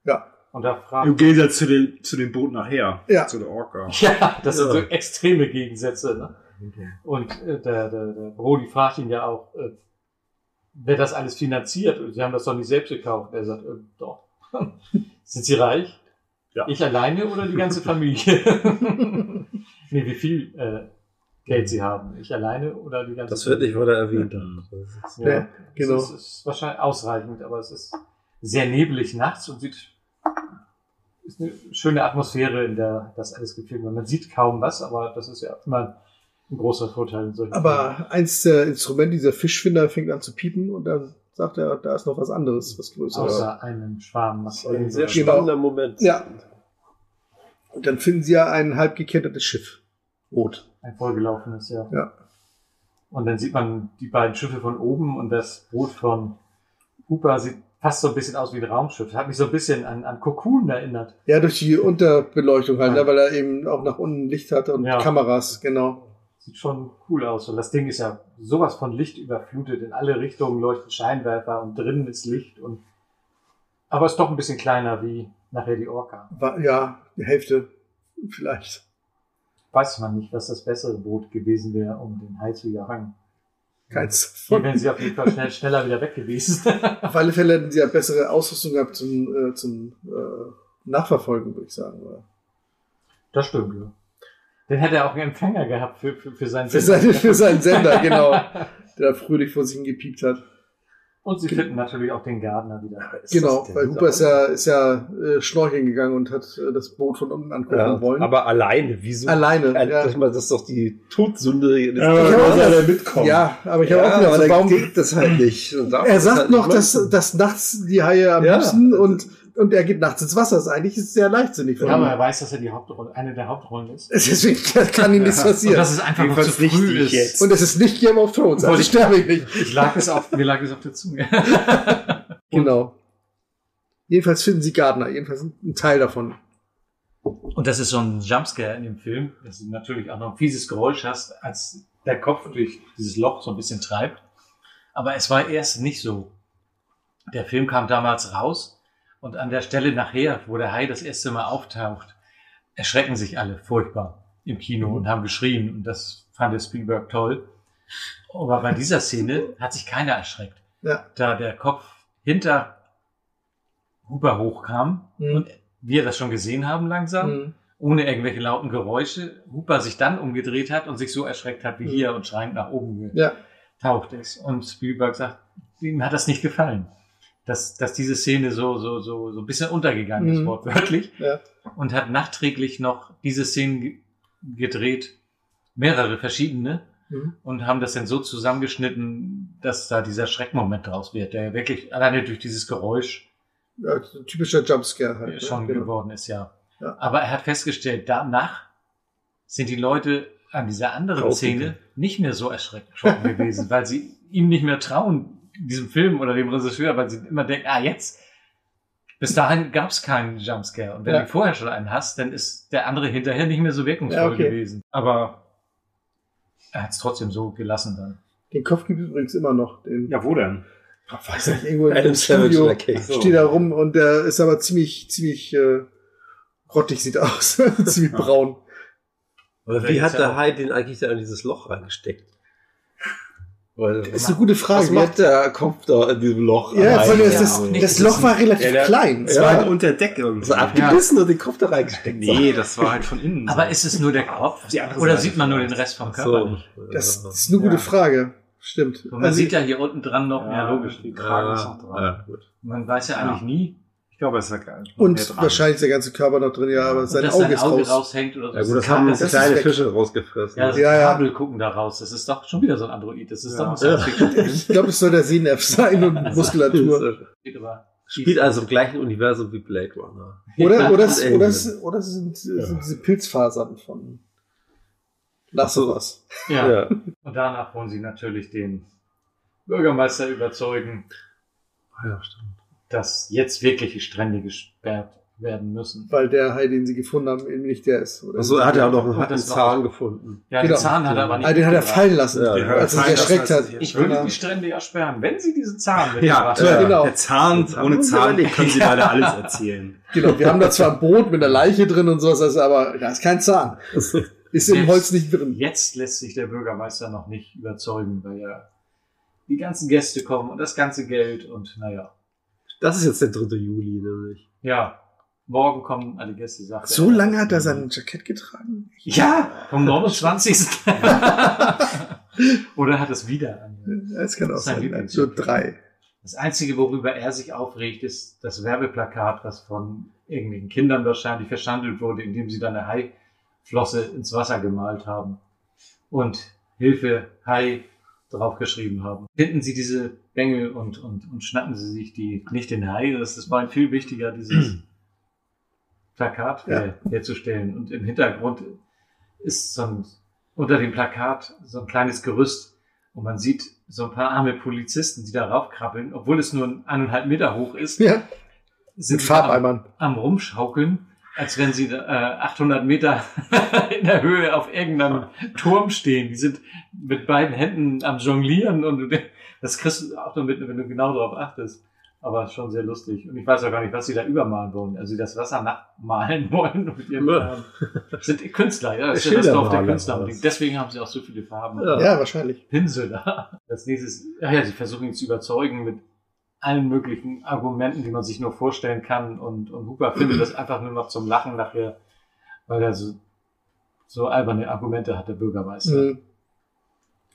Ja.
Und da fragt
Im Gegensatz zu den, zu den Booten nachher.
Ja.
Zu der Orca.
Ja, das sind
Ja.
so extreme Gegensätze. Ne? Und äh, der, der, der Brody fragt ihn ja auch, äh, wer das alles finanziert. Und sie haben das doch nicht selbst gekauft. Er sagt, äh, doch. sind sie reich?
Ja.
Ich alleine oder die ganze Familie? nee, wie viel äh, Geld sie haben. Ich alleine oder die ganze
Das wird nicht weiter erwähnt. Dann.
Ja,
Ja, genau.
genau. Es ist, es ist wahrscheinlich ausreichend, aber es ist sehr nebelig nachts und sieht ist eine schöne Atmosphäre, in der das alles gefilmt wird. Man sieht kaum was, aber das ist ja immer ein großer Vorteil in solchen Filmen.
Aber eins der Instrumente, dieser Fischfinder, fängt an zu piepen und dann sagt er, da ist noch was anderes, was größeres.
außer einem Schwarm. Was
Ein sehr
Genau.
spannender Moment.
Ja. Und dann finden sie ja ein halb gekentertes Schiff. Rot.
ein vollgelaufenes, ja.
Ja.
Und dann sieht man die beiden Schiffe von oben und das Boot von Hooper sieht fast so ein bisschen aus wie ein Raumschiff. Hat mich so ein bisschen an, an Cocoon erinnert.
Ja, durch die Unterbeleuchtung halt, ne, weil er eben auch nach unten Licht hatte und
Ja.
Kameras, genau.
sieht schon cool aus. Und das Ding ist ja sowas von Licht überflutet. In alle Richtungen leuchten Scheinwerfer und drinnen ist Licht. Und aber ist doch ein bisschen kleiner wie nachher die Orca.
War, ja, die Hälfte vielleicht.
Weiß man nicht, was das bessere Boot gewesen wäre, um den Hai zu jagen.
Keins.
Hier wären sie auf jeden Fall schnell, schneller wieder weg gewesen.
Auf alle Fälle hätten sie ja bessere Ausrüstung gehabt zum, äh, zum äh, Nachverfolgen, würde ich sagen. Oder?
das stimmt, ja. Dann hätte er auch einen Empfänger gehabt für, für, für seinen
Für,
Sender.
seine, für seinen Sender, genau. Der fröhlich vor sich hingepiept hat.
Und sie finden natürlich auch den Gardner wieder.
genau, weil Hooper ist ja, ist ja äh, schnorcheln gegangen und hat äh, das Boot von unten angucken
Ja,
wollen.
Aber alleine, wieso?
Alleine,
Äh,
ja. genau.
das, ist mal- das ist doch die Todsünde. Ja,
aber ich hab auch gedacht- Ja, aber ich hab auch gedacht,
aber der
warum-
kriegt das halt nicht. Und darf
Er
das
sagt
halt
noch,
nicht
dass,
machen.
dass nachts die Haie am
Ja.
liebsten und, und er geht nachts ins Wasser. Das ist eigentlich ist sehr leichtsinnig von
Ja, aber er
ihm.
weiß, dass er die Hauptrolle, eine der Hauptrollen ist.
Deswegen kann ihm nichts
Und
passieren.
dass es einfach noch zu
Jedenfalls nicht
früh
ich
ist.
jetzt.
Und es ist nicht Game of Thrones, also
Wollte ich-
sterbe ich nicht.
Ich lag es auf, mir lag es auf der Zunge.
Genau. Jedenfalls finden sie Gardner, jedenfalls ein Teil davon.
Und das ist so ein Jumpscare in dem Film, dass du natürlich auch noch ein fieses Geräusch hast, als der Kopf durch dieses Loch so ein bisschen treibt. Aber es war erst nicht so. Der Film kam damals raus und an der Stelle nachher, wo der Hai das erste Mal auftaucht, erschrecken sich alle furchtbar im Kino und haben geschrien und das fand der Spielberg toll. Aber bei dieser Szene hat sich keiner erschreckt,
Ja.
da der Kopf hinter Huber hochkam
Mhm.
und wir das schon gesehen haben langsam ohne irgendwelche lauten Geräusche, Hooper sich dann umgedreht hat und sich so erschreckt hat wie hier und schreiend nach oben
Mhm. Ja.
getaucht ist. Und Spielberg sagt, ihm hat das nicht gefallen, dass, dass diese Szene so, so, so, so ein bisschen untergegangen ist,
Mhm.
wortwörtlich,
Ja.
und hat nachträglich noch diese Szenen ge- gedreht, mehrere verschiedene,
Mhm.
und haben das dann so zusammengeschnitten, dass da dieser Schreckmoment draus wird, der wirklich alleine durch dieses Geräusch
Ja, so ein typischer Jumpscare halt. ne?
schon
Genau.
geworden ist, ja.
Ja.
Aber er hat festgestellt, danach sind die Leute an dieser anderen
Rausgegangen.
Szene nicht mehr so erschreckt erschrocken gewesen, weil sie ihm nicht mehr trauen, diesem Film oder dem Regisseur, weil sie immer denken, ah, jetzt, bis dahin gab es keinen Jumpscare. Und wenn
Ja.
du vorher schon einen hast, dann ist der andere hinterher nicht mehr so wirkungsvoll
Ja, okay.
gewesen. Aber er hat es trotzdem so gelassen dann.
Den Kopf gibt es übrigens immer noch. Den
Ja, wo denn?
weiß nicht, irgendwo im
Adam Savage
Studio
in der Case.
steht da rum und der ist aber ziemlich, ziemlich äh, grottig sieht er aus. ziemlich braun.
Aber wie
Vielleicht
hat
ja
der
auch-
Hai den eigentlich da in dieses Loch reingesteckt? Weil,
Ist eine gute Frage.
Was macht der Kopf da in diesem Loch?
ja,
allein?
vor allem ist
Ja,
das,
aber nicht.
das Loch war relativ
Ja, der-
klein. Es
Es war
war-
halt unter Deck irgendwie.
So abgebissen und den Kopf da reingesteckt.
nee, das war halt von innen.
Aber ist es nur der Kopf
Die andere
oder
Seite
sieht man nur den Rest vom Körper
so,
nicht?
Das ist eine gute
Ja.
Frage. Stimmt. Also,
Und man sieht ja hier unten dran noch, ja, logisch,
Also die
ja,
Kragen ist noch dran.
ja, gut.
Man weiß ja eigentlich nie.
Ich glaube, das ist ja geil.
Und wahrscheinlich ist der ganze Körper noch drin, ja, aber sein
dass
Auge
sein
ist
Auge
raus.
raushängt oder so.
Ja, gut, das
Kabel-
haben
das ist
kleine
weg.
Fische rausgefressen.
Ja, das
Ja, ja.
Kabel gucken da raus. Das ist doch schon wieder so ein Android. Das ist doch ein
Ich glaube, es soll der Sehnerv sein und Muskulatur.
Spielt also im gleichen Universum wie Blade Runner.
Oder, oder, es,
Und
oder,
Alien.
es, oder es sind, sind diese Pilzfasern von Lass
Ach so.
was.
Ja.
Ja.
Und danach wollen sie natürlich den Bürgermeister überzeugen,
Ah Ja, stimmt.
dass jetzt wirklich die Strände gesperrt werden müssen.
Weil der Hai, den sie gefunden haben, eben nicht der ist. Oder
Also er hat ja auch noch einen,
Und
einen
das noch-
Zahn gefunden.
Ja, den Zahn hat er
Also
aber nicht.
Ah, den hat er
mitgebracht.
fallen lassen,
Ja, den hat er
als er sich
fallen lassen,
erschreckt
als
hat.
er sich
Ich würde die Strände ja sperren, wenn sie diesen Zahn
Ja,
mitgebracht
Ja,
äh,
genau.
der Zahn, ohne
haben wir
Zahn
überlegt.
können sie leider alles erzählen.
Genau, wir haben da zwar ein Boot mit einer Leiche drin und sowas, also, aber da ist kein Zahn. Ist im
Jetzt-
Holz nicht drin.
Jetzt lässt sich der Bürgermeister noch nicht überzeugen, weil ja die ganzen Gäste kommen und das ganze Geld und naja.
Das ist jetzt der 3. Juli nämlich.
Ja, morgen kommen alle Gäste, sagt
So
er.
lange hat er sein Jackett getragen?
Ja, vom 29. Oder hat es wieder an.
Das kann auch
Das ist ein
sein.
Lieblings-
So drei.
Das Einzige, worüber er sich aufregt, ist das Werbeplakat, was von irgendwelchen Kindern wahrscheinlich verschandelt wurde, indem sie dann eine Haiflosse ins Wasser gemalt haben und Hilfe, Hai draufgeschrieben haben. Finden Sie diese Bengel und, und, und schnappen Sie sich die, nicht den Hai, das ist mal viel wichtiger, dieses Plakat
Ja.
her- herzustellen. Und im Hintergrund ist so ein, unter dem Plakat so ein kleines Gerüst und man sieht so ein paar arme Polizisten, die da raufkrabbeln, obwohl es nur ein eineinhalb Meter hoch ist,
Ja,
sind
mit
die da am,
Farbeimern.
am Rumschaukeln, als wenn sie äh, 800 Meter in der Höhe auf irgendeinem Turm stehen. Die sind mit beiden Händen am Jonglieren und du- das kriegst du auch nur mit, wenn du genau darauf achtest. Aber schon sehr lustig. Und ich weiß auch gar nicht, was sie da übermalen wollen. Also sie das Wasser nachmalen wollen mit ihren
Ja.
Farben. Sind Künstler, ja. Das ist ja das Dorf der
Schildermaler
Künstler.
oder was?
Deswegen haben sie auch so viele Farben.
Ja.
Ja, wahrscheinlich.
Pinsel da. Als nächstes, ach ja, sie versuchen ihn zu überzeugen mit allen möglichen Argumenten, die man sich nur vorstellen kann. Und, und Hooper findet das einfach nur noch zum Lachen nachher, weil er so, so alberne Argumente hat, der Bürgermeister.
Mhm.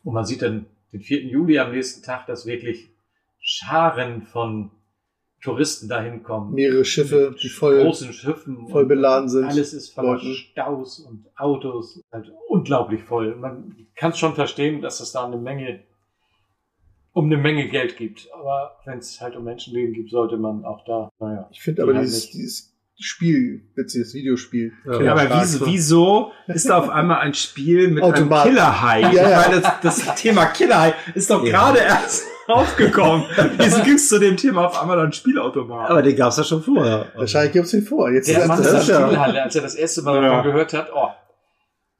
Und man sieht dann den 4. Juli am nächsten Tag, dass wirklich Scharen von Touristen dahin kommen.
Mehrere Schiffe,
Mit
die voll-
großen Schiffen
voll
und
beladen sind.
Alles ist voller
Leuten.
Staus und Autos, halt unglaublich voll. Man kann es schon verstehen, dass es da eine Menge um eine Menge Geld gibt. Aber wenn es halt um Menschenleben gibt, sollte man auch da, naja.
Ich finde aber
Die haben
dieses,
nicht-
dieses Spiel, witziges Videospiel.
Ja.
Ja, aber
stark.
wieso, wieso ist da auf einmal ein Spiel mit
Automat.
einem Killerhai?
Ja, ja.
Ich meine, das, das Thema Killerhai ist doch
Ja.
gerade erst aufgekommen. Wieso gibt's zu dem Thema auf einmal dann einen Spielautomat?
Aber den gab's ja schon vorher.
Wahrscheinlich gibt es den vor. Jetzt
Der
ist
Mann
das,
in der
das, ja.
Spielhalle, als er das erste Mal davon gehört hat, oh,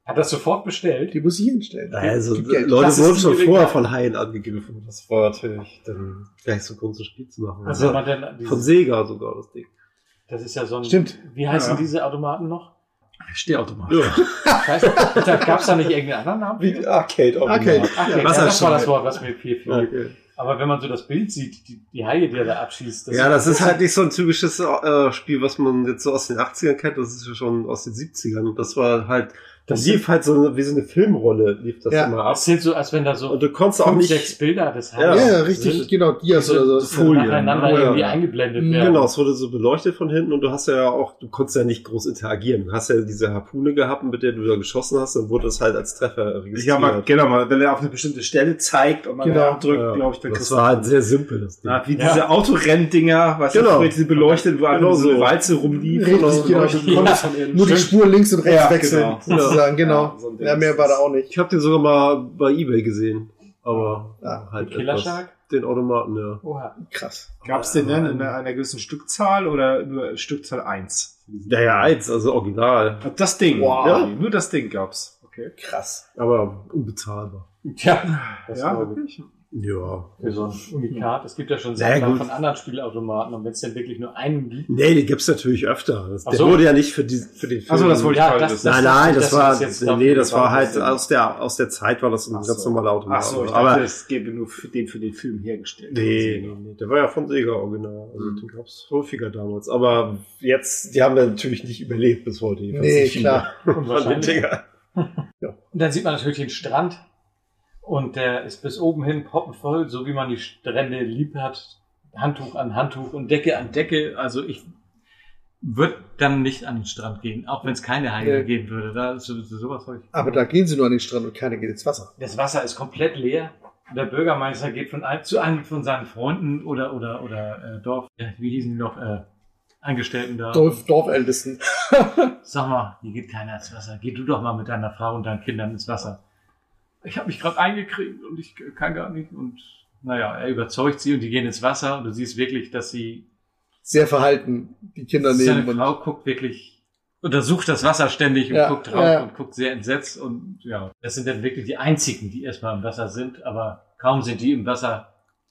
hat das sofort bestellt.
Die muss ich hinstellen.
Also,
Gibt Geld.
Leute
Das ist
wurden schon
die
vorher
Gelegenheit.
von Haien angegriffen. Das war natürlich dann gleich so ein großes Spiel zu machen.
Also wenn
Also,
man dann
von
dieses,
Sega sogar das Ding.
das ist ja so ein.
Stimmt.
Wie heißen
Ja.
diese Automaten noch?
Stehautomat.
Ja.
Scheiße, gab es da nicht irgendeinen anderen Namen?
Wie Arcade
Arcade.
Ach, ja,
Wasserschwein.
das war das Wort, was mir viel fiel.
Okay.
Aber wenn man so das Bild sieht, die, die Haie, die er da abschießt,
Ja, das ist halt nicht so ein typisches äh, Spiel, was man jetzt so aus den 80ern kennt, das ist ja schon aus den 70ern. Und das war halt, das lief halt so eine- wie so eine Filmrolle, lief das
Ja.
immer ab.
das sind so, als wenn da so
Und du konntest auch
fünf,
nicht.
sechs Bilder des
Ja,
Ja.
Haies
richtig,
sind, Also
genau, Dias
die
oder
so
so.
Folien,
nacheinander
ne? Ja.
irgendwie eingeblendet werden.
Genau, es wurde so beleuchtet von hinten und du hast ja auch, du konntest ja nicht groß interagieren. Du hast ja diese Harpune gehabt, mit der du da geschossen hast, dann wurde das halt als Treffer
Ja,
registriert.
mal, genau, mal, wenn er auf eine bestimmte Stelle zeigt und man
Genau.
genau. drückt,
Ja,
glaube ich, dann
das
kriegst
war halt sehr simpel, das
du.
Ding.
Na, wie
Ja.
diese Autorenndinger, was
Genau.
genau. diese beleuchtet, wo einfach
Genau
nur so eine
so.
Walze rumlief.
Richtig,
und so
genau.
beleuchtet
Du konntest
wurde von innen.
Nur die Spur links und rechts
Ja,
wechseln,
genau.
sozusagen, genau.
Ja, so ein Ding
Ja, mehr
ist
war da
das.
auch nicht.
Ich habe den sogar mal bei Ebay gesehen, aber
Ah,
halt
Killer
etwas-
Shark?
Den Automaten, ja.
Oha.
Krass.
Gab's den denn in einer, einer gewissen Stückzahl oder nur Stückzahl 1?
Naja, eins, also original.
Das Ding.
Wow.
Ja, nur das Ding gab's. Okay.
Krass.
Aber unbezahlbar.
Tja, das
ja,
glaube ich.
wirklich.
Ja.
Für so ein Unikat. Es gibt ja schon
Sehr
Sammler
gut.
von anderen Spielautomaten und wenn es denn wirklich nur einen gibt.
Nee, den gibt's natürlich öfter. Das,
Ach
Der
so.
wurde ja nicht für, die, für den Film.
Ach so, das wollte ich gerade wissen.
nein, nein, das, war,
ist jetzt
nee,
dafür
das war
gebaut.
halt aus der, aus der Zeit war das ein
Ach
ganz
so.
normaler Automat.
Ach so, ich dachte,
aber
es gäbe nur für den für den Film hergestellt. Also
nee, nee, nee, der war ja von Sega original. Also
Mhm.
den gab's häufiger damals. Aber jetzt, die haben ja natürlich nicht überlebt bis heute. jedenfalls
Nee,
nicht viele
klar.
Von den
Unwahrscheinlich.
Dingern.
Und dann sieht man natürlich den Strand und der ist bis oben hin poppenvoll, so wie man die Strände lieb hat. Handtuch an Handtuch und Decke an Decke. Also ich würde dann nicht an den Strand gehen, auch wenn es keine Haie
Nee.
geben würde. Da ist so- sowas häufig.
Aber da gehen sie nur an den Strand und keiner geht ins Wasser.
Das Wasser ist komplett leer. Der Bürgermeister geht von einem, zu einem von seinen Freunden oder oder oder äh, Dorf, äh, wie hießen die noch, äh, Angestellten da.
Dorf, Dorfältesten.
Sag mal, hier geht keiner ins Wasser. Geh du doch mal mit deiner Frau und deinen Kindern ins Wasser. Ich habe mich gerade eingekriegt und ich kann gar nicht. Und naja, er überzeugt sie und die gehen ins Wasser. Und du siehst wirklich, dass sie
Sehr verhalten, die Kinder
seine
nehmen. Und
Frau guckt wirklich, untersucht das Wasser ständig und
Ja,
guckt drauf
ja, ja.
und guckt sehr entsetzt und ja, das sind dann wirklich die einzigen, die erstmal im Wasser sind, aber kaum sind die im Wasser,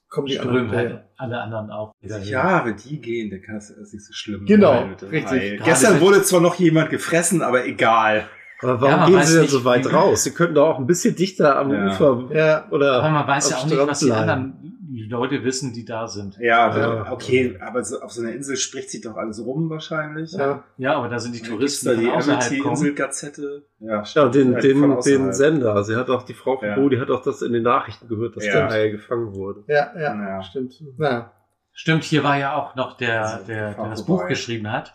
Kommen die
strömen
anderen
halt
her.
alle anderen auch. wieder hin.
Ja, wenn die gehen, dann kann das, das nicht so schlimm
Genau,
sein. mit dem
richtig.
Hai.
Gerade
Gestern
wenn-
wurde zwar noch jemand gefressen, aber egal.
Aber warum
Ja, man
gehen
weiß
sie denn
nicht,
so weit
wie-
raus? Sie könnten doch auch ein bisschen dichter am
Ja.
Ufer
Ja.
oder
Aber man weiß
am
ja auch
Strand
nicht, was die
bleiben.
anderen Leute wissen, die da sind.
Ja, okay, aber so, auf so einer Insel spricht sich doch alles rum wahrscheinlich.
Ja. Ja, aber da sind die
Dann
Touristen,
gibt's
die von
da
außerhalb
die
kommen.
Inselgazette. Ja,
Ja, den,
halt von
den,
außerhalb.
den Sender. Sie hat auch die Frau von
Ja.
Bodi hat auch das in den Nachrichten gehört, dass
Ja.
der Hai gefangen wurde.
Ja, ja, stimmt. Ja,
Stimmt, hier war ja auch noch der, der, der das Buch
vorbei.
geschrieben hat.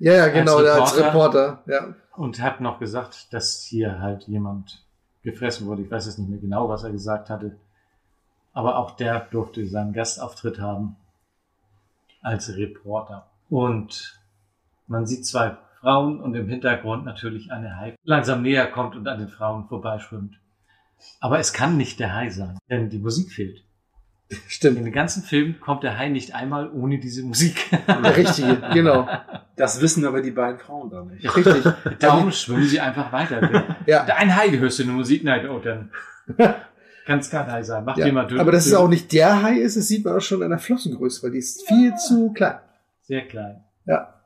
ja, ja genau, der als Reporter. Ja.
Und hat noch gesagt, dass hier halt jemand gefressen wurde. Ich weiß jetzt nicht mehr genau, was er gesagt hatte. Aber auch der durfte seinen Gastauftritt haben als Reporter. Und man sieht zwei Frauen und im Hintergrund natürlich eine Hai langsam näher kommt und an den Frauen vorbeischwimmt. Aber es kann nicht der Hai sein, denn die Musik fehlt.
Stimmt.
In den ganzen Film kommt der Hai nicht einmal ohne diese Musik.
Der richtige, genau.
Das wissen aber die beiden Frauen da nicht.
Richtig.
Darum schwimmen sie einfach weiter.
ja.
Ein Hai hörst du in der Musik, nein, oh, dann kann es kein Hai sein. Macht
Ja.
jemand
Aber dass es auch nicht der Hai ist, das sieht man auch schon an der Flossengröße, weil die ist viel zu klein.
Sehr klein.
Ja.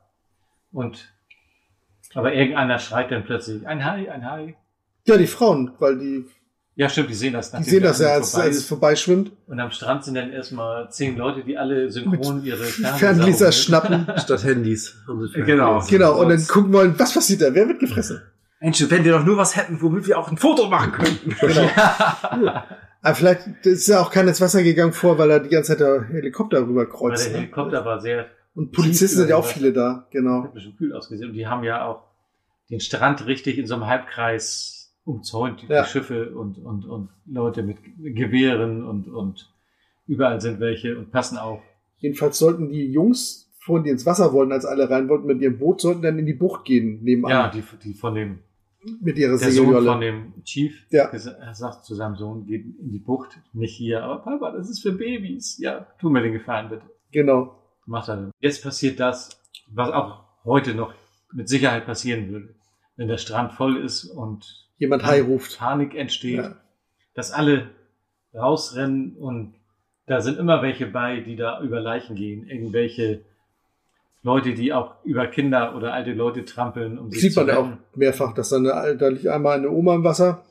Und, aber irgendeiner schreit dann plötzlich, ein Hai, ein Hai.
Ja, die Frauen, weil die,
Ja, stimmt, die sehen das.
die
nachdem
sehen
der
das ja,
andere
als,
vorbei
als es
ist. Äh,
vorbeischwimmt.
Und am Strand sind dann erstmal zehn Leute, die alle synchron ihre
Fernleser schnappen.
Statt Handys. haben sie
Genau.
Fernsehen.
Genau, und dann gucken wollen, was passiert da? Wer wird gefressen?
Mensch, wenn wir doch nur was hätten, womit wir auch ein Foto machen könnten.
Aber Genau. Ah, vielleicht ist ja auch keiner ins Wasser gegangen vor, weil er die ganze Zeit der Helikopter
Weil
rüberkreuzt.
der
Ne?
Helikopter war sehr
Und Polizisten sind ja auch viele da, genau.
hat mir schon kühl ausgesehen. Und die haben ja auch den Strand richtig in so einem Halbkreis umzäunt, die
Ja.
Schiffe und, und, und Leute mit Gewehren und, und überall sind welche und passen auf.
Jedenfalls sollten die Jungs, vorhin die ins Wasser wollten, als alle rein wollten mit ihrem Boot, sollten dann in die Bucht gehen, nebenan.
Ja, Genau, die, die von dem,
mit ihrer
der Sohn
Segeljolle.
von dem Chief
Ja.
ges- er sagt zu seinem Sohn, geht in die Bucht, nicht hier, aber Papa, das ist für Babys. Ja, tu mir den Gefallen bitte.
Genau.
Macht er. Jetzt passiert das, was auch heute noch mit Sicherheit passieren würde, wenn der Strand voll ist und
Jemand Hai ruft.
Panik entsteht,
Ja.
dass alle rausrennen und da sind immer welche bei, die da über Leichen gehen, irgendwelche Leute, die auch über Kinder oder alte Leute trampeln, um sich
Sieht
zu
man ja
retten.
auch mehrfach, dass dann eine, da liegt einmal eine Oma im Wasser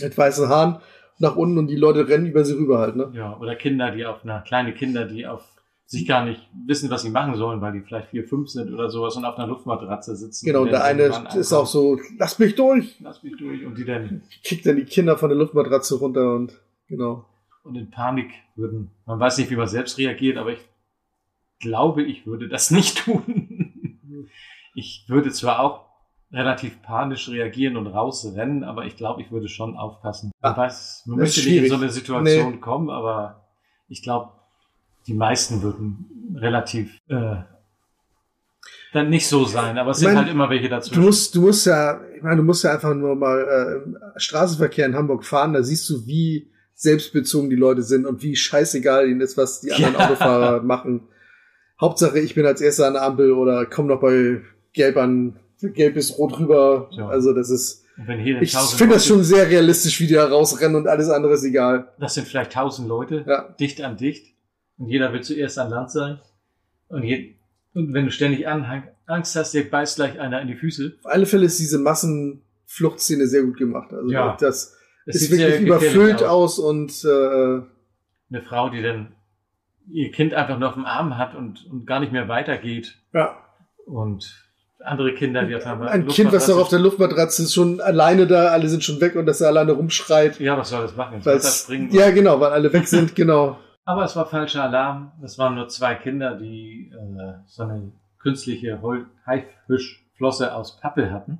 mit weißen Haaren nach unten und die Leute rennen über sie rüber halt, ne?
Ja, oder Kinder, die auf, na, kleine Kinder, die auf sich gar nicht wissen, was sie machen sollen, weil die vielleicht vier, fünf sind oder sowas und auf einer Luftmatratze sitzen.
Genau,
Die
und der
dann
eine
irgendwann
ist auch so, lass mich durch!
Lass mich durch. Und die dann
Kickt dann die Kinder von der Luftmatratze runter und genau.
und in Panik würden. Man weiß nicht, wie man selbst reagiert, aber ich glaube, ich würde das nicht tun. Ich würde zwar auch relativ panisch reagieren und rausrennen, aber ich glaube, ich würde schon aufpassen. Man weiß, man
Ah, das ist
möchte nicht in so
schwierig.
eine Situation
Nee.
kommen, aber ich glaube, die meisten würden relativ äh, dann nicht so sein, aber es
Ich
sind
meine,
halt immer welche
Du
dazu.
musst, du musst ja, ich meine, du musst ja einfach nur mal äh, im Straßenverkehr in Hamburg fahren, da siehst du, wie selbstbezogen die Leute sind und wie scheißegal ihnen ist, was die anderen
Ja.
Autofahrer machen. Hauptsache, ich bin als erster an der Ampel oder komm noch bei Gelb an, Gelb ist rot rüber.
Ja.
Also das ist,
Und wenn hier dann
ich
tausend
finde das
Leute-
schon sehr realistisch, wie die da rausrennen und alles andere ist egal.
Das sind vielleicht tausend Leute, dicht an dicht. Und jeder will zuerst an Land sein. Und, je, und wenn du ständig Anhang, Angst hast, dir beißt gleich einer in die Füße.
Auf alle Fälle ist diese Massenfluchtszene sehr gut gemacht. Also
Ja.
das
Es
ist
sieht sehr
wirklich
gefährlich
überfüllt aus und äh,
Eine Frau, die dann ihr Kind einfach nur auf dem Arm hat und, und gar nicht mehr weitergeht.
Ja.
Und andere Kinder, die auf einmal
Ein Kind, was noch auf der Luftmatratze ist, schon alleine da, alle sind schon weg und dass er alleine rumschreit.
Ja, was soll das machen? Ins
weil's-
Wasser springen?
ja, genau, weil alle weg sind, genau.
Aber es war falscher Alarm. Es waren nur zwei Kinder, die äh, so eine künstliche Hol- Haifischflosse aus Pappe hatten.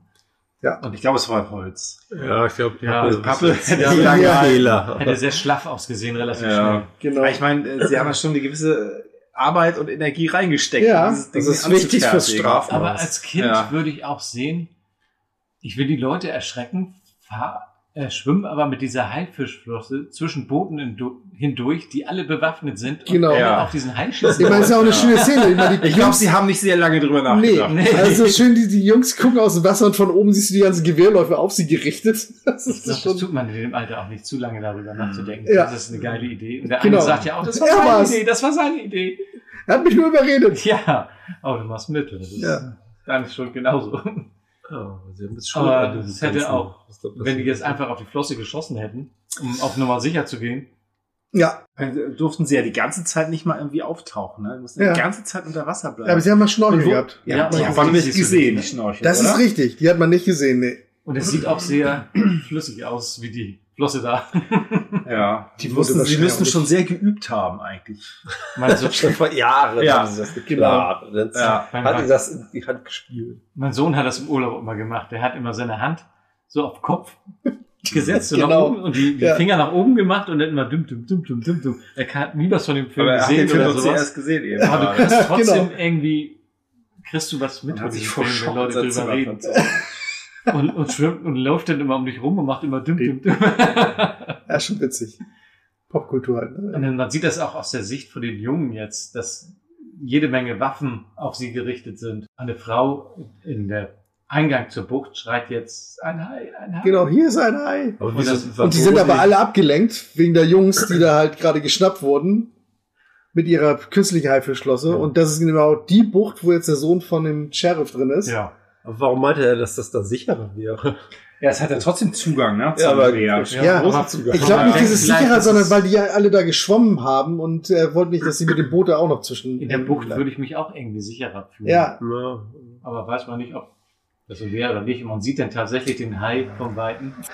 Ja. Und ich glaube, es war Holz. Also
Ja, ich glaube,
Ja,
Pappe-
Pappe
Pappe-
hätte,
Ja,
sehr
ja.
geil-
Fehler.
hätte sehr schlaff ausgesehen, relativ
Ja,
schnell.
genau. Ich meine, äh, sie haben ja schon eine gewisse Arbeit und Energie reingesteckt.
Ja,
um dieses Ding
das
ist wichtig fürs
anzufertigen.
Strafmaß.
Aber als Kind würde ich auch sehen, ich will die Leute erschrecken, fahr, äh, schwimmen aber mit dieser Haifischflosse zwischen Booten hindu- hindurch, die alle bewaffnet sind
Genau.
alle
Ja.
auf diesen Hai schießen.
Ich meine, es ist ja auch eine
wollen.
schöne Szene. Ich, meine, die
Ich glaube,
Jungs-
sie haben nicht sehr lange drüber
Nee,
nachgedacht.
also schön, die, die Jungs gucken aus dem Wasser und von oben siehst du die ganzen Gewehrläufe auf sie gerichtet. Das
Ich
ist
glaube,
schon
das tut man in dem Alter auch nicht zu lange darüber nachzudenken.
Ja.
Das ist eine geile Idee. Und der
Genau.
eine sagt ja auch, das war
Er
seine
war's.
Idee, das war seine Idee.
Er hat mich nur überredet.
Ja, aber du machst mit. Das ist
Ja.
deine Schuld genauso.
sie haben jetzt Schuld an
aber
diesem
Oh, das hätte
Ganzen,
auch,
was da passiert
wenn die jetzt einfach auf die Flosse geschossen hätten, um auf Nummer sicher zu gehen.
Ja.
Durften sie ja die ganze Zeit nicht mal irgendwie auftauchen. Ne? Die mussten
Ja.
die ganze Zeit unter Wasser bleiben.
Ja, aber sie haben mal Schnorchel
Und wo-
gehabt.
Ja,
Ja,
die
aber
haben man nicht
siehst du
gesehen, die
nicht.
Schnorchel.
Das
oder?
ist richtig, die hat man nicht gesehen, nee.
Und es sieht auch sehr flüssig aus, wie die Flosse da.
Ja, die
Die
mussten,
wurde
sie müssen
wahrscheinlich
schon sehr geübt haben eigentlich.
Meinst du? Schon
vor Jahren
ja.
haben sie das geplant.
Genau.
Dann
Ja.
Hat sie das in die Hand gespielt?
Mein Sohn hat das im Urlaub immer gemacht. Der hat immer seine Hand so auf den Kopf gesetzt und, nach
Genau.
oben und die, die
Ja.
Finger nach oben gemacht und dann immer dum dum dum dum dum dum. Er hat nie was von dem Film
Aber er hat
gesehen
den Film
oder
doch
sowas.
zuerst gesehen eben.
Aber du kriegst
Genau.
trotzdem irgendwie kriegst du was mit
Und hat
von
sich
diesem
vor
Film, wenn
Schock
Leute
in sein
drüber
Zimmer
reden. Und, und schwimmt und läuft dann immer um dich rum und macht immer dum dum dum.
Ja, schon witzig. Popkultur halt.
Und
Ne?
dann, man sieht das auch aus der Sicht von den Jungen jetzt, dass jede Menge Waffen auf sie gerichtet sind. Eine Frau in der Eingang zur Bucht schreit jetzt ein Hai, ein Hai.
Genau, hier ist ein Hai.
Aber
Und,
wieso-
die sind aber alle abgelenkt wegen der Jungs, die da halt gerade geschnappt wurden mit ihrer künstlichen Haifischflosse. Und das ist genau die Bucht, wo jetzt der Sohn von dem Sheriff drin ist.
Ja.
Aber warum meinte er, dass das da sicherer wäre?
Ja, es hat ja trotzdem Zugang, ne?
Ja,
zum
aber
Meer.
ja,
Ja,
großen Zugang.
ich glaube nicht dieses
Vielleicht
sicherer,
ist
sondern
es-
weil die ja alle da geschwommen haben und äh, wollten nicht, dass sie mit dem Boot da auch noch zwischen.
In der Bucht würde ich mich auch irgendwie sicherer fühlen.
Ja.
Aber weiß man nicht, ob das so wäre oder nicht. Und man sieht dann tatsächlich den Hai vom Weiten.
Ein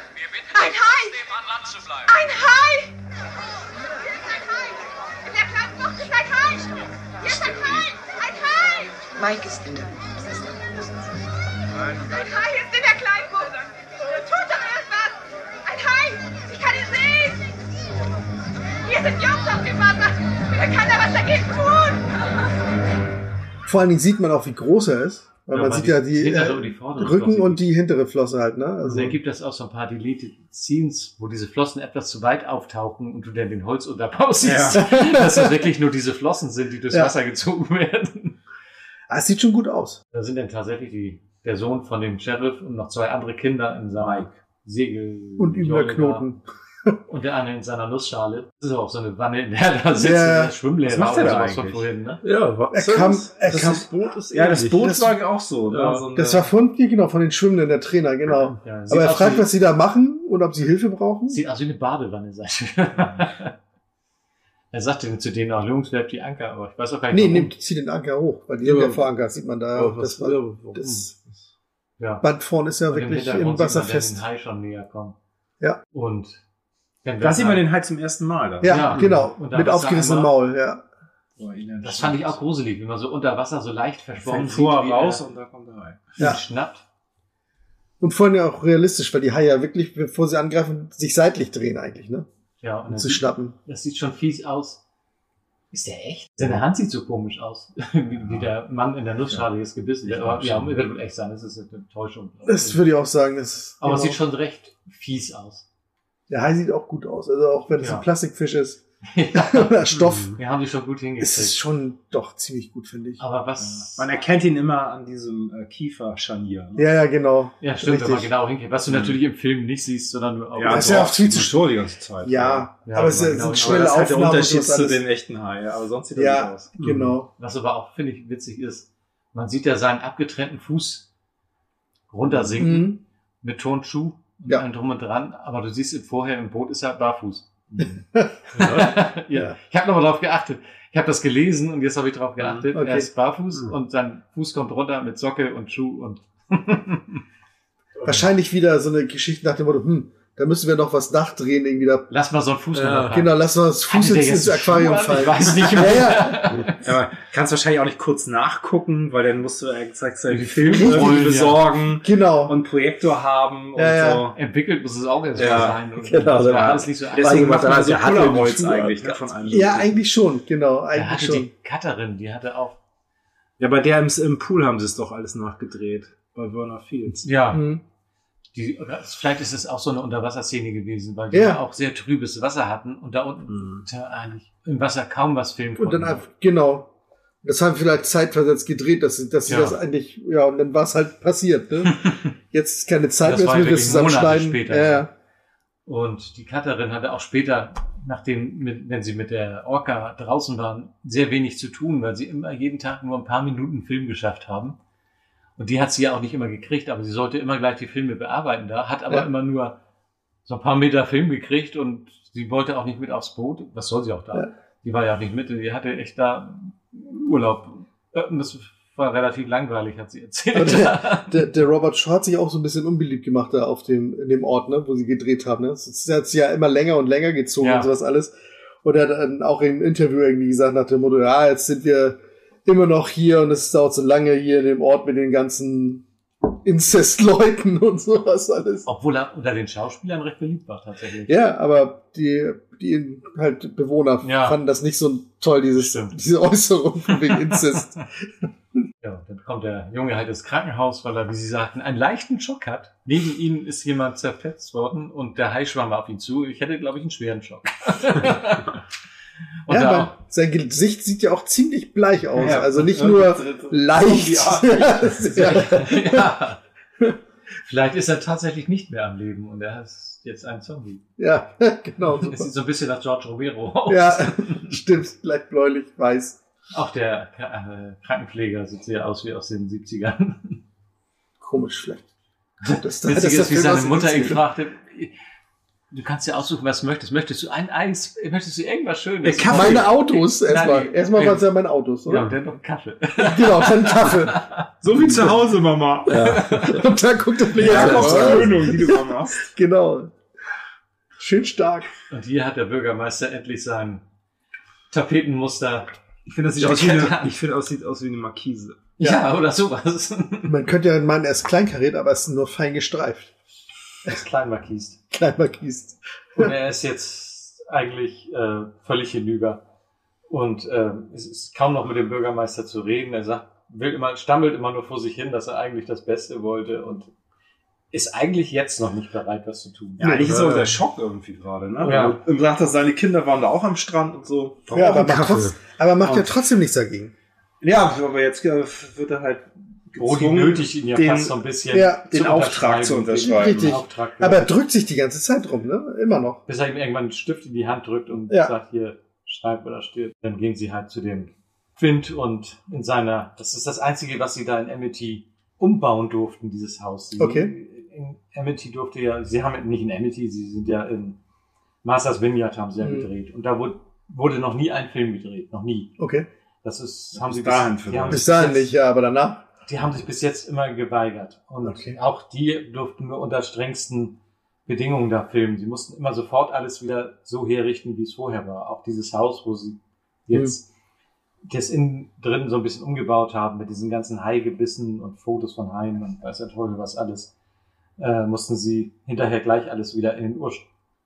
Hai! Ein Hai! In der kleinen Bucht ist ein Hai! Hier ist ein Hai! Ein Hai! Mike ist in der Bucht. Ein Hai ist in der kleinen Bucht! Tut doch irgendwas! Ein Hai! Ich kann ihn sehen! Hier sind Jungs auf dem Wasser! Bitte kann da was dagegen tun!
Vor allen Dingen sieht man auch, wie groß er ist. Weil
Ja,
man,
man
sieht
die
ja die,
hintere
äh,
und die vordere
Rücken
Flosse.
und die hintere Flosse halt, ne?
Also
Also,
dann gibt das auch so ein paar Deleted Scenes, wo diese Flossen etwas zu weit auftauchen und du dann den Holzunterbau siehst.
Ja.
Dass das wirklich nur diese Flossen sind, die durchs
Ja.
Wasser gezogen werden.
ah, es sieht schon gut aus.
Da sind dann tatsächlich die, der Sohn von dem Sheriff und noch zwei andere Kinder in seiner Segel.
Und übler
Jolle da.
Knoten.
Und der eine in seiner Nussschale. Das ist auch so eine Wanne, in der er da sitzt.
Ja.
und der Schwimmlehrer
Was macht der
oder
da
sowas von
eigentlich?
vorhin, ne?
Ja, was
Er
soll
kam-
das?
er
das
kam-
das Boot ist
Ja, das
ähnlich.
Boot war auch so.
Ja.
Ne? so eine-
Das war von, ja, genau, von den Schwimmenden, der Trainer, genau.
Ja, sieht
Aber er
aus
fragt,
wie-
was sie da machen und ob sie Hilfe brauchen.
Sieht aus wie eine Badewanne, sagt er. er sagte denn zu denen auch, Jungs, bleibt die Anker, aber ich weiß auch gar nicht.
Nee,
warum.
nimmt, zieht den Anker hoch, weil die
Ja,
sind ja
aber-
vor Anker, sieht man da.
Oh,
Aber was-
das, war,
ja, aber warum?
das
Ja.
Band vorn ist ja
Und
wirklich
Hintergrund
im Wasser
sieht man dann
fest.
Den Hai schon näher kommen.
Ja.
Und dann
da
wird
sieht man
dann-
den Hai zum ersten Mal. Dann.
Ja, genau.
Und da
Mit
ist er
aufgerissenem
einmal-
Maul, ja.
Das fand ich auch gruselig, wie man so unter Wasser so leicht verschwommen
Fällt vor,
wie
raus
er
und da kommt er rein.
ihn
Ja.
schnappt.
Und vorhin ja auch realistisch, weil die Haie ja wirklich, bevor sie angreifen, sich seitlich drehen eigentlich, ne?
Ja, und
Um
dann
zu
sieht-
schnappen.
Das sieht schon fies aus. Ist der echt? Seine Hand sieht so komisch aus, wie, wie der Mann in der Nussschale jetzt gebissen wird. Aber ja, wird wohl echt sein. Das ist eine Täuschung.
Das würde ich auch sagen. Das,
Aber es
genau.
sieht schon recht fies aus.
Der Hai sieht auch gut aus. Also auch wenn es
Ja.
ein Plastikfisch ist. Oder Stoff.
Wir haben die schon gut
Ist es
hingekriegt.
schon doch ziemlich gut, finde ich.
Aber was.
Man erkennt ihn immer an diesem äh, Kieferscharnier. Ne?
Ja, ja, genau.
Ja, stimmt, wenn man
Richtig.
genau hingeht. Was du
Mhm.
natürlich im Film nicht siehst, sondern nur auf
Ja,
Das ist ja auch viel zu
schnell die ganze Zeit.
Ja,
Ja,
aber es
genau.
sind
Aber das
schnelle
Das ist halt der
Aufnahmen. und
Unterschied
sowas
zu
alles.
den echten Hai. Aber sonst sieht er nicht
ja,
aus.
genau.
Mhm. Was aber auch, finde ich, witzig ist, man sieht ja seinen abgetrennten Fuß runtersinken
Mhm.
mit Turnschuh und allem drum und dran, aber du siehst vorher im Boot ist er barfuß. ja. Ich habe nochmal drauf geachtet. Ich habe das gelesen und jetzt habe ich drauf geachtet.
Okay.
Er ist barfuß und sein Fuß kommt runter mit Socke und Schuh und
Wahrscheinlich wieder so eine Geschichte nach dem Motto, hm, Da müssen wir noch was nachdrehen, irgendwie da.
Lass mal so einen Fuß noch mal rein.
Genau, lass mal das Fuß
Hatte der
jetzt ins
jetzt einen Schuh
Aquarium
an? Ich
fallen.
weiß nicht
ja,
mehr.
ja.
Aber kannst wahrscheinlich auch nicht kurz nachgucken, weil dann musst du exakt seinen Film
Richtig.
irgendwie
Ja.
besorgen
Genau.
und Projektor haben und
Ja, ja.
so.
Entwickelt muss es auch erst mal sein. Und
Genau,
das
dann-
war alles nicht so einfach.
Deswegen macht
Macht
man
man
so
hat irgendwie
Polaroids
Schuhe
eigentlich ne,
an.
von einem.
ja, eigentlich schon, genau,
Da
eigentlich
hatte
schon.
die Cutterin, die hatte auch.
Ja, bei der im, im Pool haben sie es doch alles nachgedreht. Bei Werner Fields.
Ja.
Mhm.
Die, oder es- vielleicht ist es auch so eine Unterwasserszene gewesen, weil die
Ja. Mhm.
auch sehr trübes Wasser hatten und da unten
Hm.
tja, eigentlich im Wasser kaum was filmen
Und
konnten.
dann einfach, genau. Das haben wir vielleicht zeitversetzt gedreht, dass, dass sie
Ja.
das eigentlich, ja, und dann war es halt passiert, ne? Jetzt ist keine Zeit
Das
mehr,
war
jetzt müssen wir das
wirklich Monate
zusammenschneiden.
später.
Ja, ja.
Und die Cutterin hatte auch später, nachdem, mit, wenn sie mit der Orca draußen waren, sehr wenig zu tun, weil sie immer jeden Tag nur ein paar Minuten Film geschafft haben. Und die hat sie ja auch nicht immer gekriegt, aber sie sollte immer gleich die Filme bearbeiten da, hat aber
Ja.
immer nur so ein paar Meter Film gekriegt und sie wollte auch nicht mit aufs Boot. Was soll sie auch da?
Ja.
Die war ja auch nicht mit, die hatte echt da Urlaub. Äh, Das war relativ langweilig, hat sie
Aber
erzählt.
der, der, der Robert Shaw hat sich auch so ein bisschen unbeliebt gemacht da auf dem, in dem Ort, ne, wo sie gedreht haben. Ne? Das hat sich ja immer länger und länger gezogen
Ja.
und sowas alles. Und er hat dann auch im Interview irgendwie gesagt nach dem Motto, ja, jetzt sind wir immer noch hier und es dauert so lange hier in dem Ort mit den ganzen Inzestleuten und sowas alles.
Obwohl er unter den Schauspielern recht beliebt war tatsächlich.
Ja, aber die, die halt Bewohner
Ja.
fanden das nicht so toll, dieses, diese Äußerung von wegen Inzest.
Ja, dann kommt der Junge halt ins Krankenhaus, weil er, wie Sie sagten, einen leichten Schock hat. Neben ihm ist jemand zerfetzt worden und der Hai schwamm auf ihn zu. Ich hätte, glaube ich, einen schweren Schock. und
ja,
da
aber sein Gesicht sieht ja auch ziemlich bleich aus.
Ja,
also nicht
ja,
nur
so- so-
leicht.
so die Art.
ja. Vielleicht ist er tatsächlich nicht mehr am Leben und er ist jetzt ein Zombie.
ja, genau.
Das sieht so ein bisschen nach George Romero
Oh.
aus.
Ja, stimmt. Leicht bläulich, weiß.
Auch der äh, Krankenpfleger sieht sehr aus wie aus den 70ern.
Komisch schlecht. Das,
Das Witzige
der
ist, wie
Film aus
seine
den
Mutter ihn
70ern.
fragte, du kannst dir aussuchen, was du möchtest. Möchtest du ein Eis? Möchtest du irgendwas Schönes?
Kaffee. Ah, Meine Autos
Nein,
erstmal.
nee.
Erstmal waren es ja meine Autos,
Ja, und
oder?
dann noch einen Kaffee.
Genau, dann Kaffee.
So wie zu Hause, Mama.
Und dann guckt er mir
Ja, genau.
jetzt
das
noch
ist
an.
eine Krönung, die du mal machst.
Genau. Schön stark.
Und hier hat der Bürgermeister endlich sein Tapetenmuster.
Ich finde, das sieht
Ja,
aus wie eine,
klar.
ich finde, das sieht aus wie eine Markise.
Ja, oder sowas.
Man könnte ja meinen, er ist kleinkariert, aber es ist nur fein gestreift.
Er ist klein markiest.
Klein markiest.
Und er ist jetzt eigentlich äh, völlig hinüber. Und ähm, es ist kaum noch mit dem Bürgermeister zu reden. Er sagt, will immer, stammelt immer nur vor sich hin, dass er eigentlich das Beste wollte und ist eigentlich jetzt noch nicht bereit, was zu tun.
Ja, eigentlich ist er
Äh,
unter Schock irgendwie gerade, ne?
Ja.
Und sagt, dass seine Kinder waren da auch am Strand und so.
Ja, aber macht,
Oh, Kaffee. Oh.
trotz, aber macht ja
Und-
trotzdem nichts dagegen.
Ja, aber jetzt äh, wird er halt
Rudi
gezwungen,
nötigt ihn ja
den,
fast so ein bisschen
Ja,
den
zu
Auftrag zu unterschreiben.
Den
Richtig.
Auftrag,
Aber er drückt sich die ganze Zeit rum, ne? Immer noch.
bis er ihm irgendwann einen Stift in die Hand drückt und
Ja.
sagt, hier, schreib oder stirb. Dann gehen sie halt zu dem Quint und in seiner, das ist das Einzige, was sie da in Amity umbauen durften, dieses Haus. Sie,
Okay.
In Amity durfte ja, sie haben nicht in Amity, sie sind ja in Masters Vineyard haben sie ja
Mhm.
gedreht. Und da wurde, wurde noch nie ein Film gedreht, noch nie.
Okay.
Das ist, haben
bis
sie
dahin
die haben
Bis
sich
dahin
bis jetzt-
nicht, ja, aber danach.
die haben sich bis jetzt immer geweigert. Und
Okay.
auch die durften nur unter strengsten Bedingungen da filmen. Sie mussten immer sofort alles wieder so herrichten, wie es vorher war. Auch dieses Haus, wo sie jetzt das innen drin so ein bisschen umgebaut haben mit diesen ganzen Haigebissen und Fotos von Haien und weiß der Teufel was alles, äh, mussten sie hinterher gleich alles wieder in den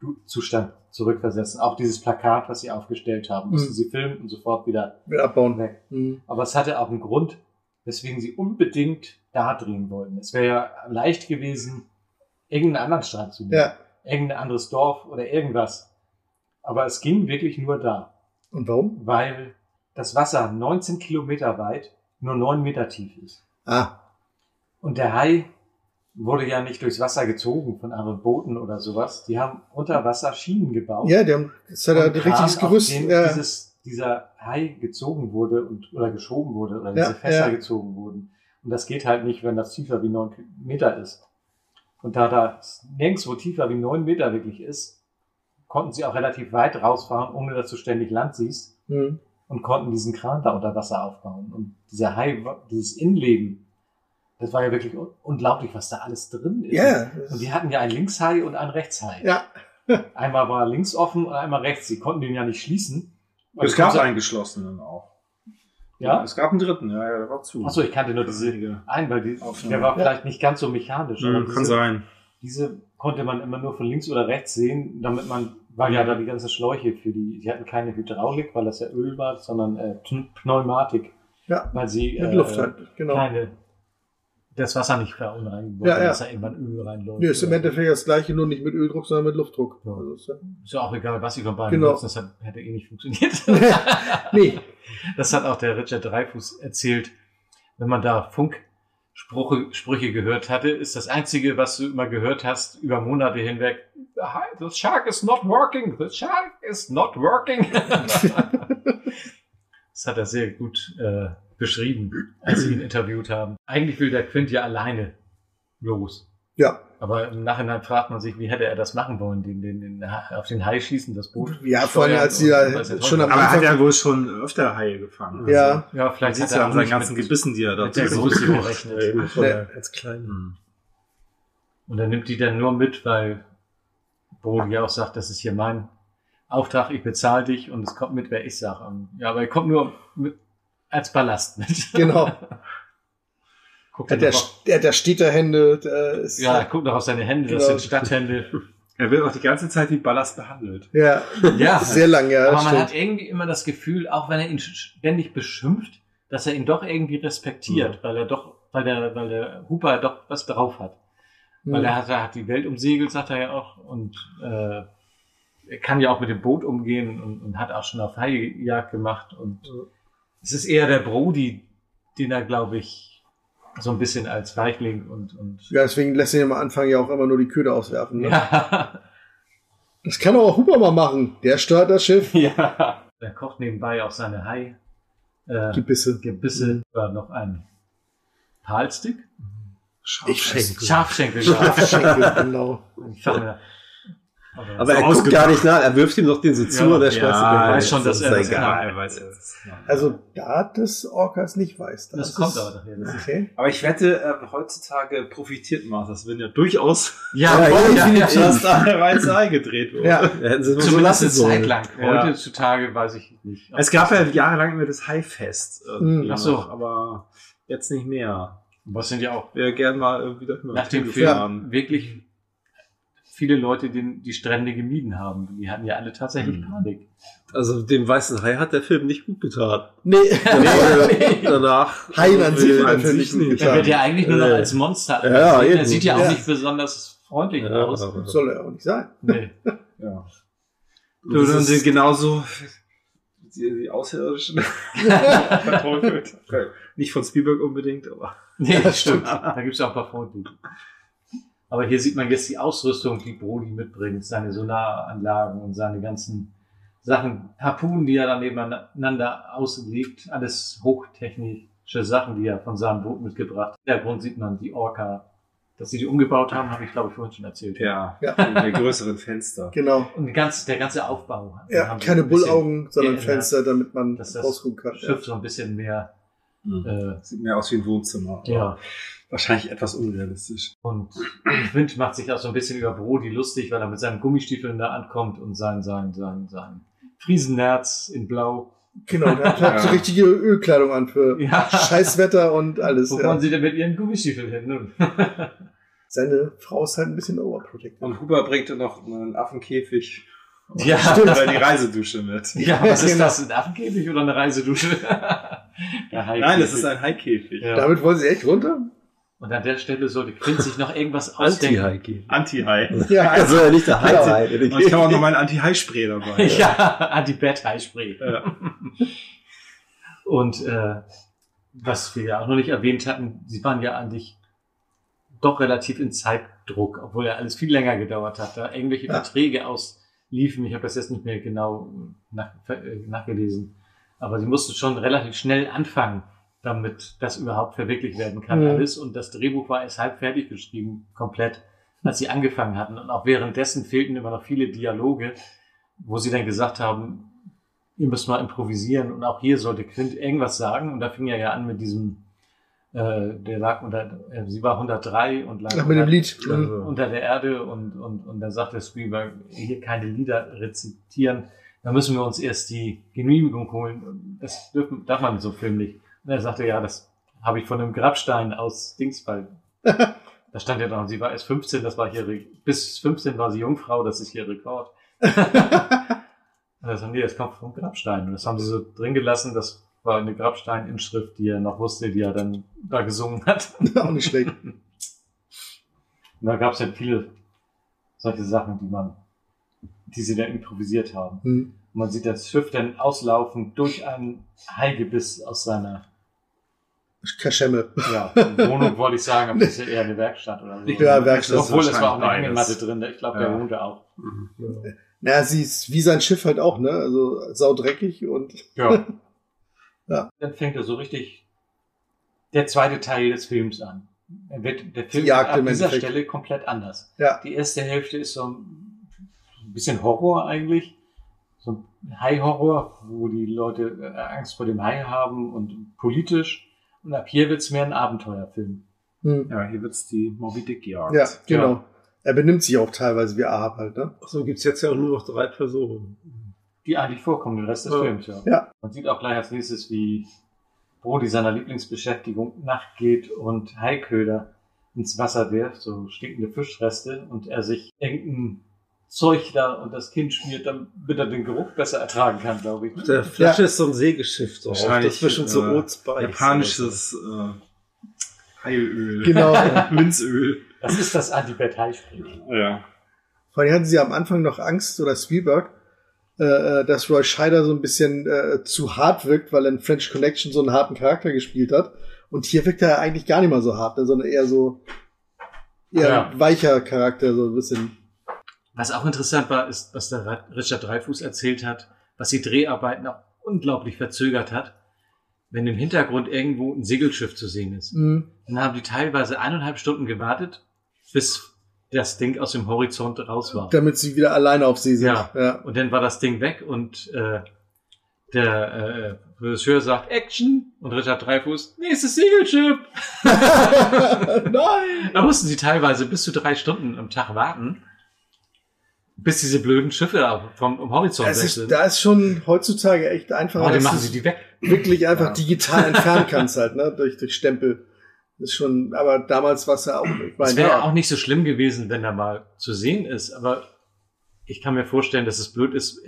Urzustand zurückversetzen. Auch dieses Plakat, was sie aufgestellt haben, mussten
Mhm.
sie filmen und sofort wieder
Wieder abbauen.
weg.
Mhm.
Aber es hatte auch einen Grund, weswegen sie unbedingt da drehen wollten. Es wäre ja leicht gewesen, irgendeinen anderen Strand zu nehmen.
Ja.
Irgendein anderes Dorf oder irgendwas. Aber es ging wirklich nur da,
Und warum?
weil das Wasser 19 Kilometer weit nur 9 Meter tief ist.
Ah,
Und der Hai wurde ja nicht durchs Wasser gezogen von anderen Booten oder sowas. Die haben unter Wasser Schienen gebaut.
ja, die haben, das hat ja
Und
ein richtiges
Kran, auf
Gerüst.
dem
Ja.
Dieses, dieser Hai gezogen wurde und, oder geschoben wurde oder
Ja,
diese Fässer
ja.
gezogen wurden. Und das geht halt nicht, wenn das tiefer wie neun Meter ist. Und da da nirgendwo tiefer wie neun Meter wirklich ist, konnten sie auch relativ weit rausfahren, ohne dass du ständig Land siehst
Mhm.
und konnten diesen Kran da unter Wasser aufbauen. Und dieser Hai, dieses Innenleben, Das war ja wirklich un- unglaublich, was da alles drin ist.
Ja.
Und die hatten ja einen Linkshai und einen Rechtshai.
Ja.
Einmal war links offen und einmal rechts. Sie konnten den ja nicht schließen. Weil
Es
du
gab
konntest-
einen geschlossenen auch.
Ja?
Es gab einen dritten, ja, ja, der war zu.
Achso, ich kannte nur diese einen, weil die, der war
Ja.
vielleicht nicht ganz so mechanisch.
Mhm,
aber
kann sein.
Diese konnte man immer nur von links oder rechts sehen, damit man, weil ja da die ganzen Schläuche für die, die hatten keine Hydraulik, weil das ja Öl war, sondern äh, Pn- Pneumatik.
Ja,
Weil sie äh,
mit Luft halt, genau.
keine, das Wasser nicht verunreinigen wollten,
Ja, ja.
dass da irgendwann Öl reinläuft.
Nö, ist im
Oder-
Endeffekt das gleiche, nur nicht mit Öldruck, sondern mit Luftdruck. Also ist ja-
Ist ja auch egal, was sie von beiden
Genau.
genau. das hat, hätte eh nicht funktioniert.
nee.
Das hat auch der Richard Dreyfuss erzählt. Wenn man da Funksprüche Sprüche gehört hatte, ist das Einzige, was du immer gehört hast, über Monate hinweg, the shark is not working, the shark is not working. das hat er sehr gut äh, beschrieben, als sie ihn interviewt haben. Eigentlich will der Quint ja alleine los.
Ja.
Aber im Nachhinein fragt man sich, wie hätte er das machen wollen, den, den, den, auf den Hai schießen, das Boot.
Ja, vor allem, als sie
steuern
da
und weiß der
schon am
Teufel.
Aber hat
Anfang-
er wohl schon öfter Haie gefangen. Also,
Ja.
Ja, vielleicht
man
hat
sieht's
er
ja
auch
an seinen
nicht
ganzen
mit-
Gebissen, die er da
mit der
zu
Größe
sich gemacht
gerechnet.
hat. Eben Hm. von
Nee.
der ganz kleinen.
Und er nimmt die dann nur mit, weil Brody auch sagt, das ist hier mein Auftrag, ich bezahle dich und es kommt mit, wer ich sage. Ja, aber er kommt nur mit, als Ballast mit.
Genau.
guckt
Der,
er
der,
noch auf,
der, der steht da Hände. Der ist
Genau. ja, er guckt noch auf seine Hände, das
Genau.
sind Stadthände.
Er wird auch die ganze Zeit wie Ballast behandelt.
ja, sehr lang, ja.
Aber man
stimmt.
hat irgendwie immer das Gefühl, auch wenn er ihn ständig beschimpft, dass er ihn doch irgendwie respektiert, weil er doch, weil der, weil der Hooper doch was drauf hat. Weil
Mhm.
er hat, er hat die Welt umsegelt, sagt er ja auch, und äh, er kann ja auch mit dem Boot umgehen und, und hat auch schon auf Haijagd gemacht. Und es ist eher der Brody, den er, glaube ich, so ein bisschen als Weichling und, und
ja, deswegen lässt er ihn am Anfang ja auch immer nur die Köder auswerfen. Ne?
Ja.
Das kann auch Huber mal machen. Der steuert das Schiff.
Ja. Er kocht nebenbei auch seine Hai. Äh,
Gebisse.
Gebisse. War noch ein Palstick.
Scharfschenkel.
Scharfschenkel.
Scharfschenkel, genau.
Ich fand mir-
Aber er guckt gar nicht nach, er wirft ihm doch den so zu und er schmeißt ihn
ja,
weg.
er weiß schon, dass er das
egal.
kann.
Also da des Orcas nicht weiß. Das,
kommt aber
daher.
Okay.
Aber ich wette, ähm, heutzutage profitiert Martha's Vineyard ja durchaus.
Ja, ja,
davon,
ja, ja.
dass da eine Reize eingedreht wurde.
Ja.
Hätten sie mal so
Zumindest
lassen
eine
sollen.
Zeit lang.
Ja.
Heutzutage weiß ich nicht.
Es gab ja jahrelang immer das Haifest.
Mhm.
Hm.
irgendwie
Ach so.
noch, Aber jetzt nicht mehr.
Was sind ja auch
Wäre gern mal irgendwie dahin
nach dem Film
hingefahren.
wirklich viele Leute den, die Strände gemieden haben. Die hatten ja alle tatsächlich Panik.
Also dem weißen Hai hat der Film nicht gut getan.
Nee.
Danach, danach
Haien an sich
Will
hat der Film nicht gut
Er wird ja eigentlich nur noch
Äh,
als Monster
Ja,
angesehen.
eben.
Er sieht ja auch
Ja.
nicht besonders freundlich
Ja,
aus.
aber-
Soll er auch nicht sein.
Nee.
Ja.
Du,
Du,
das
dann
ist-
sind genauso die, die Außerirdischen verteufelt. Nicht von Spielberg unbedingt, aber.
Nee, das stimmt. Da gibt es ja auch ein paar Freunde. Aber hier sieht man jetzt die Ausrüstung, die Brody mitbringt, seine Solaranlagen und seine ganzen Sachen. Harpunen, die er dann nebeneinander auslegt, alles hochtechnische Sachen, die er von seinem Boot mitgebracht hat. Im Hintergrund sieht man die Orca, dass sie die umgebaut haben, habe ich glaube ich vorhin schon erzählt.
Ja, in der größeren Fenster.
Genau.
Und die ganze, der ganze Aufbau. Den
Ja,
haben sie
keine
ein bisschen
Bullaugen, sondern
geändert,
Fenster, damit man
dass das
rausgucken kann.
Schiff
Ja.
so ein bisschen mehr.
Hm.
Äh,
Sieht mehr aus wie ein Wohnzimmer. aber
Ja.
Wahrscheinlich etwas unrealistisch.
Und Quint macht sich auch so ein bisschen über Brody lustig, weil er mit seinen Gummistiefeln da ankommt und sein, sein, sein, sein Friesennerz in Blau.
Genau, der hat
Ja.
so richtige Ölkleidung an für
Ja.
Scheißwetter und alles.
Wo
Ja.
fahren sie denn mit ihren Gummistiefeln hin? Nun?
Seine Frau ist halt ein bisschen overprotected.
Und Huber bringt dann noch einen Affenkäfig
Ja.
oder Oh, die Reisedusche mit.
Ja, was ist
Genau.
das? Ein Affenkäfig oder eine Reisedusche? Der Haikäfig.
Nein, das ist ein Haikäfig.
Ja.
Damit wollen sie echt runter?
Und an der Stelle sollte Quint sich noch irgendwas ausdenken.
Anti-Hai.
Anti-Hai.
Ja.
Also ja nicht der Hai
Genau.
sein.
Und ich habe auch noch meinen Anti-Hai-Spray dabei.
Ja, Anti-Bett-Haispray.
Ja.
Und äh, was wir ja auch noch nicht erwähnt hatten, sie waren ja eigentlich doch relativ in Zeitdruck, obwohl ja alles viel länger gedauert hat. Da irgendwelche Verträge ausliefen. Ich habe das jetzt nicht mehr genau nach, äh, nachgelesen. Aber sie mussten schon relativ schnell anfangen, damit das überhaupt verwirklicht werden kann.
Mhm.
Alles. Und das Drehbuch war erst halb fertig geschrieben, komplett, als sie angefangen hatten. Und auch währenddessen fehlten immer noch viele Dialoge, wo sie dann gesagt haben, ihr müsst mal improvisieren und auch hier sollte Quint irgendwas sagen und da fing er ja an mit diesem Äh, der lag unter, äh, sie war 103 und lag
Ach, mit dem
unter-
Lied.
unter-
Mhm.
unter der Erde und, und, und da sagte Spielberg, hier keine Lieder rezitieren, da müssen wir uns erst die Genehmigung holen. Das dürfen, darf man so Film nicht. Und er sagte, ja, das habe ich von einem Grabstein aus Dingsball. Da stand ja noch, sie war erst 15, das war hier, Re- bis 15 war sie Jungfrau, das ist hier Rekord. Und das haben die, das kommt vom Grabstein. Und das haben sie so drin gelassen, das war eine Grabstein-Inschrift, die er noch wusste, die er dann da gesungen hat.
Auch nicht schlecht.
Und da gab es halt viele solche Sachen, die man, die sie dann improvisiert haben.
Hm.
Und man sieht das Schiff dann auslaufen durch ein Haigebiss aus seiner
Kaschemme.
ja, Wohnung, wollte ich sagen, aber das ist ja eher eine Werkstatt oder so.
Ja, Werkstatt ist
Obwohl, es war auch eine
wahrscheinlich
Hängematte
beides.
drin, ich glaube,
Ja.
der wohnte auch.
Na, sie ist wie sein Schiff halt auch, ne? Also saudreckig und.
Ja.
ja.
Dann fängt er so richtig der zweite Teil des Films an. Er wird, der Film
Die Jagd
wird
im
ab dieser
Endeffekt.
Stelle komplett anders.
Ja.
Die erste Hälfte ist so ein bisschen Horror eigentlich. So ein Hai-Horror, wo die Leute äh, Angst vor dem Hai haben und politisch. Und ab hier wird's mehr ein Abenteuerfilm.
Hm.
Ja, hier wird's die Moby Dick Jagd.
Ja, genau. Er benimmt sich auch teilweise wie Ahab halt, ne?
So gibt's jetzt ja auch nur noch drei Personen.
die eigentlich vorkommen, den Rest des
Ja.
Films. Ja.
Ja.
Man sieht auch gleich als nächstes, wie Brody seiner Lieblingsbeschäftigung nachgeht und Haiköder ins Wasser wirft, so stinkende Fischreste, und er sich irgendein Zeug da und das Kind schmiert, damit er den Geruch besser ertragen kann, glaube ich.
Auf der Flasche ist so ein Sägeschiff drauf. Das ist bestimmt so Also, Old Spice.
äh, Japanisches äh, Heilöl.
Genau.
Minzöl.
Das ist das Anti-Bett-Hai-Spiel.
Ja.
Vor allem hatten sie am Anfang noch Angst, oder Spielberg, äh, äh, dass Roy Scheider so ein bisschen äh, zu hart wirkt, weil er in French Connection so einen harten Charakter gespielt hat. Und hier wirkt er eigentlich gar nicht mal so hart, ne, sondern eher so eher
Ja.
ein weicher Charakter, so ein bisschen.
Was auch interessant war, ist, was der Ra- Richard Dreifuß erzählt hat, was die Dreharbeiten auch unglaublich verzögert hat, wenn im Hintergrund irgendwo ein Segelschiff zu sehen ist.
Mhm.
Dann haben die teilweise eineinhalb Stunden gewartet, bis das Ding aus dem Horizont raus war.
Damit sie wieder alleine auf sie sind.
Ja. Und dann war das Ding weg und äh, der äh, Regisseur sagt Action und Richard Dreifuß, nächstes Segelschiff.
Nein!
Da mussten sie teilweise bis zu drei Stunden am Tag warten, bis diese blöden Schiffe vom, vom Horizont
Es
weg
ist,
sind.
da ist schon heutzutage echt einfacher,
Heute
dass
machen
du
sie Oh, die weg.
wirklich einfach
Ja.
digital entfernen kannst halt, ne? Durch, durch Stempel. Das ist schon, aber damals war es ja auch. Ich
Es
meine,
wäre
ja.
auch nicht so schlimm gewesen, wenn er mal zu sehen ist, aber ich kann mir vorstellen, dass es blöd ist,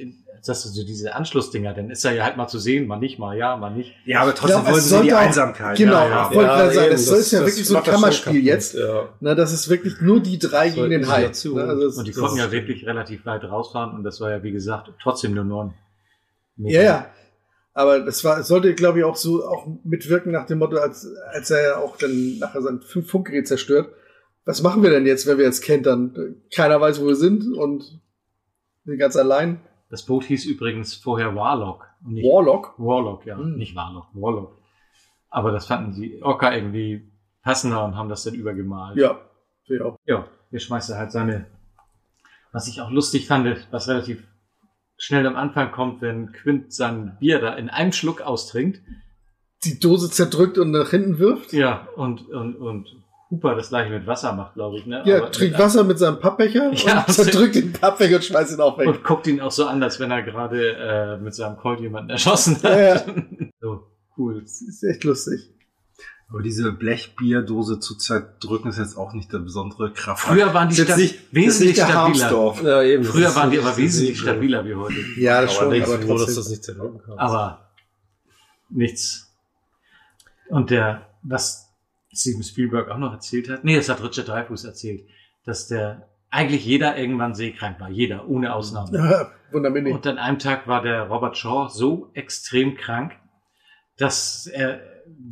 dass du so diese Anschlussdinger, dann ist er ja halt mal zu sehen, mal nicht, mal ja, mal nicht.
Ja, aber trotzdem
Ja, aber
wollen
es
sie die
sollte auch-
Einsamkeit.
Genau,
Ja, ja.
ich wollte
Ja,
gerade sagen,
eben,
es
das-
ist ja
das
wirklich so ein
macht das schon
Kammerspiel
kaputt,
jetzt.
ja.
Na, ne, das ist wirklich nur die drei gegen den Hai. Ne? Also das-
und die
das
konnten
ist-
ja wirklich relativ weit rausfahren und das war ja, wie gesagt, trotzdem nur neun. Meter.
Ja, ja. Aber das war, es sollte, glaube ich, auch so auch mitwirken nach dem Motto, als, als er ja auch dann nachher sein Funk- Funkgerät zerstört. Was machen wir denn jetzt, wenn wir jetzt kentern? Keiner weiß, wo wir sind und wir sind ganz allein.
Das Boot hieß übrigens vorher Warlock. und Nicht
Warlock?
Warlock, ja.
Hm.
Nicht Warlock, Warlock. Aber das fanden sie Orca irgendwie passender und haben das dann übergemalt.
Ja, sehe ich auch.
Ja, hier schmeißt er halt seine. Was ich auch lustig fand, was relativ schnell am Anfang kommt, wenn Quint sein Bier da in einem Schluck austrinkt.
Die Dose zerdrückt und nach hinten wirft.
Ja, und, und, und Hooper das gleiche mit Wasser macht, glaube ich. Ne?
Ja,
Aber-
trinkt Wasser mit seinem Pappbecher
Ja,
und zerdrückt den Pappbecher und schmeißt ihn auch weg.
Und guckt ihn auch so an, als wenn er gerade äh, mit seinem Colt jemanden erschossen hat.
Ja, ja.
So, cool. Das
ist echt lustig.
Aber diese Blechbierdose zu zerdrücken ist jetzt auch nicht der besondere Kraft.
Früher waren die
Das ist
Stab-
nicht- das ist
wesentlich
nicht der Harmsdorf.
stabiler.
Ja, eben. Das
Früher
ist
waren die
nicht
aber
der
wesentlich
Siegel.
stabiler wie heute.
Ja, das schon,
nicht
aber
so,
trotzdem.
dass das nicht zerdrücken kannst.
Aber nichts. Und der, was Steven Spielberg auch noch erzählt hat, nee, das hat Richard Dreyfuss erzählt, dass der eigentlich jeder irgendwann seekrank war. Jeder, ohne Ausnahme.
Wundermini.
Und an einem Tag war der Robert Shaw so extrem krank, dass er,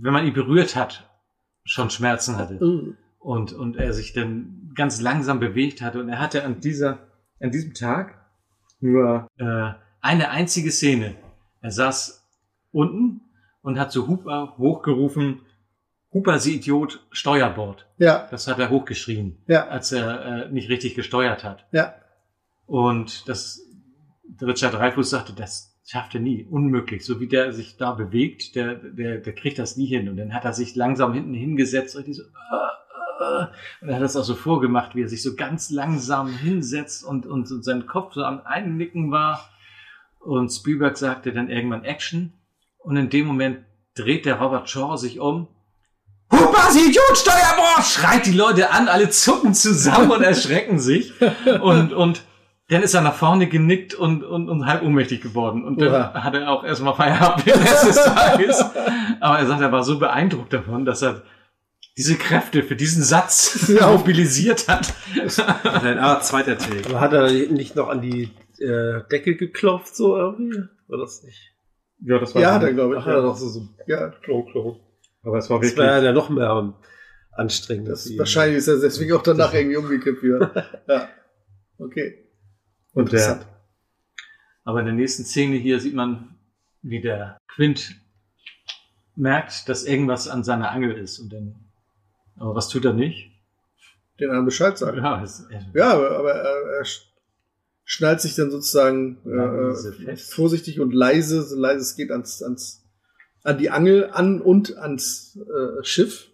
wenn man ihn berührt hat, schon Schmerzen hatte.
Oh.
Mhm.
Und, und er sich dann ganz langsam bewegt hatte. Und er hatte an, dieser, an diesem Tag nur äh, eine einzige Szene. Er saß unten und hat zu Hooper hochgerufen, Hooper, Sie Idiot, Steuerbord.
Ja.
Das hat er hochgeschrien,
Ja.
als er äh, nicht richtig gesteuert hat.
Ja.
Und das Richard Dreyfuss sagte, das schafft er nie. Unmöglich. So wie der sich da bewegt, der, der, der kriegt das nie hin. Und dann hat er sich langsam hinten hingesetzt und die so, äh, äh. und er hat das auch so vorgemacht, wie er sich so ganz langsam hinsetzt und, und, und sein Kopf so am Einnicken war. Und Spielberg sagte dann irgendwann Action. Und in dem Moment dreht der Robert Shaw sich um. Hupa, Sie Idiot, Steuerbord! Schreit die Leute an, alle zucken zusammen und erschrecken sich. Und, und, dann ist er nach vorne genickt und, und, und halb ohnmächtig geworden. Und dann
Oha.
hat er auch erstmal Feierabend den Rest des Tages. Aber er sagt, er war so beeindruckt davon, dass er diese Kräfte für diesen Satz mobilisiert hat.
Nein, ah, zweiter Take. Aber hat er nicht noch an die äh, Decke geklopft, so irgendwie? War das nicht?
Ja, das
Ja, da glaube ich.
Ach,
ja.
ja, doch so, so.
Ja.
Klon, Klon.
Aber es war
Das
wirklich.
war ja dann noch mehr ähm, anstrengend.
Das
dass sie-
wahrscheinlich ist er deswegen auch danach irgendwie umgekippt wieder. Ja. Okay.
Und der,
Interessant.
aber in der nächsten Szene hier sieht man, wie der Quint merkt, dass irgendwas an seiner Angel ist. Und dann, aber was tut er nicht?
Den anderen Bescheid sagen.
Ja, es, er,
Ja, aber, aber er, er sch- schnallt sich dann sozusagen
Leise
äh, äh,
fest.
vorsichtig und leise, so leise es geht, ans, ans, an die Angel an und ans äh, Schiff,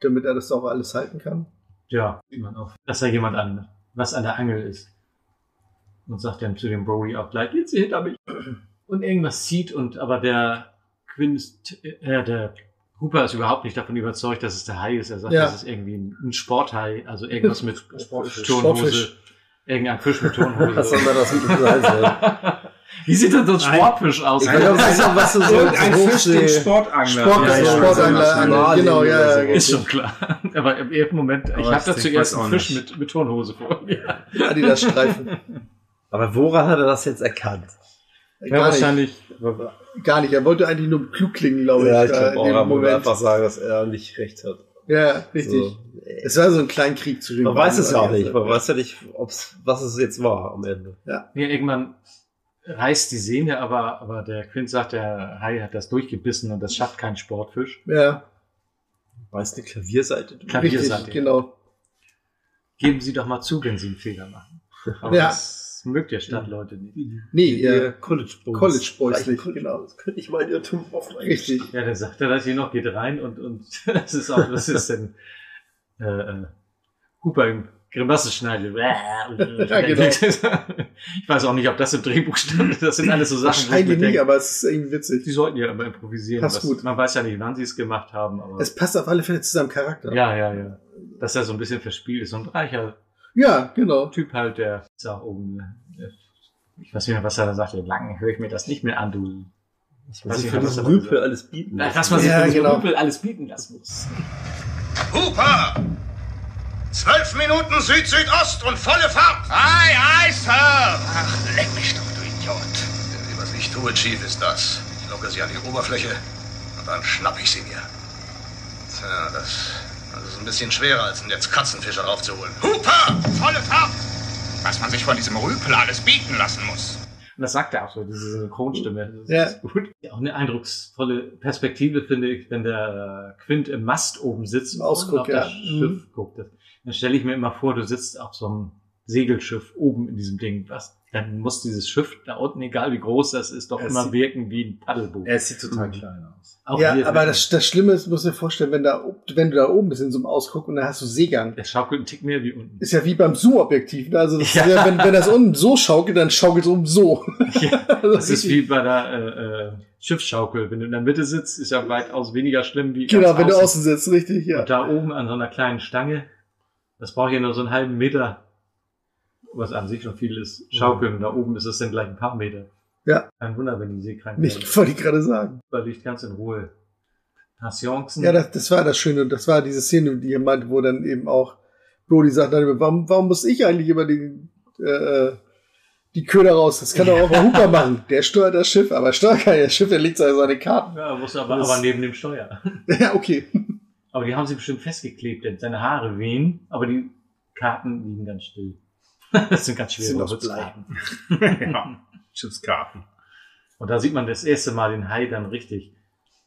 damit er das auch alles halten kann.
ja, sieht man auch, dass da jemand an, was an der Angel ist. Und sagt dann zu dem Brody auch gleich, jetzt sie hinter mich. Und irgendwas zieht und, aber der Quint, äh, der Hooper ist überhaupt nicht davon überzeugt, dass es der Hai ist. Er sagt,
Ja.
das ist irgendwie ein, ein Sporthai, also irgendwas mit
Sportfisch.
Turnhose.
Sportfisch.
Irgendein Fisch mit Turnhose.
Was soll da das mit sein?
Wie sieht denn so ein Sportfisch aus?
Ich glaube, das ist auch was so-
Irgendein
so
Fisch, den
Hochsee-
Sportangler.
Sport-
Ja, ja.
Sportangler,
Ja,
Angel,
ja.
genau, ja, ja,
Ist
Ist
schon
schon klar. Aber im ersten Moment,
Aber
ich
ich
habe da
denk,
zuerst
weiß auch
einen Fisch
nicht.
mit, mit Turnhose vor mir.
Adidas-Streifen.
Aber woran hat er das jetzt erkannt?
Gar Nicht, gar nicht. Er wollte eigentlich nur klug klingen, glaube ich, oh,
Ja, ich
da
glaube auch,
in
er
dem
wollte
Moment.
einfach sagen, dass er nicht recht hat.
Ja, richtig.
So.
Es war so ein Kleinkrieg zwischen
Man
den
weiß
beiden,
es ja auch
also.
nicht. Man weiß ja nicht, ob's, was es jetzt war am Ende.
Ja.
Ja, irgendwann reißt die Sehne, aber, aber der Quint sagt, der Hai hat das durchgebissen und das schafft kein Sportfisch.
Ja,
Weiß eine Klavierseite.
Klavierseite.
richtig, genau.
Geben Sie doch mal zu, wenn Sie einen Fehler machen. Aber
Ja.
das mögt ihr Stadtleute nicht.
Nee, ja.
College Boys.
College Boys
Gleichen
nicht,
College
genau.
Boys. Könnte ich mal Irrtum offen
Richtig.
Ja, dann sagt er das hier noch, geht rein und, und das ist auch, was ist denn? Äh, äh, Huber im Grimassenschneide.
Ja, genau.
Ich weiß auch nicht, ob das im Drehbuch stand. Das sind alles so Sachen, wo ich mir
Wahrscheinlich nicht,
denke,
aber es ist irgendwie witzig.
die sollten ja immer improvisieren.
Passt
was,
gut.
Man weiß ja nicht, wann sie es gemacht haben, aber.
Es passt auf alle Fälle zu seinem Charakter.
ja, ja, ja. Dass er so ein bisschen verspielt ist. So ein reicher
Ja, genau.
Typ halt, der ist auch oben. ne? Ich weiß nicht mehr, was er da sagt. Lang höre ich mir das nicht mehr an, du. Ich
Was ich
nicht
für
mehr,
das
er
Rüpel
gesagt hat.
alles bieten
Na,
muss.
Dass man sich
Ja,
für
genau.
genau. Rüpel alles bieten lassen muss.
Hooper! Zwölf Minuten Süd-Südost und volle Fahrt! Aye, aye, Sir! Ach, leck mich doch, du Idiot! Wenn sie was nicht tue, Chief, ist das. Ich locke sie an die Oberfläche und dann schnapp ich sie mir. Tja, das, das ist ein bisschen schwerer, als einen jetzt Katzenfischer raufzuholen. Hooper! Volle Fahrt! Was man sich von diesem Rüpel alles bieten lassen muss.
Und das sagt er auch so, diese Synchronstimme. Das
Ja.
ist gut. Auch eine eindrucksvolle Perspektive, finde ich, wenn der äh, Quint im Mast oben sitzt und
Ausguckt,
auf
ja. Mhm.
das Schiff guckt. Das- Dann stelle ich mir immer vor, du sitzt auf so einem Segelschiff oben in diesem Ding. Was? Dann muss dieses Schiff da unten, egal wie groß das ist, doch
Es
immer
sieht-
wirken wie ein Paddelboot. Mhm.
Er sieht total klein aus.
Auch
ja,
hier-
aber das, das Schlimme ist, muss mir vorstellen, wenn, da, ob- wenn du da oben bist in so einem Ausguck und dann hast du Seegang.
Er schaukelt einen Tick mehr wie unten.
Ist ja wie beim Zoom-Objektiv. Ne? Also das
Ja.
ist ja, wenn, wenn das unten so schaukelt, dann schaukelt es oben so. Also
Das ist wie bei der äh, äh, Schiffsschaukel. Wenn du in der Mitte sitzt, ist ja weitaus weniger schlimm wie
Genau,
ganz
wenn du außen sitzt, richtig, ja.
Und da oben an so einer kleinen Stange, das braucht ja nur so einen halben Meter, was an sich schon viel ist, schaukeln. Da oben ist es dann gleich ein paar Meter.
Ja.
Kein Wunder, wenn die seekrank
Nicht,
werden.
wollte ich gerade sagen.
Überlegt ganz in Ruhe. Passionsen.
Ja, das, das war das Schöne. Das war diese Szene, die ihr meint, wo dann eben auch Brody sagt, dann, warum, warum muss ich eigentlich immer die, äh, die Köder raus? Das kann doch auch mal Hooper machen. Der steuert das Schiff, aber steuert keiner das Schiff, der legt seine- seine Karten.
ja muss aber,
Das-
aber neben dem Steuer.
Ja, okay.
Aber die haben sie bestimmt festgeklebt, denn seine Haare wehen, aber die Karten liegen ganz still. Das sind ganz
Sind
schwere
aus Blei.
Holzkarten.
ja. Chipskarten.
Und da sieht man das erste Mal den Hai dann richtig,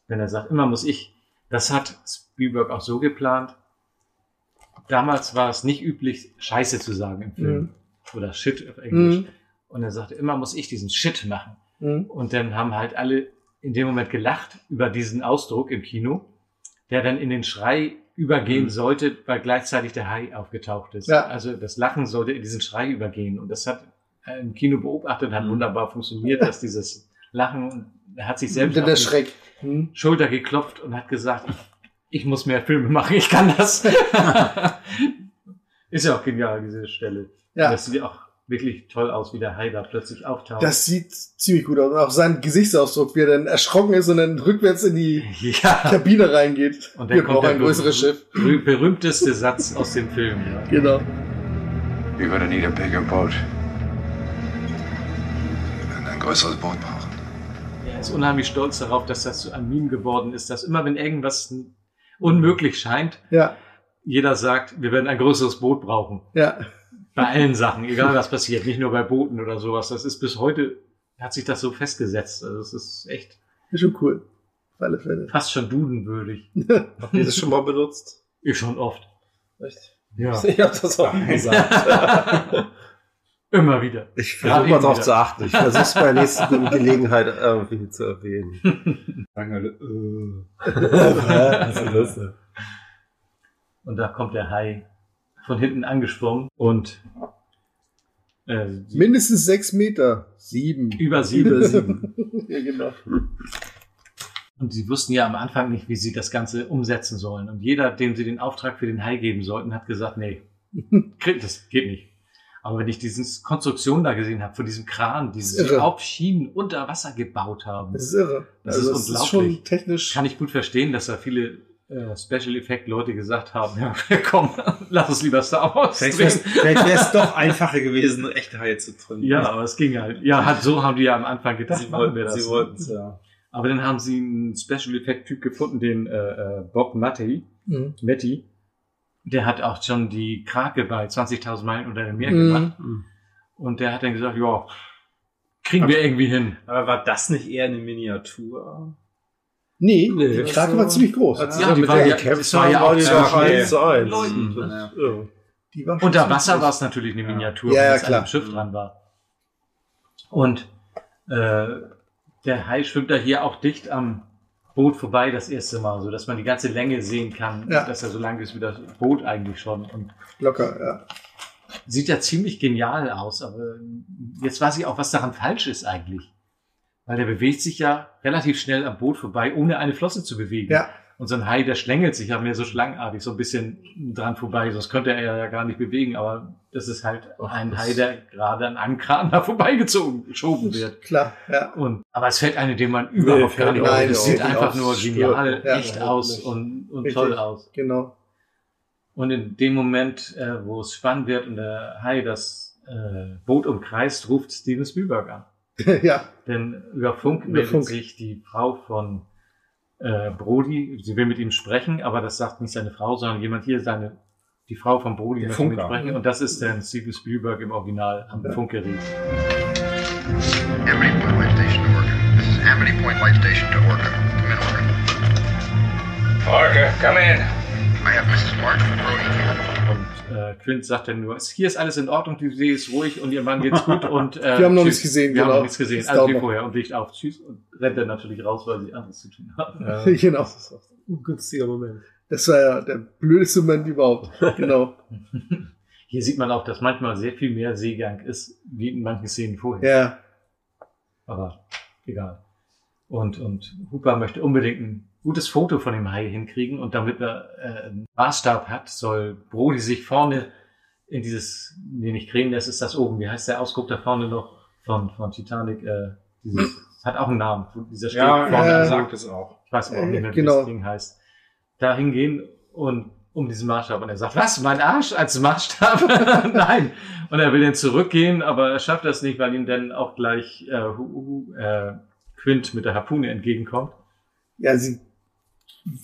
wenn er sagt, immer muss ich. Das hat Spielberg auch so geplant. Damals war es nicht üblich, Scheiße zu sagen im Film. Oder Shit auf Englisch.
Mhm.
Und er sagte, immer muss ich diesen Shit machen. Und dann haben halt alle in dem Moment gelacht über diesen Ausdruck im Kino, der dann in den Schrei übergehen sollte, weil gleichzeitig der Hai aufgetaucht ist.
Mhm. Ja.
Also das Lachen sollte in diesen Schrei übergehen. Und das hat äh, im Kino beobachtet,
Mhm.
hat wunderbar funktioniert, dass dieses Lachen und er hat sich selbst
Der
auf die
Schreck. Mhm.
Schulter geklopft und hat gesagt, ich, ich muss mehr Filme machen, ich kann das. ist ja auch genial, diese Stelle.
Ja.
Und Das sieht auch wirklich toll aus, wie der Hai da plötzlich auftaucht.
Das sieht ziemlich gut aus. Und auch sein Gesichtsausdruck, wie er dann erschrocken ist und dann rückwärts in die Kabine reingeht.
Und dann
Wir
kommt
brauchen
der
ein größeres Schiff.
berüh- berühmteste Satz aus dem Film.
Genau.
You're gonna need a bigger boat. Wir werden ein größeres Boot brauchen.
Er ist unheimlich stolz darauf, dass das so ein Meme geworden ist, dass immer wenn irgendwas unmöglich scheint,
Ja.
jeder sagt, wir werden ein größeres Boot brauchen.
Ja.
Bei allen Sachen, egal was passiert, nicht nur bei Booten oder sowas. Das ist bis heute, hat sich das so festgesetzt. Also es ist echt
Ist schon cool. Auf alle Fälle.
fast schon dudenwürdig.
Habt ihr das schon mal benutzt?
Ich schon oft.
Echt?
Ja.
Ich hab das auch nie gesagt.
immer wieder.
Ich
Gerade
versuche mal
eben
drauf
wieder.
zu achten. Ich versuche es bei der nächsten Gelegenheit irgendwie zu erwähnen.
Sagen alle,
äh. Was ist denn das denn?
Und da kommt der Hai von hinten angesprungen und äh,
Mindestens sechs Meter. Sieben.
Über sieben.
Über sieben. ja, genau.
Und sie wussten ja am Anfang nicht, wie sie das Ganze umsetzen sollen. Und jeder, dem sie den Auftrag für den Hai geben sollten, hat gesagt, nee, krieg- das geht nicht. Aber wenn ich diese Konstruktion da gesehen habe, von diesem Kran, die
ist
sie
irre.
auf Schienen unter Wasser gebaut haben.
Das ist irre.
Das
Also
ist
das ist
unglaublich.
schon technisch-
Kann ich gut verstehen, dass da viele äh, Special Effect Leute gesagt haben, ja, komm, lass uns lieber Star Wars
Vielleicht wär's-
drehen.
vielleicht wär's doch einfacher gewesen, eine echte Haie zu trennen.
Ja, aber es ging halt. Ja, hat, so haben die ja am Anfang gedacht,
Sie
machen
wollten-
wir das.
sie wollten's, ja.
Aber dann haben sie einen Special Effect Typ gefunden, den äh, äh, Bob Matty.
Mhm.
Matty. Der hat auch schon die Krake bei 20.000 Meilen unter dem Meer
Mhm.
gemacht. Und der hat dann gesagt, ja, kriegen wir irgendwie hin.
Aber war das nicht eher eine Miniatur?
Nee,
Nee.
die Krake war ziemlich groß.
Als sie Ja, dann die mit war der ja- gekämpft das war ja haben, auch war die sehr doch schnell. eins zu eins.
Leuten.
Ja.
Die war schon
Unter
ziemlich
Wasser
groß.
war es natürlich eine Miniatur,
Ja,
weil
ja,
es an
klar.
dem Schiff dran war. Und äh, der Hai schwimmt da hier auch dicht am Boot vorbei das erste Mal, so dass man die ganze Länge sehen kann,
Ja.
dass er so lang ist wie das Boot eigentlich schon. Und
Locker, ja.
sieht ja ziemlich genial aus, aber ähm, jetzt weiß ich auch, was daran falsch ist eigentlich. Weil der bewegt sich ja relativ schnell am Boot vorbei, ohne eine Flosse zu bewegen.
Ja.
Und so ein Hai, der schlängelt sich ja mehr so schlangartig so ein bisschen dran vorbei, sonst könnte er ja gar nicht bewegen, aber das ist halt ein
das-
Hai, der gerade an einem Kran da vorbeigezogen, geschoben wird.
Klar, ja.
Und, aber es fällt einem, dem man überhaupt gar nicht auf.
Nein,
Es
das
sieht
geht
einfach
auch
nur
stört.
genial,
Ja,
echt
überhaupt
aus
nicht.
und, und
Richtig,
toll aus.
Genau.
Und in dem Moment, äh, wo es spannend wird und der Hai das äh, Boot umkreist, ruft Steven Spielberg an.
ja.
Denn über Funk
Über
meldet
Funk.
sich die Frau von äh, Brody. Sie will mit ihm sprechen, aber das sagt nicht seine Frau, sondern jemand hier, seine, die Frau von Brody
Der
möchte mit ihm
Funker.
sprechen. Und das ist dann Steven Spielberg im Original am Funkgerät.
Amity Point Light Station to Orca. This is Amity Point Light Station to Orca. Come in, Orca.
Orca, come in.
I have Mrs. Martin Brody here.
Und äh, Quint sagt dann nur, "Es- hier ist alles in Ordnung, die See ist ruhig und ihr Mann geht's gut. Und, äh,
Wir haben noch
tschüss."
nichts gesehen,
Wir haben
genau.
noch nichts gesehen,
Das
also
dauert
wie
noch.
vorher. Und Licht auf, tschüss. Und rennt dann natürlich raus, weil sie anderes zu tun haben.
genau.
Ungünstiger Moment.
Das war ja der blödeste Moment überhaupt. Genau.
Hier sieht man auch, dass manchmal sehr viel mehr Seegang ist, wie in manchen Szenen vorher.
ja.
Aber egal. Und, und Hooper möchte unbedingt ein gutes Foto von dem Hai hinkriegen. Und damit er äh, einen Maßstab hat, soll Brody sich vorne in dieses, nee, nicht Krähen, das ist das oben. Wie heißt der Ausguck da vorne noch von, von Titanic? Äh, dieses, hat auch einen Namen. wo Dieser steht
Ja,
vorne.
er
am
sagt
Boot.
es auch.
Ich weiß aber auch nicht mehr, wie
Genau.
das Ding heißt. Da hingehen und um diesen Maßstab. Und er sagt, was, mein Arsch als Maßstab? Nein. Und er will dann zurückgehen, aber er schafft das nicht, weil ihm dann auch gleich äh, Hu- Hu- äh, Quint mit der Harpune entgegenkommt.
Ja, sie.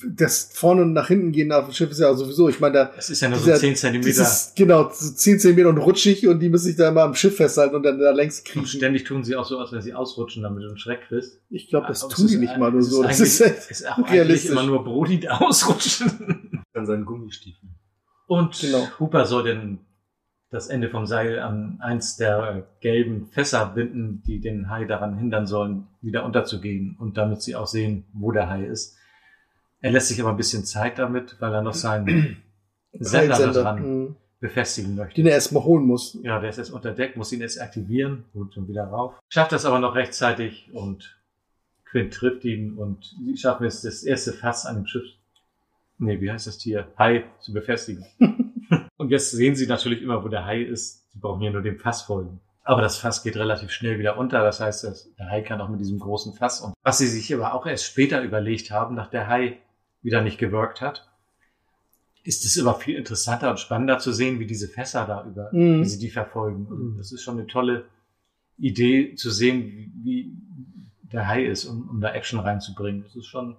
Das vorne und nach hinten gehen auf dem Schiff ist ja sowieso, ich meine, da.
Das ist ja nur so 10 Zentimeter.
dieses- Genau, so 10 Zentimeter und rutschig und die müssen sich da immer am Schiff festhalten und dann da längs
Und
kriechen.
ständig tun sie auch so aus, wenn sie ausrutschen, damit du einen Schreck kriegst.
Ich glaube, das
Aber es
tun die
ist
nicht
ein-
mal nur
es
so. Das ist
eigentlich-
echt
ist auch eigentlich
realistisch.
immer nur Brody, die ausrutschen.
An seinen Gummistiefeln.
Genau.
Und Hooper soll den das Ende vom Seil an eins der gelben Fässer binden, die den Hai daran hindern sollen, wieder unterzugehen und damit sie auch sehen, wo der Hai ist. Er lässt sich aber ein bisschen Zeit damit, weil er noch seinen Sender
Sender,
daran
mhm.
befestigen möchte.
Den er erstmal holen muss.
Ja, der ist jetzt unter Deck, muss ihn erst aktivieren, gut, und wieder rauf. Schafft das aber noch rechtzeitig und Quint trifft ihn und sie schaffen es, das erste Fass an dem Schiff, nee, wie heißt das Tier? Hai zu befestigen. und jetzt sehen sie natürlich immer, wo der Hai ist. Sie brauchen hier nur dem Fass folgen. Aber das Fass geht relativ schnell wieder unter. Das heißt, das- der Hai kann auch mit diesem großen Fass um. Was sie sich aber auch erst später überlegt haben, nach der Hai wieder nicht gewirkt hat, ist es immer viel interessanter und spannender zu sehen, wie diese Fässer da über,
Mhm.
wie sie die verfolgen. Und das ist schon eine tolle Idee zu sehen, wie, wie der Hai ist, um, um da Action reinzubringen. Das ist schon,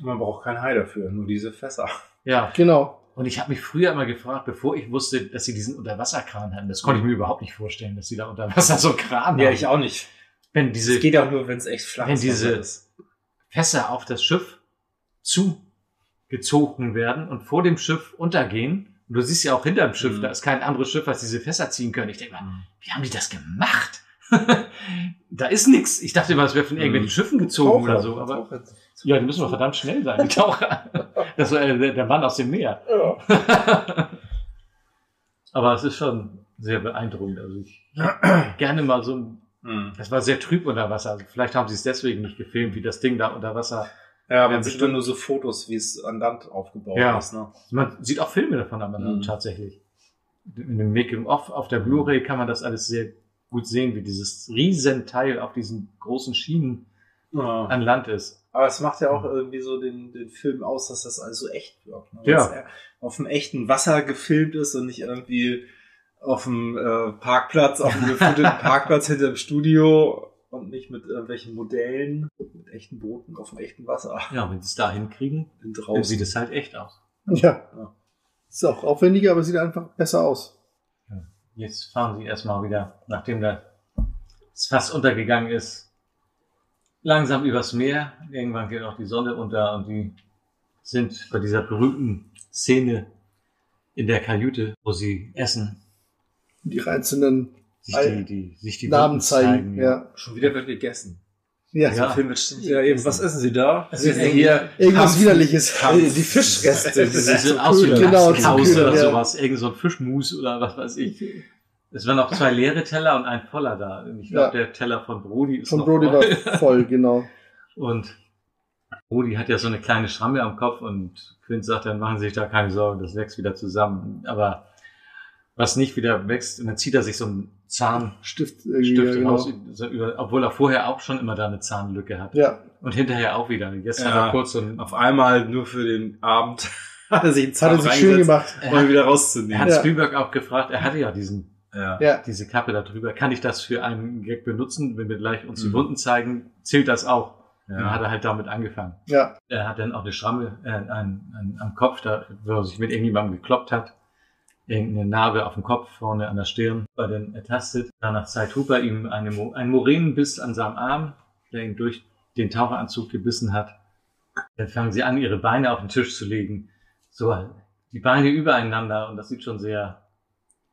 Man braucht keinen Hai dafür, nur diese Fässer.
ja.
Genau.
Und ich habe mich früher immer gefragt, bevor ich wusste, dass sie diesen Unterwasserkran hatten. Das konnte ich mir überhaupt nicht vorstellen, dass sie da unter Wasser so einen Kran
Ja,
haben.
ich auch nicht.
Wenn diese,
Es geht auch nur, wenn es echt flach
wenn
ist,
diese
was ist.
Fässer auf das Schiff zugezogen werden und vor dem Schiff untergehen. Und du siehst ja auch hinter dem Schiff, da ist kein anderes Schiff, was diese Fässer ziehen können. Ich denke mal, wie haben die das gemacht? da ist nichts. Ich dachte mal, es wäre von irgendwelchen
Mhm.
Schiffen gezogen
Taucher,
oder so. Aber ja, die müssen wir verdammt schnell sein, die Taucher. Das war äh, der der Mann aus dem Meer. Aber es ist schon sehr beeindruckend. Also ich gerne mal so ein. Es war sehr trüb unter Wasser. Also vielleicht haben sie es deswegen nicht gefilmt, wie das Ding da unter Wasser.
Ja, man sieht dann nur so Fotos, wie es an Land aufgebaut
Ja.
ist. Ne?
Man sieht auch Filme davon aber dann tatsächlich. In dem Making-of auf der Blu-ray kann man das alles sehr gut sehen, wie dieses Riesenteil auf diesen großen Schienen
Ja.
an Land ist.
Aber es macht ja auch irgendwie so den, den Film aus, dass das alles so echt wirkt. Ne?
Ja.
Dass er auf dem echten Wasser gefilmt ist und nicht irgendwie auf dem äh, Parkplatz, auf dem gefilmten Parkplatz hinter dem Studio und nicht mit irgendwelchen Modellen, mit echten Booten auf dem echten Wasser.
Ja, wenn sie es da hinkriegen,
Und
dann
draußen.
sieht es halt echt aus.
Ja. Ist auch aufwendiger, aber sieht einfach besser aus.
Jetzt fahren sie erstmal wieder, nachdem da das Fass untergegangen ist, langsam übers Meer. Irgendwann geht auch die Sonne unter und die sind bei dieser berühmten Szene in der Kajüte, wo sie essen,
Die einzelnen
sich
Al-
die, die, sich die
Namen
Wunden
zeigen. Ja.
Schon wieder wird gegessen.
Ja.
So ein Film mit ständig gegessen. was essen Sie da?
Es ist irgendwas Widerliches.
Also
Äh,
Die Fischreste.
Das ist so
so
aus
cool.
wie
Genau,
genau,
zum Kühlen,
oder
ja.
sowas. Irgend so ein Fischmus oder was weiß ich. Es waren auch zwei leere Teller und ein voller da. Ich glaube,
Ja.
der Teller von Brody ist
Von
noch
Brody
voll.
war voll, genau.
Und Rudi hat ja so eine kleine Schramme am Kopf und Quint sagt, dann machen Sie sich da keine Sorgen, das wächst wieder zusammen. Aber was nicht wieder wächst, und dann zieht er sich so einen
Stift, irgendwie,
Zahnstift
ja, genau.
raus, so über, obwohl er vorher auch schon immer da eine Zahnlücke hat.
Ja.
Und hinterher auch wieder. Jetzt hat
Ja.
er kurz so einen,
Auf einmal nur für den Abend hat er sich einen
Hat
Zahn
er sich schön gemacht.
um ihn wieder rauszunehmen.
Er hat
Ja.
Spielberg auch gefragt, er hatte ja diesen, äh,
Ja.
diese Kappe da drüber. Kann ich das für einen Gag benutzen? Wenn wir gleich
Mhm.
uns die Wunden zeigen, zählt das auch.
Ja.
Dann hat er halt damit angefangen.
Ja.
Er hat dann auch eine Schramme äh, an, an, am Kopf, da, wo er sich mit irgendjemandem gekloppt hat. Irgendeine Narbe auf dem Kopf, vorne an der Stirn, war dann ertastet. Danach zeigt Hooper ihm eine, Mo- einen Moränenbiss an seinem Arm, der ihn durch den Taucheranzug gebissen hat. Dann fangen sie an, ihre Beine auf den Tisch zu legen. So, die Beine übereinander und das sieht schon sehr,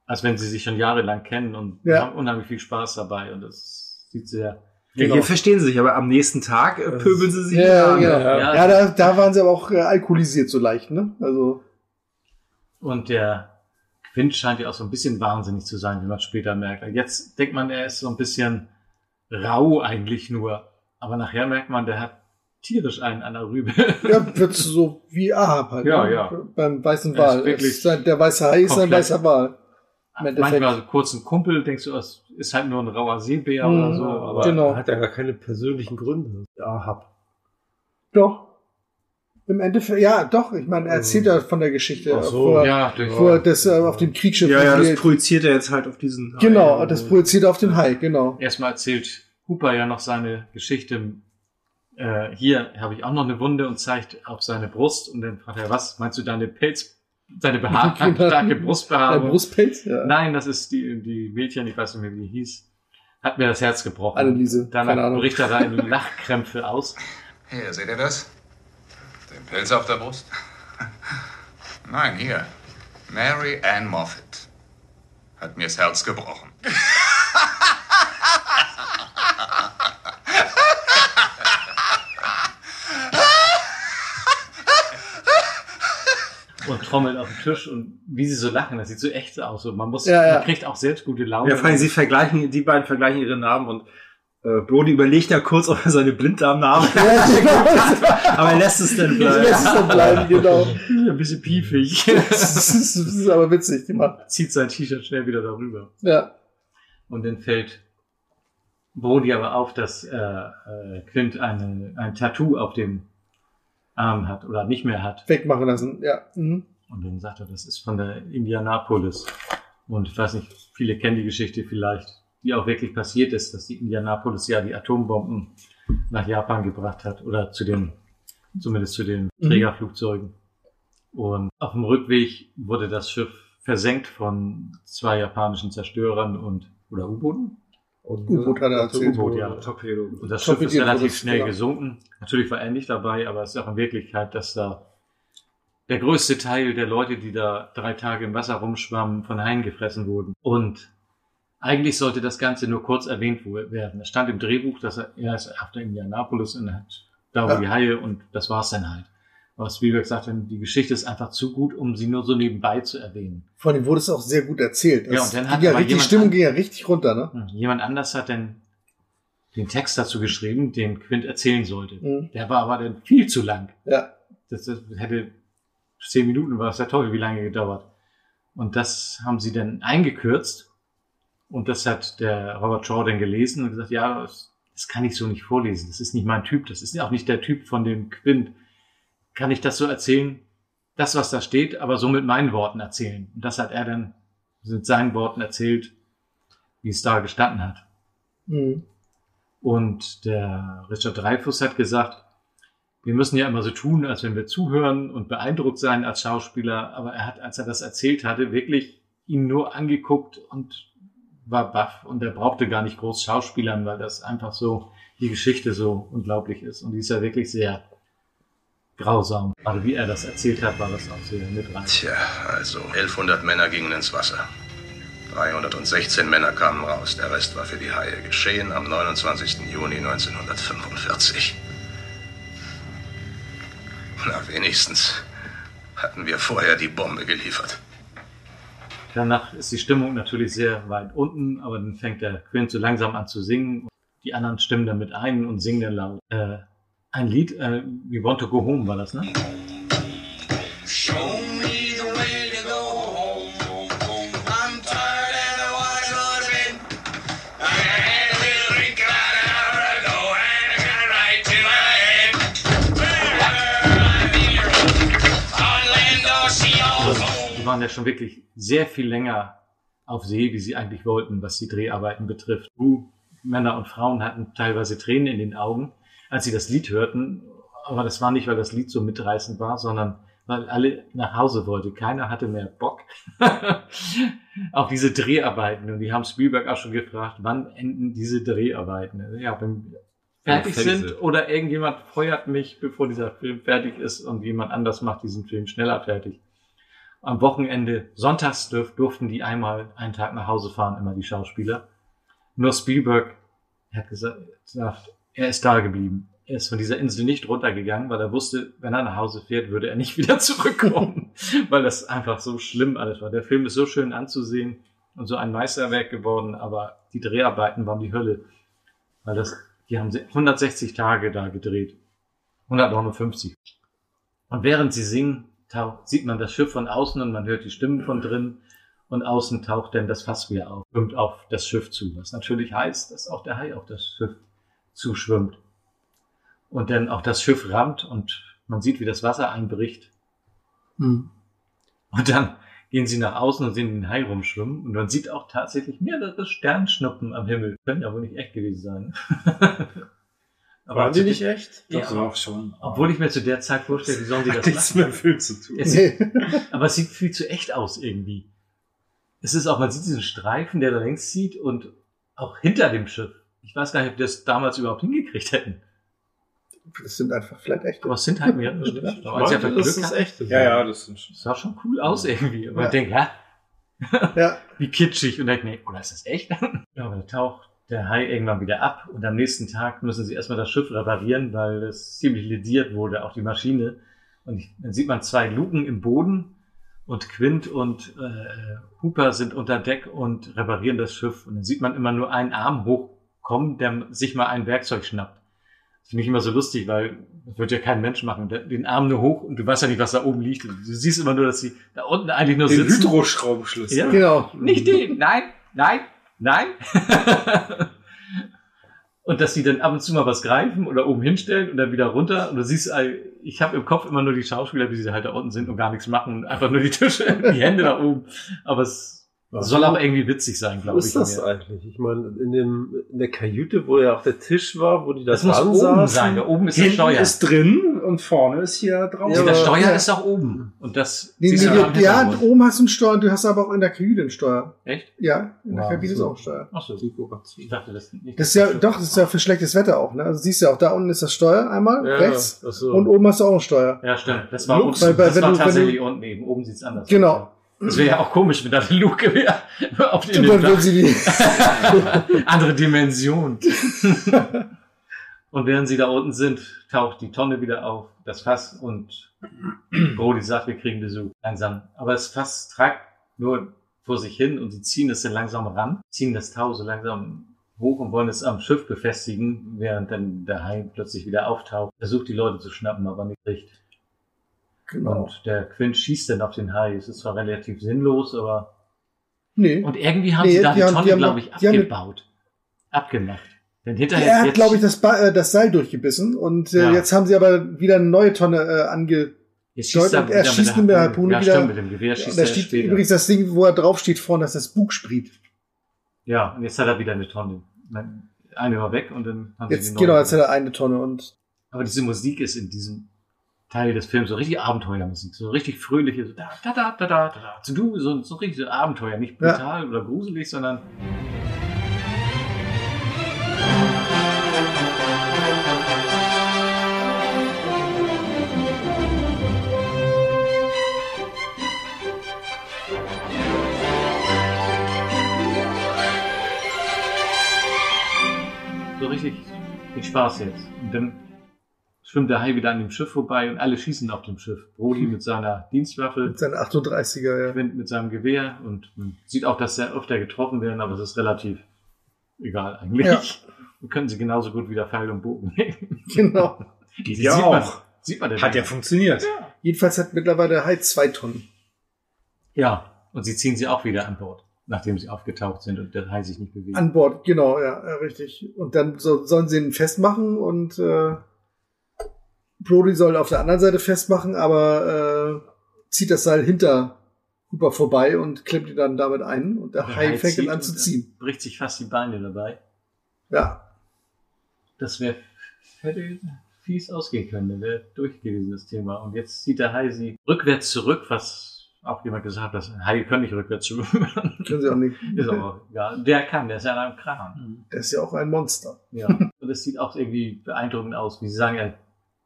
als wenn sie sich schon jahrelang kennen und
Ja.
haben unheimlich viel Spaß dabei und das sieht sehr.
Ja, Hier verstehen sie sich, aber am nächsten Tag äh, pöbeln sie sich
Ja,
wieder
genau.
an.
ja. da, da waren sie aber auch äh, alkoholisiert so leicht, ne? Also,
Und der Quint scheint ja auch so ein bisschen wahnsinnig zu sein, wie man später merkt. Jetzt denkt man, er ist so ein bisschen rau eigentlich nur. Aber nachher merkt man, der hat tierisch einen an der Rübe.
ja, wird so wie Ahab halt.
Ja,
ne?
ja.
Beim weißen
Er ist
Wal.
wirklich
Ist ein- Der weiße Hai ist ein
komplett-
weißer Wal. Im Endeffekt.
Manchmal so kurz ein Kumpel, denkst du, es ist halt nur ein rauer Seebär
Mhm,
oder so. Aber
genau.
Hat ja gar keine persönlichen Gründe.
Ja, hab.
Doch. Im Endeffekt, ja, doch. Ich meine, er erzählt ja von der Geschichte.
Mhm. Ach so,
wo er,
ja, durch-
wo er das äh, auf dem Kriegsschiff.
Ja, ja, das
projiziert-
projiziert er jetzt halt auf diesen.
Genau, das projiziert auf den Hai, genau.
erstmal erzählt Hooper ja noch seine Geschichte. Äh, hier habe ich auch noch eine Wunde und zeigt auf seine Brust. Und dann fragt er, was meinst du, deine Pelz, deine Behaarung, starke Brustbehaarung?
Ein Brustpelz? Ja.
Nein, das ist die, die Mädchen, ich weiß nicht mehr, wie die hieß, hat mir das Herz gebrochen.
Anneliese, keine
Danach
Ahnung.
bricht er da in Lachkrämpfe aus.
Hier, seht ihr das? Den Pelz auf der Brust?
Nein, hier. Mary Ann Moffat.
hat mir das Herz gebrochen.
und trommeln auf den Tisch und wie sie so lachen, das sieht so echt aus. Und man muss,
Ja, ja.
man kriegt auch selbst gute Laune.
Ja, vor allem sie vergleichen, die beiden vergleichen ihre Namen und äh, Brody überlegt ja kurz, ob er seine Blinddarmnamen Aber er lässt es dann bleiben.
Lässt es dann bleiben, genau.
Ein bisschen piefig.
das, ist, das ist aber witzig gemacht.
Zieht sein T-Shirt schnell wieder darüber.
Ja.
Und dann fällt Brody aber auf, dass äh, äh, Clint eine, ein Tattoo auf dem Arm hat oder nicht mehr hat.
Wegmachen lassen, ja. Mhm.
Und dann sagt er, das ist von der Indianapolis. Und ich weiß nicht, viele kennen die Geschichte vielleicht, die auch wirklich passiert ist, dass die Indianapolis ja die Atombomben nach Japan gebracht hat oder zu den, zumindest zu den
Mhm.
Trägerflugzeugen. Und auf dem Rückweg wurde das Schiff versenkt von zwei japanischen Zerstörern und, oder U-Booten?
U-Boot hat er erzählt.
U-Boot, ja.
Torpedo.
Und das Schiff ist
Torpediert wurde
relativ
es,
schnell
ja.
gesunken. Natürlich war er nicht dabei, aber es ist auch in Wirklichkeit, dass da der größte Teil der Leute, die da drei Tage im Wasser rumschwammen, von Haien gefressen wurden. Und eigentlich sollte das Ganze nur kurz erwähnt wo- werden. Es stand im Drehbuch, dass er, er ist auf der Indianapolis und hat da wo
Ja.
die Haie und das war's dann halt. Aber Spielberg sagte, die Geschichte ist einfach zu gut, um sie nur so nebenbei zu erwähnen.
Vor allem wurde es auch sehr gut erzählt.
Ja,
Es
und dann
ging
hat
ja
aber
richtig, die
jemand
Stimmung ging ja richtig runter, ne?
Hm, Jemand anders hat dann den Text dazu geschrieben, den Quint erzählen sollte.
Mhm.
Der war aber dann viel zu lang.
Ja.
Das, das hätte zehn Minuten war es der Teufel, wie lange gedauert. Und das haben sie dann eingekürzt. Und das hat der Robert Shaw dann gelesen und gesagt, ja, das, das kann ich so nicht vorlesen. Das ist nicht mein Typ. Das ist auch nicht der Typ von dem Quint. Kann ich das so erzählen? Das, was da steht, aber so mit meinen Worten erzählen. Und das hat er dann mit seinen Worten erzählt, wie es da gestanden hat.
Mhm.
Und der Richard Dreyfuss hat gesagt, wir müssen ja immer so tun, als wenn wir zuhören und beeindruckt sein als Schauspieler. Aber er hat, als er das erzählt hatte, wirklich ihn nur angeguckt und war baff. Und er brauchte gar nicht groß Schauspielern, weil das einfach so, die Geschichte so unglaublich ist. Und die ist ja wirklich sehr grausam. Gerade wie er das erzählt hat, war das auch sehr mitreißend.
Tja, also 1100 Männer gingen ins Wasser. 316 Männer kamen raus, der Rest war für die Haie. Geschehen am 29. Juni 1945. Na, wenigstens hatten wir vorher die Bombe geliefert.
Danach ist die Stimmung natürlich sehr weit unten, aber dann fängt der Quint so langsam an zu singen. Die anderen stimmen dann mit ein und singen dann laut. Äh, ein Lied, äh, We Want to Go Home war das, ne?
Show me the way to go home, home, home. I'm tired and I wanna go to bed. I had a little drink about an hour ago and I got right to my head. Wherever I be, on land or sea or home.
Also, Die waren ja schon wirklich sehr viel länger auf See, wie sie eigentlich wollten, was die Dreharbeiten betrifft. Du, Männer und Frauen hatten teilweise Tränen in den Augen, als sie das Lied hörten. Aber das war nicht, weil das Lied so mitreißend war, sondern weil alle nach Hause wollten. Keiner hatte mehr Bock auf diese Dreharbeiten. Und die haben Spielberg auch schon gefragt, wann enden diese Dreharbeiten? Ja, wenn wir fertig
fertig
sind oder irgendjemand feuert mich, bevor dieser Film fertig ist und jemand anders macht diesen Film schneller fertig am Wochenende, sonntags dürf, durften die einmal einen Tag nach Hause fahren, immer die Schauspieler. Nur Spielberg hat gesa- gesagt, er ist da geblieben. Er ist von dieser Insel nicht runtergegangen, weil er wusste, wenn er nach Hause fährt, würde er nicht wieder zurückkommen, weil das einfach so schlimm alles war. Der Film ist so schön anzusehen und so ein Meisterwerk geworden, aber die Dreharbeiten waren die Hölle, weil das, die haben se- 160 Tage da gedreht. 159. Und während sie singen, tau- sieht man das Schiff von außen und man hört die Stimmen von drinnen. Und außen taucht dann das Fass wieder auf, schwimmt auf das Schiff zu. Was natürlich heißt, dass auch der Hai auf das Schiff zuschwimmt. Und dann auch das Schiff rammt und man sieht, wie das Wasser einbricht.
Mhm.
Und dann gehen sie nach außen und sehen den Hai rumschwimmen. Und man sieht auch tatsächlich mehrere Sternschnuppen am Himmel. Können ja wohl nicht echt gewesen sein.
Waren die
zu-
nicht echt?
Ja,
Doch, auch schon.
Obwohl ich mir zu der Zeit vorstelle, wie sollen die
Hat
das
nichts
machen?
mit dem Film zu tun.
Es sieht, aber es sieht viel zu echt aus irgendwie. Es ist auch, man sieht diesen Streifen, der da längs zieht und auch hinter dem Schiff. Ich weiß gar nicht, ob die das damals überhaupt hingekriegt hätten.
Das sind einfach vielleicht echte.
Aber es sind halt mehrere Streifen. Aber als sie einfach Glück hatten-
Ja, ja, das sind schon.
Das sah schon cool aus irgendwie. Aber
Ja.
man denkt, hä?
Ja.
Wie kitschig. Und dann denke ich, nee, oder ist das echt? ja, aber da taucht der Hai irgendwann wieder ab und am nächsten Tag müssen sie erstmal das Schiff reparieren, weil es ziemlich lediert wurde, auch die Maschine. Und ich, dann sieht man zwei Luken im Boden und Quint und äh, Hooper sind unter Deck und reparieren das Schiff. Und dann sieht man immer nur einen Arm hochkommen, der sich mal ein Werkzeug schnappt. Das finde ich immer so lustig, weil das wird ja kein Mensch machen. Der- Den Arm nur hoch und du weißt ja nicht, was da oben liegt. Du siehst immer nur, dass sie da unten eigentlich nur
Den
sitzen.
Hydroschraubenschlüssel.
Ja, genau. Nicht den. Nein, nein, nein. und dass sie dann ab und zu mal was greifen oder oben hinstellen und dann wieder runter. Und du siehst, all- ich habe im Kopf immer nur die Schauspieler, wie sie halt da unten sind und gar nichts machen. und Einfach nur die Tische, die Hände da oben. Aber es
Warum?
soll auch irgendwie witzig sein,
Wo
glaube ich.
ist das
mir.
eigentlich? Ich meine, in, dem, in der Kajüte, wo ja auch der Tisch war, wo die das,
Das muss oben
ansaßen.
sein, da oben ist das
Hinten
Steuer.
ist drin.
Drin und vorne ist hier draußen.
Nee, das Steuer
ja.
ist doch oben. Und das
Nee,
siehst
nee,
du am
ja, ja,
Hintergrund.
oben hast du einen Steuer und du hast aber auch in der Kabine einen Steuer.
Echt?
Ja, in der
Wow,
Kabine ist
so.
auch ein Steuer.
Ach so. Ich dachte, das nicht.
Das ist ja, doch, das ist ja für schlechtes Wetter auch, ne? Also siehst du ja auch, da unten ist das Steuer einmal,
Ja,
rechts,
ach so.
und oben hast du auch ein Steuer.
Ja, stimmt. Das war,
Lux,
unten,
weil- weil
das
wenn
war
du- wenn
tatsächlich
du-
unten eben. Oben sieht es anders aus.
Genau.
Das wäre ja auch komisch, wenn da eine Luke wäre. Auf den
Und dann würden sie die,
Andere Dimension. und während sie da unten sind, taucht die Tonne wieder auf, das Fass und Brody sagt, wir kriegen Besuch. Langsam. Aber das Fass tragt nur vor sich hin und sie ziehen es dann langsam ran, ziehen das Tau so langsam hoch und wollen es am Schiff befestigen, während dann der Hai plötzlich wieder auftaucht, versucht die Leute zu schnappen, aber nicht kriegt.
Genau.
Und der Quint schießt dann auf den Hai. Es ist zwar relativ sinnlos, aber.
nee.
Und irgendwie haben
Nee,
sie da die,
die haben-
Tonne,
die haben-
glaube ich,
die haben eine-
abgebaut. Abgemacht. Denn hinterher
Er hat,
jetzt-
glaube ich, das, Ba- äh, das Seil durchgebissen und äh,
Ja.
jetzt haben sie aber wieder eine neue Tonne äh, ange.
Jetzt
Dort-
schießt er
und er
wieder
schießt mit der Harpune
ja,
wieder.
Stimmt, mit dem Gewehr
Und
schießt
da
er
steht
später.
übrigens das Ding, wo er drauf steht vorne, das ist das Bugspriet.
ja, und jetzt hat er wieder eine Tonne. Nein, Eine war weg und dann haben sie
Jetzt,
die
genau,
neue.
jetzt hat er eine Tonne und
Aber diese Musik ist in diesem Teil des Films so richtig Abenteuermusik, so richtig fröhliche, so da, da, da, da, da, da, da, zu du, so, so richtig so Abenteuer, nicht brutal oder gruselig, sondern so richtig viel Spaß jetzt. Und dann schwimmt der Hai wieder an dem Schiff vorbei und alle schießen auf dem Schiff. Brody mit seiner Dienstwaffe.
mit seinen 38er, ja.
Wind mit seinem Gewehr und man sieht auch, dass sehr öfter getroffen werden, aber es ist relativ egal eigentlich.
Ja.
Wir können sie genauso gut wieder Pfeil und Bogen nehmen.
Genau.
Die
ja
man,
auch.
sieht man denn
Hat ja
nicht.
funktioniert.
Jedenfalls hat mittlerweile der Hai zwei Tonnen.
Ja, und sie ziehen sie auch wieder an Bord, nachdem sie aufgetaucht sind und der Hai sich nicht bewegt.
An Bord, genau, ja, ja, richtig. Und dann so, sollen sie ihn festmachen und äh, Brody soll auf der anderen Seite festmachen, aber äh, zieht das Seil hinter Hooper vorbei und klemmt ihn dann damit ein und der,
Der
Hai
Hai
fängt
zieht
ihn an
und
zu
er
ziehen.
Bricht sich fast die Beine dabei.
Ja,
Das wäre hätte fies ausgehen können, dann wäre durch gewesen das Thema. Und jetzt zieht der Hai sie rückwärts zurück, was auch jemand gesagt hat, dass Haie können nicht rückwärts schwimmen.
können sie auch nicht.
Ist aber egal. Der kann, der ist ja an einem Kran.
Der ist ja auch ein Monster.
Ja. Und das sieht auch irgendwie beeindruckend aus, wie sie sagen, er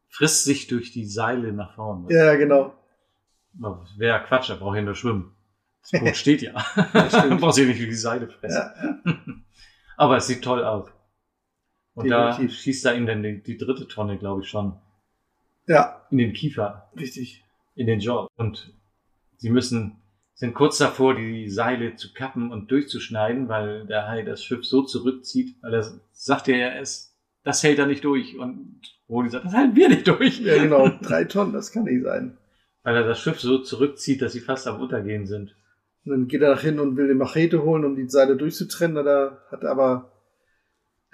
frisst sich durch die Seile nach vorne.
Ja, genau.
Aber Wäre ja Quatsch, er braucht ja nur schwimmen. Das Boot steht ja.
stimmt.
braucht sich nicht durch die Seile fressen. Aber es sieht toll aus. Und da
Definitiv.
schießt er ihm dann die, die dritte Tonne, glaube ich, schon.
Ja,
In den Kiefer,
richtig.
in den Jaw. Und sie müssen, sind kurz davor, die Seile zu kappen und durchzuschneiden, weil der Hai das Schiff so zurückzieht, weil er sagt ja, er ist, das hält er nicht durch. Und Rodi sagt, das halten wir nicht durch.
Ja, genau. Drei Tonnen, das kann nicht sein.
Weil er das Schiff so zurückzieht, dass sie fast am Untergehen sind.
Und dann geht er nach hin und will eine Machete holen, um die Seile durchzutrennen. Da hat aber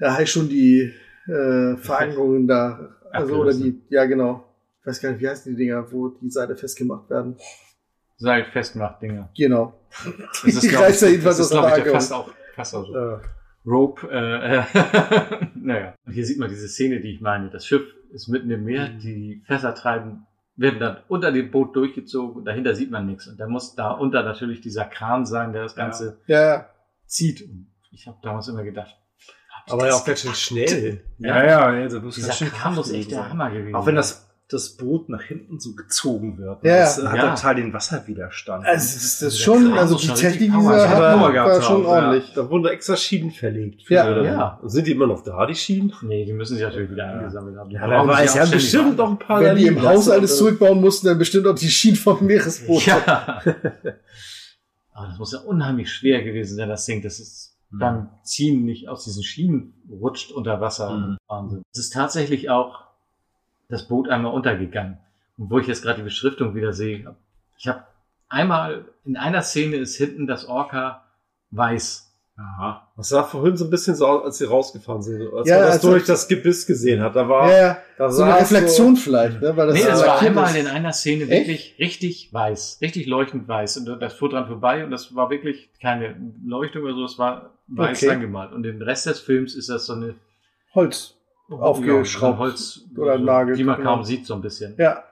der Hai schon die äh, Verankerungen da. Also, oder die,
Abgerissen.
ja, genau. Ich weiß gar nicht, wie heißen die Dinger, wo die Seile festgemacht werden.
Seil festmacht, Dinger.
Genau.
Das ist,
Die
glaube ich,
reißt er
das
jedenfalls
ist,
aus der
glaub ich,
Waage.
der fast auch, fast auch so. Rope, äh, naja. Und hier sieht man diese Szene, die ich meine. Das Schiff ist mitten im Meer, die Fässer treiben, werden dann unter dem Boot durchgezogen und dahinter sieht man nichts. Und dann muss da unter natürlich dieser Kran sein, der das Ganze
Ja, ja.
zieht. Und ich habe damals immer gedacht,
Aber ja auch ganz schön schnell.
Ja,
ja, ja, also muss
dieser Kran muss echt der Hammer gewesen
Auch wenn
sein.
das
das Boot nach hinten so gezogen wird.
Ja,
das
ja.
hat
Ja.
total den Wasserwiderstand.
Also, es ist- das ist schon- also die Technik, die sie hatten, war schon ordentlich.
Da wurden extra Schienen verlegt. für-
Ja.
Ja.
Sind die immer noch da, die Schienen?
Nee, die müssen sich natürlich wieder eingesammelt haben.
Ja, wer weiß, ja, bestimmt noch ein paar
Wenn die also im
liegen
Haus
lassen,
alles
oder?
zurückbauen mussten, dann bestimmt auch die Schienen vom Meeresboot.
Ja. Aber das muss ja unheimlich schwer gewesen sein, das Ding. Das ist beim Ziehen nicht aus diesen Schienen rutscht unter Wasser. Wahnsinn. Es ist tatsächlich auch das Boot einmal untergegangen. Und wo ich jetzt gerade die Beschriftung wieder sehe, ich habe einmal in einer Szene ist hinten das Orca weiß. Aha.
Das sah vorhin so ein bisschen so aus, als sie rausgefahren sind. Als
Ja,
man das
also-
durch das Gebiss gesehen hat. Da war,
Ja, ja.
Da
Also So eine
sah es
Reflexion vielleicht, ne? Weil das
Nee, das
so
war
lackiert
einmal
ist.
in einer Szene wirklich richtig weiß, richtig leuchtend weiß. Und das fuhr dran vorbei und das war wirklich keine Leuchtung oder so, es war weiß
Okay.
angemalt. Und den Rest des Films ist das so eine
Holz aufgeschraubt.
Ja, Holz,
oder Nagel.
die man
genau.
kaum sieht, so ein bisschen.
Ja.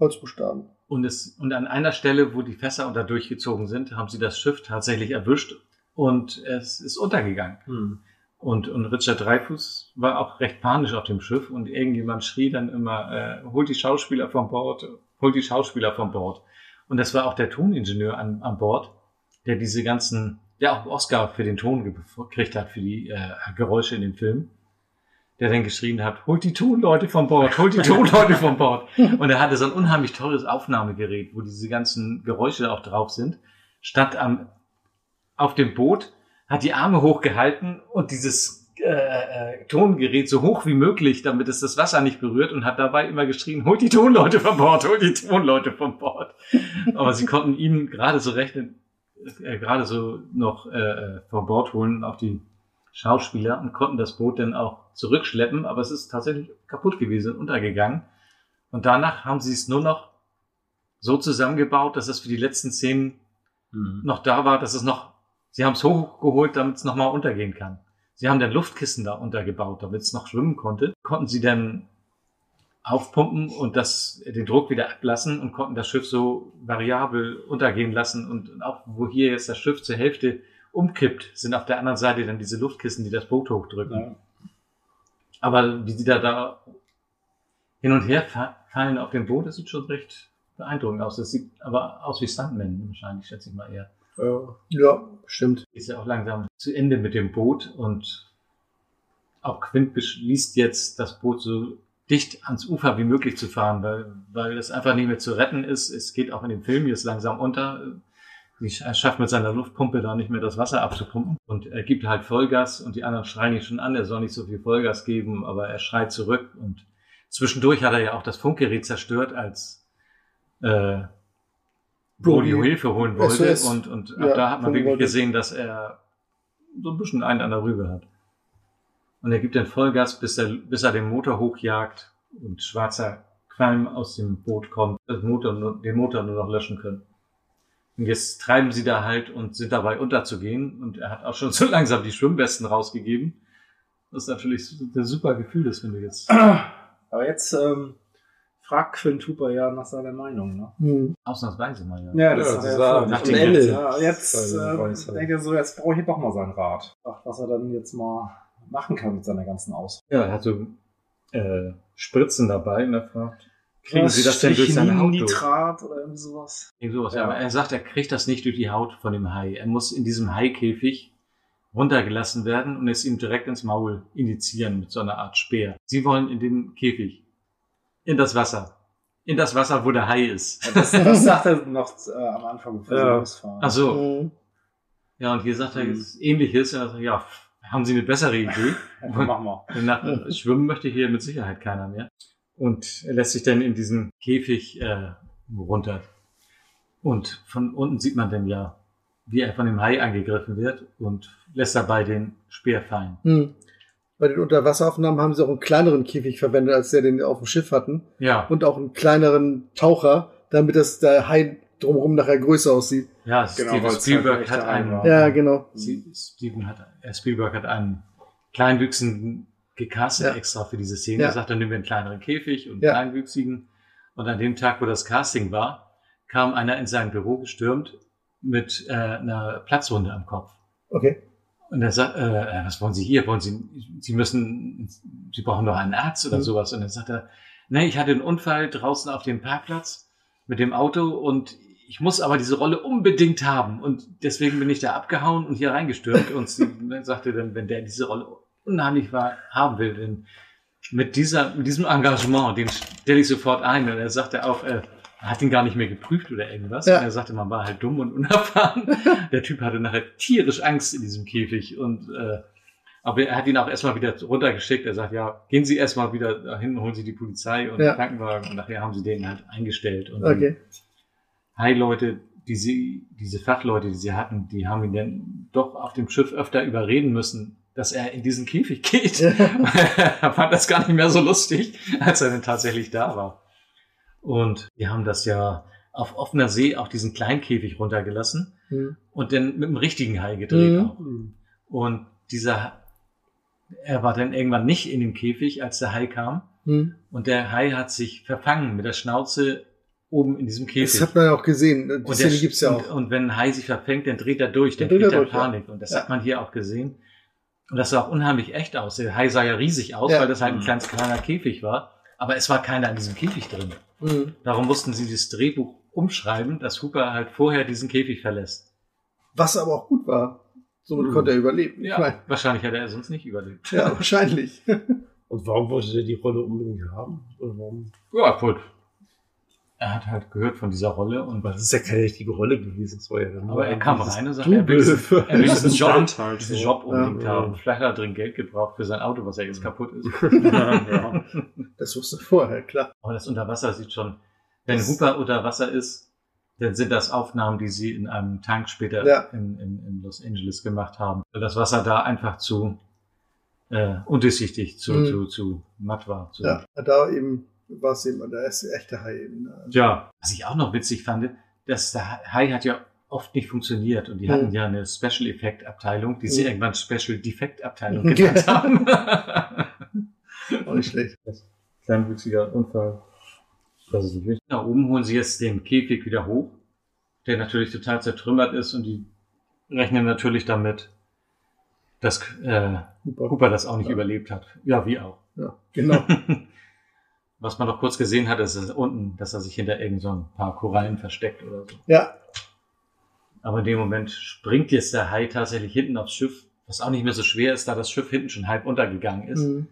Holzbuchstaben.
Und, es, und an einer Stelle, wo die Fässer unter durchgezogen sind, haben sie das Schiff tatsächlich erwischt und es ist untergegangen. Und, und Richard Dreyfus war auch recht panisch auf dem Schiff und irgendjemand schrie dann immer, äh, holt die Schauspieler von Bord, holt die Schauspieler von Bord. Und das war auch der Toningenieur an, an Bord, der diese ganzen, der auch einen Oscar für den Ton ge- gekriegt hat, für die äh, Geräusche in dem Film, der dann geschrien hat, holt die Tonleute von Bord, holt die Tonleute von Bord. Und er hatte so ein unheimlich teures Aufnahmegerät, wo diese ganzen Geräusche auch drauf sind. Statt am, auf dem Boot, hat die Arme hochgehalten und dieses äh, äh, Tongerät so hoch wie möglich, damit es das Wasser nicht berührt und hat dabei immer geschrien, holt die Tonleute von Bord, holt die Tonleute von Bord. Aber sie konnten ihn gerade so rechnen, äh, gerade so noch äh, äh, von Bord holen, auch die Schauspieler und konnten das Boot dann auch zurückschleppen, aber es ist tatsächlich kaputt gewesen, untergegangen. Und danach haben sie es nur noch so zusammengebaut, dass es für die letzten Szenen noch da war, dass es noch, sie haben es hochgeholt, damit es nochmal untergehen kann. Sie haben dann Luftkissen da untergebaut, damit es noch schwimmen konnte. Konnten sie dann aufpumpen und das, den Druck wieder ablassen und konnten das Schiff so variabel untergehen lassen. Und auch wo hier jetzt das Schiff zur Hälfte umkippt, sind auf der anderen Seite dann diese Luftkissen, die das Boot hochdrücken. Aber wie sie da, da hin und her fa- fallen auf dem Boot, das sieht schon recht beeindruckend aus. Das sieht aber aus wie Stuntmen wahrscheinlich, schätze ich mal eher.
Ja. Ja, stimmt.
Ist ja auch langsam zu Ende mit dem Boot und auch Quint beschließt jetzt, das Boot so dicht ans Ufer wie möglich zu fahren, weil, weil es einfach nicht mehr zu retten ist. Es geht auch in dem Film jetzt langsam unter. Sie sch- Er schafft mit seiner Luftpumpe da nicht mehr das Wasser abzupumpen und er gibt halt Vollgas und die anderen schreien ihn schon an, er soll nicht so viel Vollgas geben, aber er schreit zurück und zwischendurch hat er ja auch das Funkgerät zerstört, als äh, Brody
Brody
Hilfe holen wollte
SOS.
und, und
Ja,
ab da hat man
von
wirklich
Brody.
gesehen, dass er so ein bisschen einen an der Rübe hat. Und er gibt dann Vollgas, bis er, bis er den Motor hochjagt und schwarzer Qualm aus dem Boot kommt, das Motor, nur- den Motor nur noch löschen können. Und jetzt treiben sie da halt und sind dabei unterzugehen. Und er hat auch schon so langsam die Schwimmwesten rausgegeben. Das ist natürlich ein super Gefühl, das wenn du jetzt
Aber jetzt ähm, fragt Quint Hooper ja nach seiner Meinung. Ne?
Hm.
ausnahmsweise mal
Ja, das
Ja,
hat
das
er
war
ja
nach
nach
dem
dem
Ende.
Ja, jetzt
Seine Weisheit.
äh, denkt er so, jetzt brauche ich doch mal seinen Rat. Ach, was er dann jetzt mal machen kann mit seiner ganzen Ausrüstung.
Ja, er hat so äh, Spritzen dabei und er fragt, kriegen
Was,
Sie das denn durch seine Haut? durch?
Nitrat oder irgendwie sowas.
Irgend sowas.
Ja.
Aber er sagt, er kriegt das nicht durch die Haut von dem Hai. Er muss in diesem Haikäfig runtergelassen werden und es ihm direkt ins Maul injizieren mit so einer Art Speer. Sie wollen in den Käfig. In das Wasser. In das Wasser, wo der Hai ist.
Das, das sagt er noch äh, am Anfang, bevor sie
Ja.
losfahren.
Ach so. Ja, und hier sagt er
Mhm.
jetzt ähnliches. Er sagt, ja, pff, haben Sie eine bessere Idee?
Ja, komm, machen wir.
Und Nach, schwimmen möchte hier mit Sicherheit keiner mehr. Und er lässt sich dann in diesen Käfig äh, runter. Und von unten sieht man dann ja, wie er von dem Hai angegriffen wird und lässt dabei den Speer fallen.
Hm. Bei den Unterwasseraufnahmen haben sie auch einen kleineren Käfig verwendet, als der, den sie auf dem Schiff hatten.
Ja.
Und auch einen kleineren Taucher, damit das der Hai drumherum nachher größer aussieht.
Ja,
Genau,
Steven
weil es
Spielberg
halt echt
hat
ein
einen.
war.
Ja, genau.
Sie- Steven hat, äh, Spielberg hat einen Kleinwüchsigen gecastet extra für diese Szene.
Ja.
Er sagt, dann nehmen wir einen kleineren Käfig und einen
Ja.
Kleinwüchsigen. Und an dem Tag, wo das Casting war, kam einer in sein Büro gestürmt mit äh, einer Platzwunde am Kopf.
Okay.
Und er sagt, äh, was wollen Sie hier? Wollen Sie, Sie müssen, Sie brauchen doch einen Arzt oder
Mhm.
sowas. Und dann sagt er, ne, ich hatte einen Unfall draußen auf dem Parkplatz mit dem Auto und ich muss aber diese Rolle unbedingt haben. Und deswegen bin ich da abgehauen und hier reingestürmt. Und sie ne, sagte dann, wenn der diese Rolle unheimlich war, haben will, dann mit, dieser, mit diesem Engagement, den stelle ich sofort ein. Und er sagte auch, äh, er hat ihn gar nicht mehr geprüft oder irgendwas.
Ja.
Und er sagte, man war halt dumm und unerfahren. Der Typ hatte nachher tierisch Angst in diesem Käfig. Und äh, aber er hat ihn auch erstmal wieder runtergeschickt. Er sagt, ja, gehen Sie erstmal wieder dahin, holen Sie die Polizei und
Ja.
den Krankenwagen. Und nachher haben sie den halt eingestellt. Und dann
Okay.
Hai-Leute, die sie, diese Fachleute, die sie hatten, die haben ihn dann doch auf dem Schiff öfter überreden müssen, dass er in diesen Käfig geht. er fand das gar nicht mehr so lustig, als er dann tatsächlich da war. Und die haben das ja auf offener See auch diesen kleinen Käfig runtergelassen
Hm.
und dann mit dem richtigen Hai gedreht
Mhm.
auch. Und dieser, er war dann irgendwann nicht in dem Käfig, als der Hai kam.
Hm.
Und der Hai hat sich verfangen mit der Schnauze oben in diesem Käfig.
Das hat man ja auch gesehen. Die
Und
Szene
der-
gibt's ja
und,
auch.
Und wenn ein Hai sich verfängt, dann dreht er durch, dann
Dann dreht
kriegt
er
er
durch, ja.
Panik. Und das
Ja.
hat man hier auch gesehen. Und das sah auch unheimlich echt aus. Der Hai sah ja riesig aus,
Ja.
weil das halt ein
Mhm.
ganz kleiner Käfig war. Aber es war keiner in diesem Käfig drin.
Hm.
Darum mussten sie das Drehbuch umschreiben, dass Hooper halt vorher diesen Käfig verlässt.
Was aber auch gut war. Somit
Hm.
konnte er überleben.
Ja,
Ich mein,
wahrscheinlich hätte er sonst nicht überlebt.
ja wahrscheinlich.
Und warum wollte der die Rolle unbedingt haben? Oder warum?
Ja, gut. Er hat halt gehört von dieser Rolle und
Das ist ja keine richtige Rolle gewesen. Das war ja dann
Aber er kam rein und sagte,
sagte,
er will, diesen- er will diesen, Job,
halt
diesen Job unbedingt
Ja.
haben. Vielleicht hat er drin Geld gebraucht für sein Auto, was ja jetzt kaputt ist.
Das wusste er vorher, klar.
Aber das Unterwasser sieht schon, wenn
Das-
Hooper unter Wasser ist, dann sind das Aufnahmen, die sie in einem Tank später
Ja.
in, in, in Los Angeles gemacht haben. Weil das Wasser da einfach zu äh, undurchsichtig, zu,
Mhm.
zu, zu matt war. Zu,
Ja, da eben war es eben, da ist der echte Hai eben. ne?
Ja. Was ich auch noch witzig fand, dass der Hai hat ja oft nicht funktioniert und die
Mhm.
hatten ja eine Special Effect Abteilung, die sie
Mhm.
irgendwann Special Defect Abteilung genannt haben.
Auch nicht schlecht.
Kleinwüchsiger Unfall. Das ist nicht Da oben holen sie jetzt den Käfig wieder hoch, der natürlich total zertrümmert ist und die rechnen natürlich damit, dass äh,
Hooper.
Cooper das auch nicht
Ja.
überlebt hat. Ja, wie auch.
Ja, genau.
Was man noch kurz gesehen hat, ist dass unten, dass er sich hinter irgend so ein paar Korallen versteckt oder so.
Ja.
Aber in dem Moment springt jetzt der Hai tatsächlich hinten aufs Schiff, was auch nicht mehr so schwer ist, da das Schiff hinten schon halb untergegangen ist.
Mhm.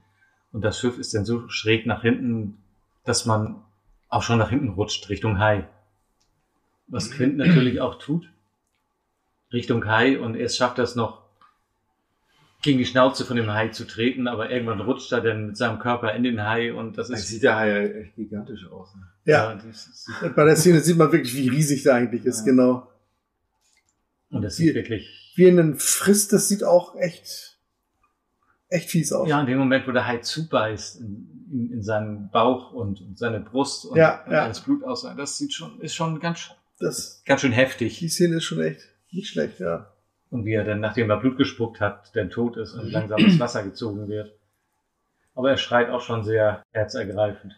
Und das Schiff ist dann so schräg nach hinten, dass man auch schon nach hinten rutscht, Richtung Hai. Was Quint natürlich auch tut, Richtung Hai. Und erst schafft er es noch, gegen die Schnauze von dem Hai zu treten, aber irgendwann rutscht er dann mit seinem Körper in den Hai und das ist...
Das sieht der Hai ja echt gigantisch aus. Ne?
Ja.
das ist,
Bei der Szene sieht man wirklich, wie riesig der eigentlich ist, genau.
und das sieht wirklich
Wie er einen frisst, das sieht auch echt, echt fies aus.
Ja, in dem Moment, wo der Hai zubeißt in, in, in seinen Bauch und, und seine Brust und,
Ja,
und
ja.
alles Blut aus, das sieht schon, ist schon ganz, sch-
Das,
ganz schön heftig.
die Szene ist schon echt nicht schlecht, ja.
Und wie er dann, nachdem er Blut gespuckt hat, dann tot ist und langsam ins Wasser gezogen wird. Aber er schreit auch schon sehr herzergreifend.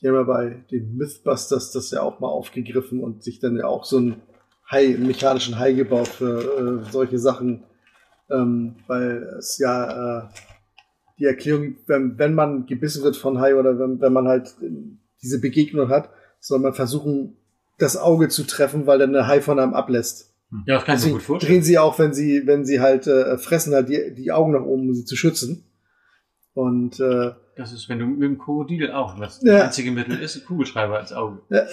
Die haben ja bei den Mythbusters das ja auch mal aufgegriffen und sich dann ja auch so einen Hai, einen mechanischen Hai gebaut für äh, solche Sachen. Ähm, weil es ja äh, die Erklärung gibt, wenn, wenn man gebissen wird von Hai oder wenn, wenn man halt äh, diese Begegnung hat, soll man versuchen, das Auge zu treffen, weil dann der Hai von einem ablässt.
Ja, das kann ich mir
Deswegen
gut vorstellen.
drehen sie auch, wenn sie, wenn sie halt äh, fressen, halt die, die Augen nach oben, um sie zu schützen. Und äh,
Das ist, wenn du mit dem Krokodil auch, was
Ja.
das einzige Mittel ist, ein Kugelschreiber ins Auge.
ja,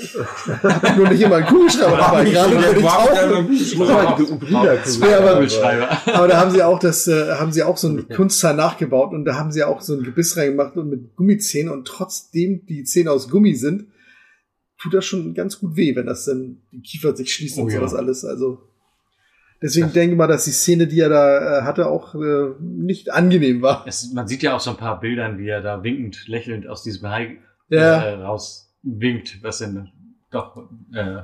hab nur nicht immer einen Kugelschreiber
Aber
dabei,
nicht
gerade
schon
wenn
den
ich
Quark, der
tauchen.
mit dem
Ja, aber,
Kugelschreiber.
aber da haben sie auch das, äh, haben sie auch so einen Kunstteil nachgebaut und da haben sie auch so ein Gebiss reingemacht und mit Gummizähnen und trotzdem die Zähne aus Gummi sind, tut das schon ganz gut weh, wenn das dann die Kiefer sich schließen und
Oh ja.
sowas alles. Also deswegen denke ich mal, dass die Szene, die er da äh, hatte, auch äh, nicht angenehm war.
Es, man sieht ja auch so ein paar Bildern, wie er da winkend, lächelnd aus diesem Hai
Ja.
äh, raus winkt, was dann doch äh,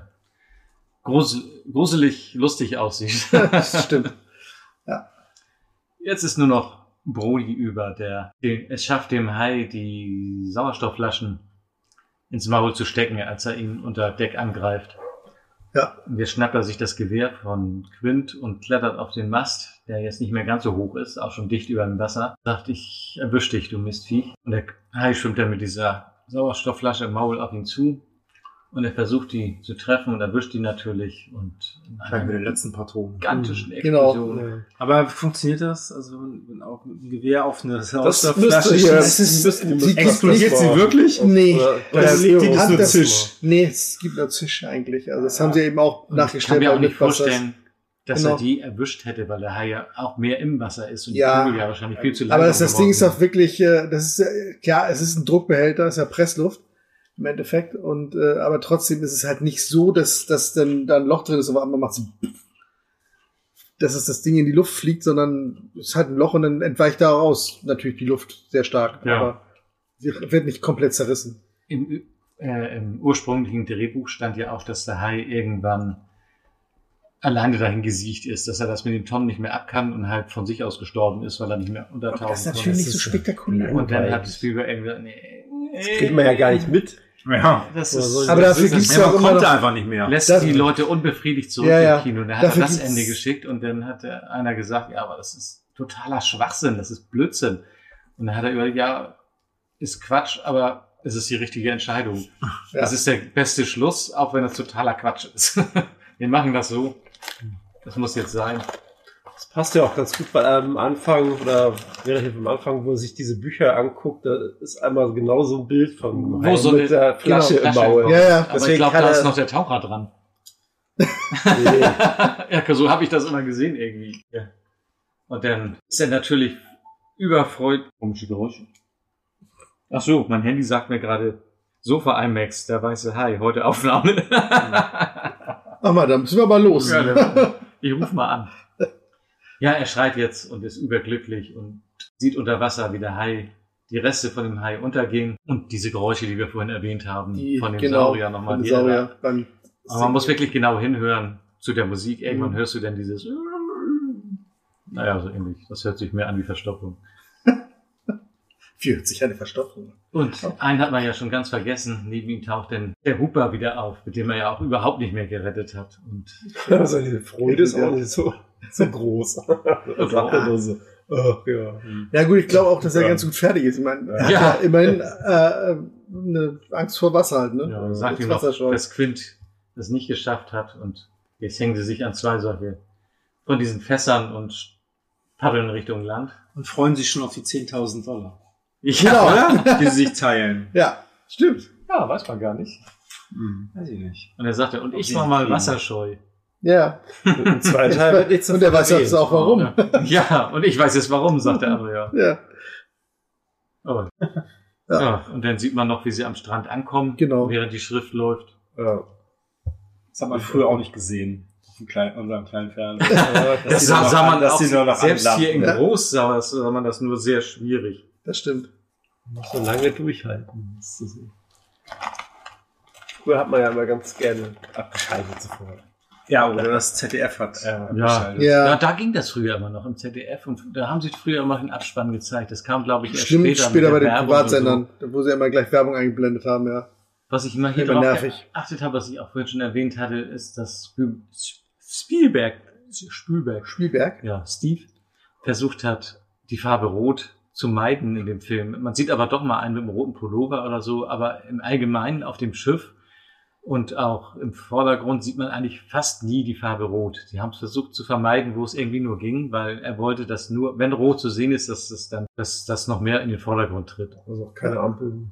grusel, gruselig lustig aussieht.
Stimmt. Ja.
Jetzt ist nur noch Brody über, der den, es schafft dem Hai die Sauerstoffflaschen ins Maul zu stecken, als er ihn unter Deck angreift.
Ja.
Und jetzt schnappt er sich das Gewehr von Quint und klettert auf den Mast, der jetzt nicht mehr ganz so hoch ist, auch schon dicht über dem Wasser. Sagt, ich erwisch dich, du Mistvieh. Und der Hai schwimmt dann mit dieser Sauerstoffflasche im Maul ab ihm zu und er versucht die zu treffen und erwischt die natürlich und in
Vielleicht mit den letzten Patronen.
gigantischen
Mhm.
Explosion.
Genau. Aber funktioniert das? Also wenn wenn auch mit einem Gewehr auf eine
müsste
Sauerstoffflasche
hier-
schießt,
das müsste- die-
explodiert
das-
sie wirklich?
Nee.
Oder,
Das-
oder
die
gibt es
hat
nur
das-
Zisch?
Nee, es gibt nur Zisch eigentlich. Also das haben sie eben
Und ich
auch
kann
nachgestellt.
mir auch
weil
nicht
mit Wasser-
vorstellen, dass
Genau.
er die erwischt hätte, weil der Hai ja auch mehr im Wasser ist und
Ja.
die Kugel ja wahrscheinlich viel zu lang
Aber das, das Ding ist doch wirklich, äh, das ist äh, klar, es ist ein Druckbehälter, es ist ja Pressluft im Endeffekt. Und äh, aber trotzdem ist es halt nicht so, dass, dass dann da ein Loch drin ist und auf einmal macht dass es das Ding in die Luft fliegt, sondern es ist halt ein Loch und dann entweicht da raus natürlich die Luft sehr stark.
Ja.
Aber sie wird nicht komplett zerrissen.
Im, Ü- äh, Im ursprünglichen Drehbuch stand ja auch, dass der Hai irgendwann alleine dahin gesiegt ist, dass er das mit dem Tom nicht mehr ab kann und halt von sich aus gestorben ist, weil er nicht mehr untertauchen konnte.
spektakulär.
Und dann hat Spielberg irgendwie nee,
Das kriegt man ja gar nicht mit.
Ja.
das
Oder
ist,
so. Aber
das
dafür
ist das-
gibt's ja
Ja,
auch
man
immer
konnte
noch-
einfach nicht mehr. Lässt
Das-
die Leute unbefriedigt zurück
Ja, ja.
im Kino. Und Dann hat
Dafür
er das
gibt's-
Ende geschickt und dann hat der einer gesagt, ja, aber das ist totaler Schwachsinn, das ist Blödsinn. Und dann hat er überlegt, ja, ist Quatsch, aber es ist die richtige Entscheidung.
Ja.
Das ist der beste Schluss, auch wenn das totaler Quatsch ist. Wir machen das so. Das muss jetzt sein.
Das passt ja auch ganz gut, weil am Anfang oder relativ am Anfang, wo er sich diese Bücher anguckt, da ist einmal genau so ein Bild von
Wo
Hai
so eine
mit der Flasche
genau,
im Maul.
Ja, ja. Aber ich
Deswegen
glaube,
kann
da
er-
ist noch der Taucher dran. ja, so habe ich das immer gesehen irgendwie. Und dann ist er natürlich überfreut. Komische Geräusche. Ach so, mein Handy sagt mir gerade Sofa IMAX, der weiße Hai, heute Aufnahme.
Ach mal, dann müssen wir mal los.
Ja, ja. ich ruf mal an. Ja, er schreit jetzt und ist überglücklich und sieht unter Wasser, wie der Hai, die Reste von dem Hai untergehen und diese Geräusche, die wir vorhin erwähnt haben,
Die-
von dem
genau,
Saurier nochmal.
von dem
die
Saurier
er-
beim
Aber man muss wirklich genau hinhören zu der Musik. Irgendwann
Mhm.
hörst du dann dieses, naja, so ähnlich. Das hört sich mehr an wie Verstopfung.
Wie hört sich eine Verstopfung an?
Und einen hat man ja schon ganz vergessen. Neben ihm taucht dann der Hooper wieder auf, mit dem er ja auch überhaupt nicht mehr gerettet hat. Und
Also die Freude ist auch nicht so, so groß. Das sagt er nur so. Ach, ja.
Ja gut, ich glaube auch, dass er ganz gut fertig ist. Ich meine, er hat
Ja.
ja. immerhin äh, äh, eine Angst vor Wasser halt, ne?
Ja, und sagt
Jetzt
ihm noch,
Wasserscheu.
dass Quint das nicht geschafft hat und jetzt hängen sie sich an zwei solche von diesen Fässern und paddeln Richtung Land.
Und freuen sich schon auf die 10.000 Dollar.
Ich
Genau. Oder? Die sie sich teilen.
Ja, stimmt.
Ja, weiß man gar nicht.
Hm, weiß ich nicht.
Und er sagte, und ich
sie
war
ihn
mal
kriegen.
wasserscheu.
Ja.
Im
zweiten Teil wird nichts Und er davon weiß jetzt auch warum.
Ja, und ich weiß jetzt warum, sagt der andere ja.
Ja.
Oh. Ja. Und dann sieht man noch, wie sie am Strand ankommen,
Genau.
während die Schrift läuft.
Das hat man Äh, früher auch nicht gesehen. Auf dem kleinen, unserem kleinen Fernseher. Dass
Das
die
sah,
noch
sah
an-
man
dass
auch,
die noch nach
selbst
anlachen.
hier in
Ja.
groß sah, das- sah man das nur sehr schwierig.
Das stimmt.
Muss so lange durchhalten. das ist so. Früher hat man ja immer ganz gerne abgeschaltet sofort.
Ja, oder das ZDF hat äh,
Ja.
abgeschaltet.
Ja. da ging das früher immer noch im ZDF und da haben sie früher immer den Abspann gezeigt. Das kam, glaube ich, erst
Stimmt,
später.
später,
mit der
bei den
Werbung und
Privatsendern,
So.
wo sie immer gleich Werbung eingeblendet haben, ja.
Was ich immer hier
Immer
drauf
nervig.
geachtet habe, was ich auch vorhin schon erwähnt hatte, ist, dass Spü- Spielberg, Spielberg,
Spielberg,
ja, Steve, versucht hat, die Farbe Rot zu meiden in dem Film. Man sieht aber doch mal einen mit einem roten Pullover oder so, aber im Allgemeinen auf dem Schiff und auch im Vordergrund sieht man eigentlich fast nie die Farbe Rot. Sie haben es versucht zu vermeiden, wo es irgendwie nur ging, weil er wollte, dass nur, wenn Rot zu sehen ist, dass das dann, dass das noch mehr in den Vordergrund tritt.
Also keine Ampeln.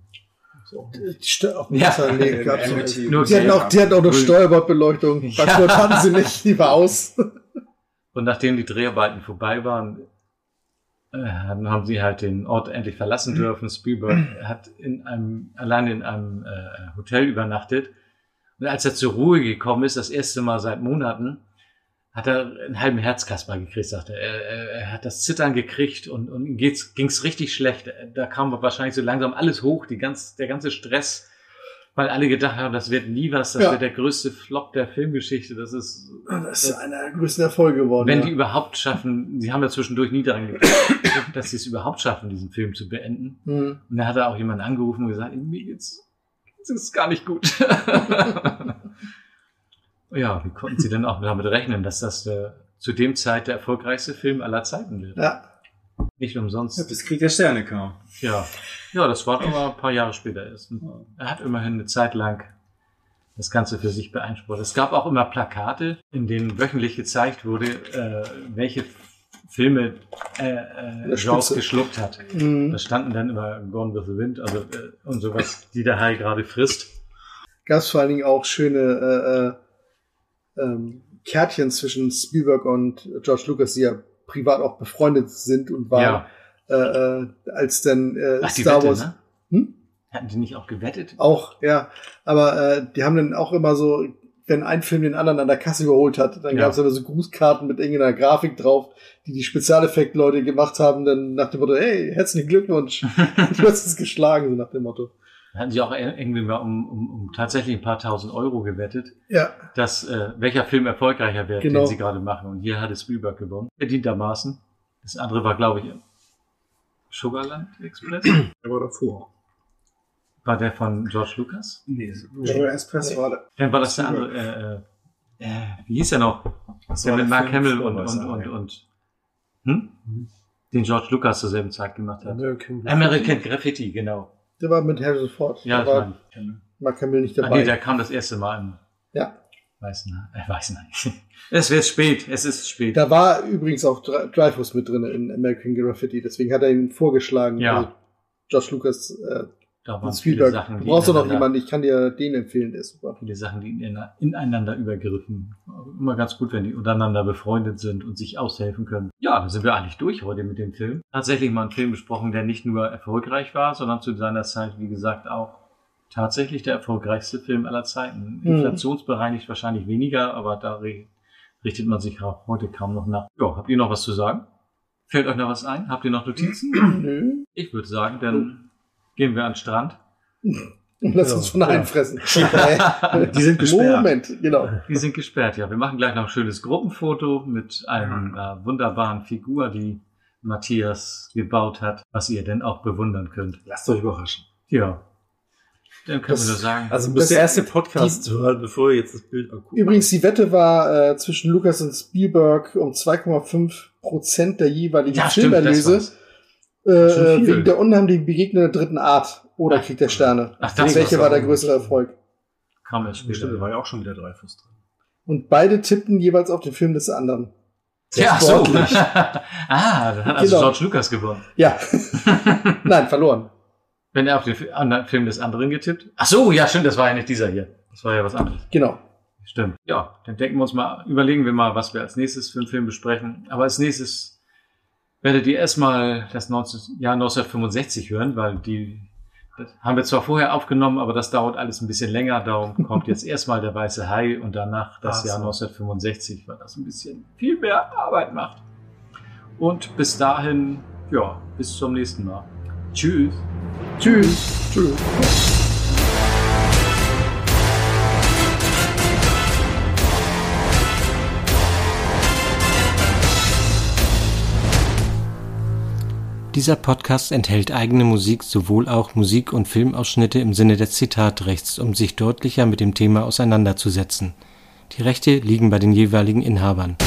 Die Stö- auf dem
Ja.
Wasser, nee,
Im
gab's
Amity-
nicht.
Nur
Die hatten auch, die hatten auch eine
Grün.
Steuerbordbeleuchtung.
Ja.
Passwort hatten sie nicht, die war aus.
Und nachdem die Dreharbeiten vorbei waren, äh, haben haben sie halt den Ort endlich verlassen dürfen. Spielberg hat in einem, allein in einem äh, Hotel übernachtet. Und als er zur Ruhe gekommen ist, das erste Mal seit Monaten, hat er einen halben Herzkasper gekriegt, sagte er. Er, er. er hat das Zittern gekriegt und, und ihm geht's, ging's richtig schlecht. Da kam wahrscheinlich so langsam alles hoch, die ganz, der ganze Stress, weil alle gedacht haben, das wird nie was, das
Ja.
wird der größte Flop der Filmgeschichte. Das ist,
Das ist einer der größten Erfolge geworden.
wenn
ja.
die überhaupt schaffen, sie haben ja zwischendurch nie daran gedacht, dass sie es überhaupt schaffen, diesen Film zu beenden.
Mhm.
Und da hat er auch jemand angerufen und gesagt, mir geht's, das ist gar nicht gut. ja, wie konnten sie denn auch damit rechnen, dass das äh, zu dem Zeit der erfolgreichste Film aller Zeiten wird?
Ja.
Nicht umsonst.
Ja, bis Krieg der Sterne kam.
Ja. Ja, das war aber ein paar Jahre später erst. Und Er hat immerhin eine Zeit lang das Ganze für sich beansprucht. Es gab auch immer Plakate, in denen wöchentlich gezeigt wurde, äh, welche Filme äh, äh,
Das
Jaws
Spitze.
geschluckt hat.
Mhm.
Da standen dann immer Gone with the Wind also, äh, und sowas, die der Hai gerade frisst.
Gab es vor allen Dingen auch schöne äh, äh, ähm, Kärtchen zwischen Spielberg und George Lucas, die ja privat auch befreundet sind und waren. Äh, äh, als dann äh,
Ach, die
Star
Wette,
Wars.
ne?
Hm?
Hatten die nicht auch gewettet?
Auch, ja. Aber äh, die haben dann auch immer so, wenn ein Film den anderen an der Kasse überholt hat, dann
Ja.
gab es immer so Grußkarten mit irgendeiner Grafik drauf, die die Spezialeffektleute gemacht haben, dann nach dem Motto, hey, herzlichen Glückwunsch, du hast es geschlagen, so nach dem Motto.
Hatten sie auch irgendwie mal um, um, um tatsächlich ein paar tausend Euro gewettet,
Ja.
dass äh, welcher Film erfolgreicher wird,
Genau.
den sie gerade machen. Und hier hat es Spielberg gewonnen, verdientermaßen. Das andere war, glaube ich, Sugarland Express.
Der war davor.
War der von George Lucas?
Nee, Sugar Express war der.
Dann war das der andere. Äh, äh, äh, wie hieß er noch?
Das
der
war
mit
der
Mark
Film
Hamill
vor
und, und,
Wasser,
und,
ja.
und hm? den George Lucas zur selben Zeit gemacht hat.
American,
American Graffiti, genau.
Der war mit Harrison Ford.
Ja,
da
das
war
war.
Mark Hamill nicht
Ah, nee,
dabei.
der kam das erste Mal im
Ja.
Weißen Hai. Äh, Weißen Hai. Es wird spät, es ist spät.
da war übrigens auch Dre- Dreyfus mit drin in American Graffiti, deswegen hat er ihn vorgeschlagen.
Ja.
Also George Lucas äh,
Da
und
waren
Spielberg.
viele Sachen,
du
die
brauchst doch noch
ineinander-
jemanden, ich kann dir den empfehlen, der ist super.
Viele Sachen, die ineinander- ineinander übergriffen. Immer ganz gut, wenn die untereinander befreundet sind und sich aushelfen können. Ja, da sind wir eigentlich durch heute mit dem Film. Tatsächlich mal einen Film besprochen, der nicht nur erfolgreich war, sondern zu seiner Zeit, wie gesagt, auch tatsächlich der erfolgreichste Film aller Zeiten.
Mhm.
Inflationsbereinigt wahrscheinlich weniger, aber da re- richtet man sich auch heute kaum noch nach. Ja, habt ihr noch was zu sagen? Fällt euch noch was ein? Habt ihr noch Notizen?
Nö.
Ich würde sagen, dann gehen wir an den Strand.
Und lass
Ja,
uns schon
ja.
einfressen. Die sind gesperrt. Moment, genau.
Die sind gesperrt, ja. Wir machen gleich noch ein schönes Gruppenfoto mit einer äh, wunderbaren Figur, die Matthias gebaut hat, was ihr denn auch bewundern könnt.
Lasst euch überraschen.
Ja. Dann können wir nur sagen.
Also müsst ihr erst den Podcast hören, bevor ihr jetzt das Bild anguckt.
Übrigens, die Wette war äh, zwischen Lucas und Spielberg um 2,5 Prozent der jeweiligen
Ja, stimmt,
Filmerlöse
das
äh,
Schon
äh,
viel.
wegen der unheimlichen Begegnung der dritten Art oder Krieg der Sterne.
Ach, das
Welcher
war's
war der
auch.
größere Erfolg?
Kam erst später.
Stimmt, da war ja auch schon wieder Dreifuß drin.
Und beide tippten jeweils auf den Film des anderen.
Ja, so.
sportlich.
ah, dann hat also
Genau.
George Lucas gewonnen.
Ja. Nein, verloren.
Wenn er auf den Fi- anderen Film des anderen getippt. Ach so, ja, stimmt, das war ja nicht dieser hier. Das war ja was anderes.
Genau.
Stimmt. Ja, dann denken wir uns mal, überlegen wir mal, was wir als nächstes für einen Film besprechen. Aber als nächstes werdet ihr erstmal das 19, Jahr 1965 hören, weil die das haben wir zwar vorher aufgenommen, aber das dauert alles ein bisschen länger. Darum kommt jetzt erstmal der weiße Hai und danach das
Ach so.
Jahr 1965, weil das ein bisschen viel mehr Arbeit macht. Und bis dahin, ja, bis zum nächsten Mal. Tschüss.
Tschüss. Tschüss.
Dieser Podcast enthält eigene Musik, sowohl auch Musik- und Filmausschnitte im Sinne des Zitatrechts, um sich deutlicher mit dem Thema auseinanderzusetzen. Die Rechte liegen bei den jeweiligen Inhabern.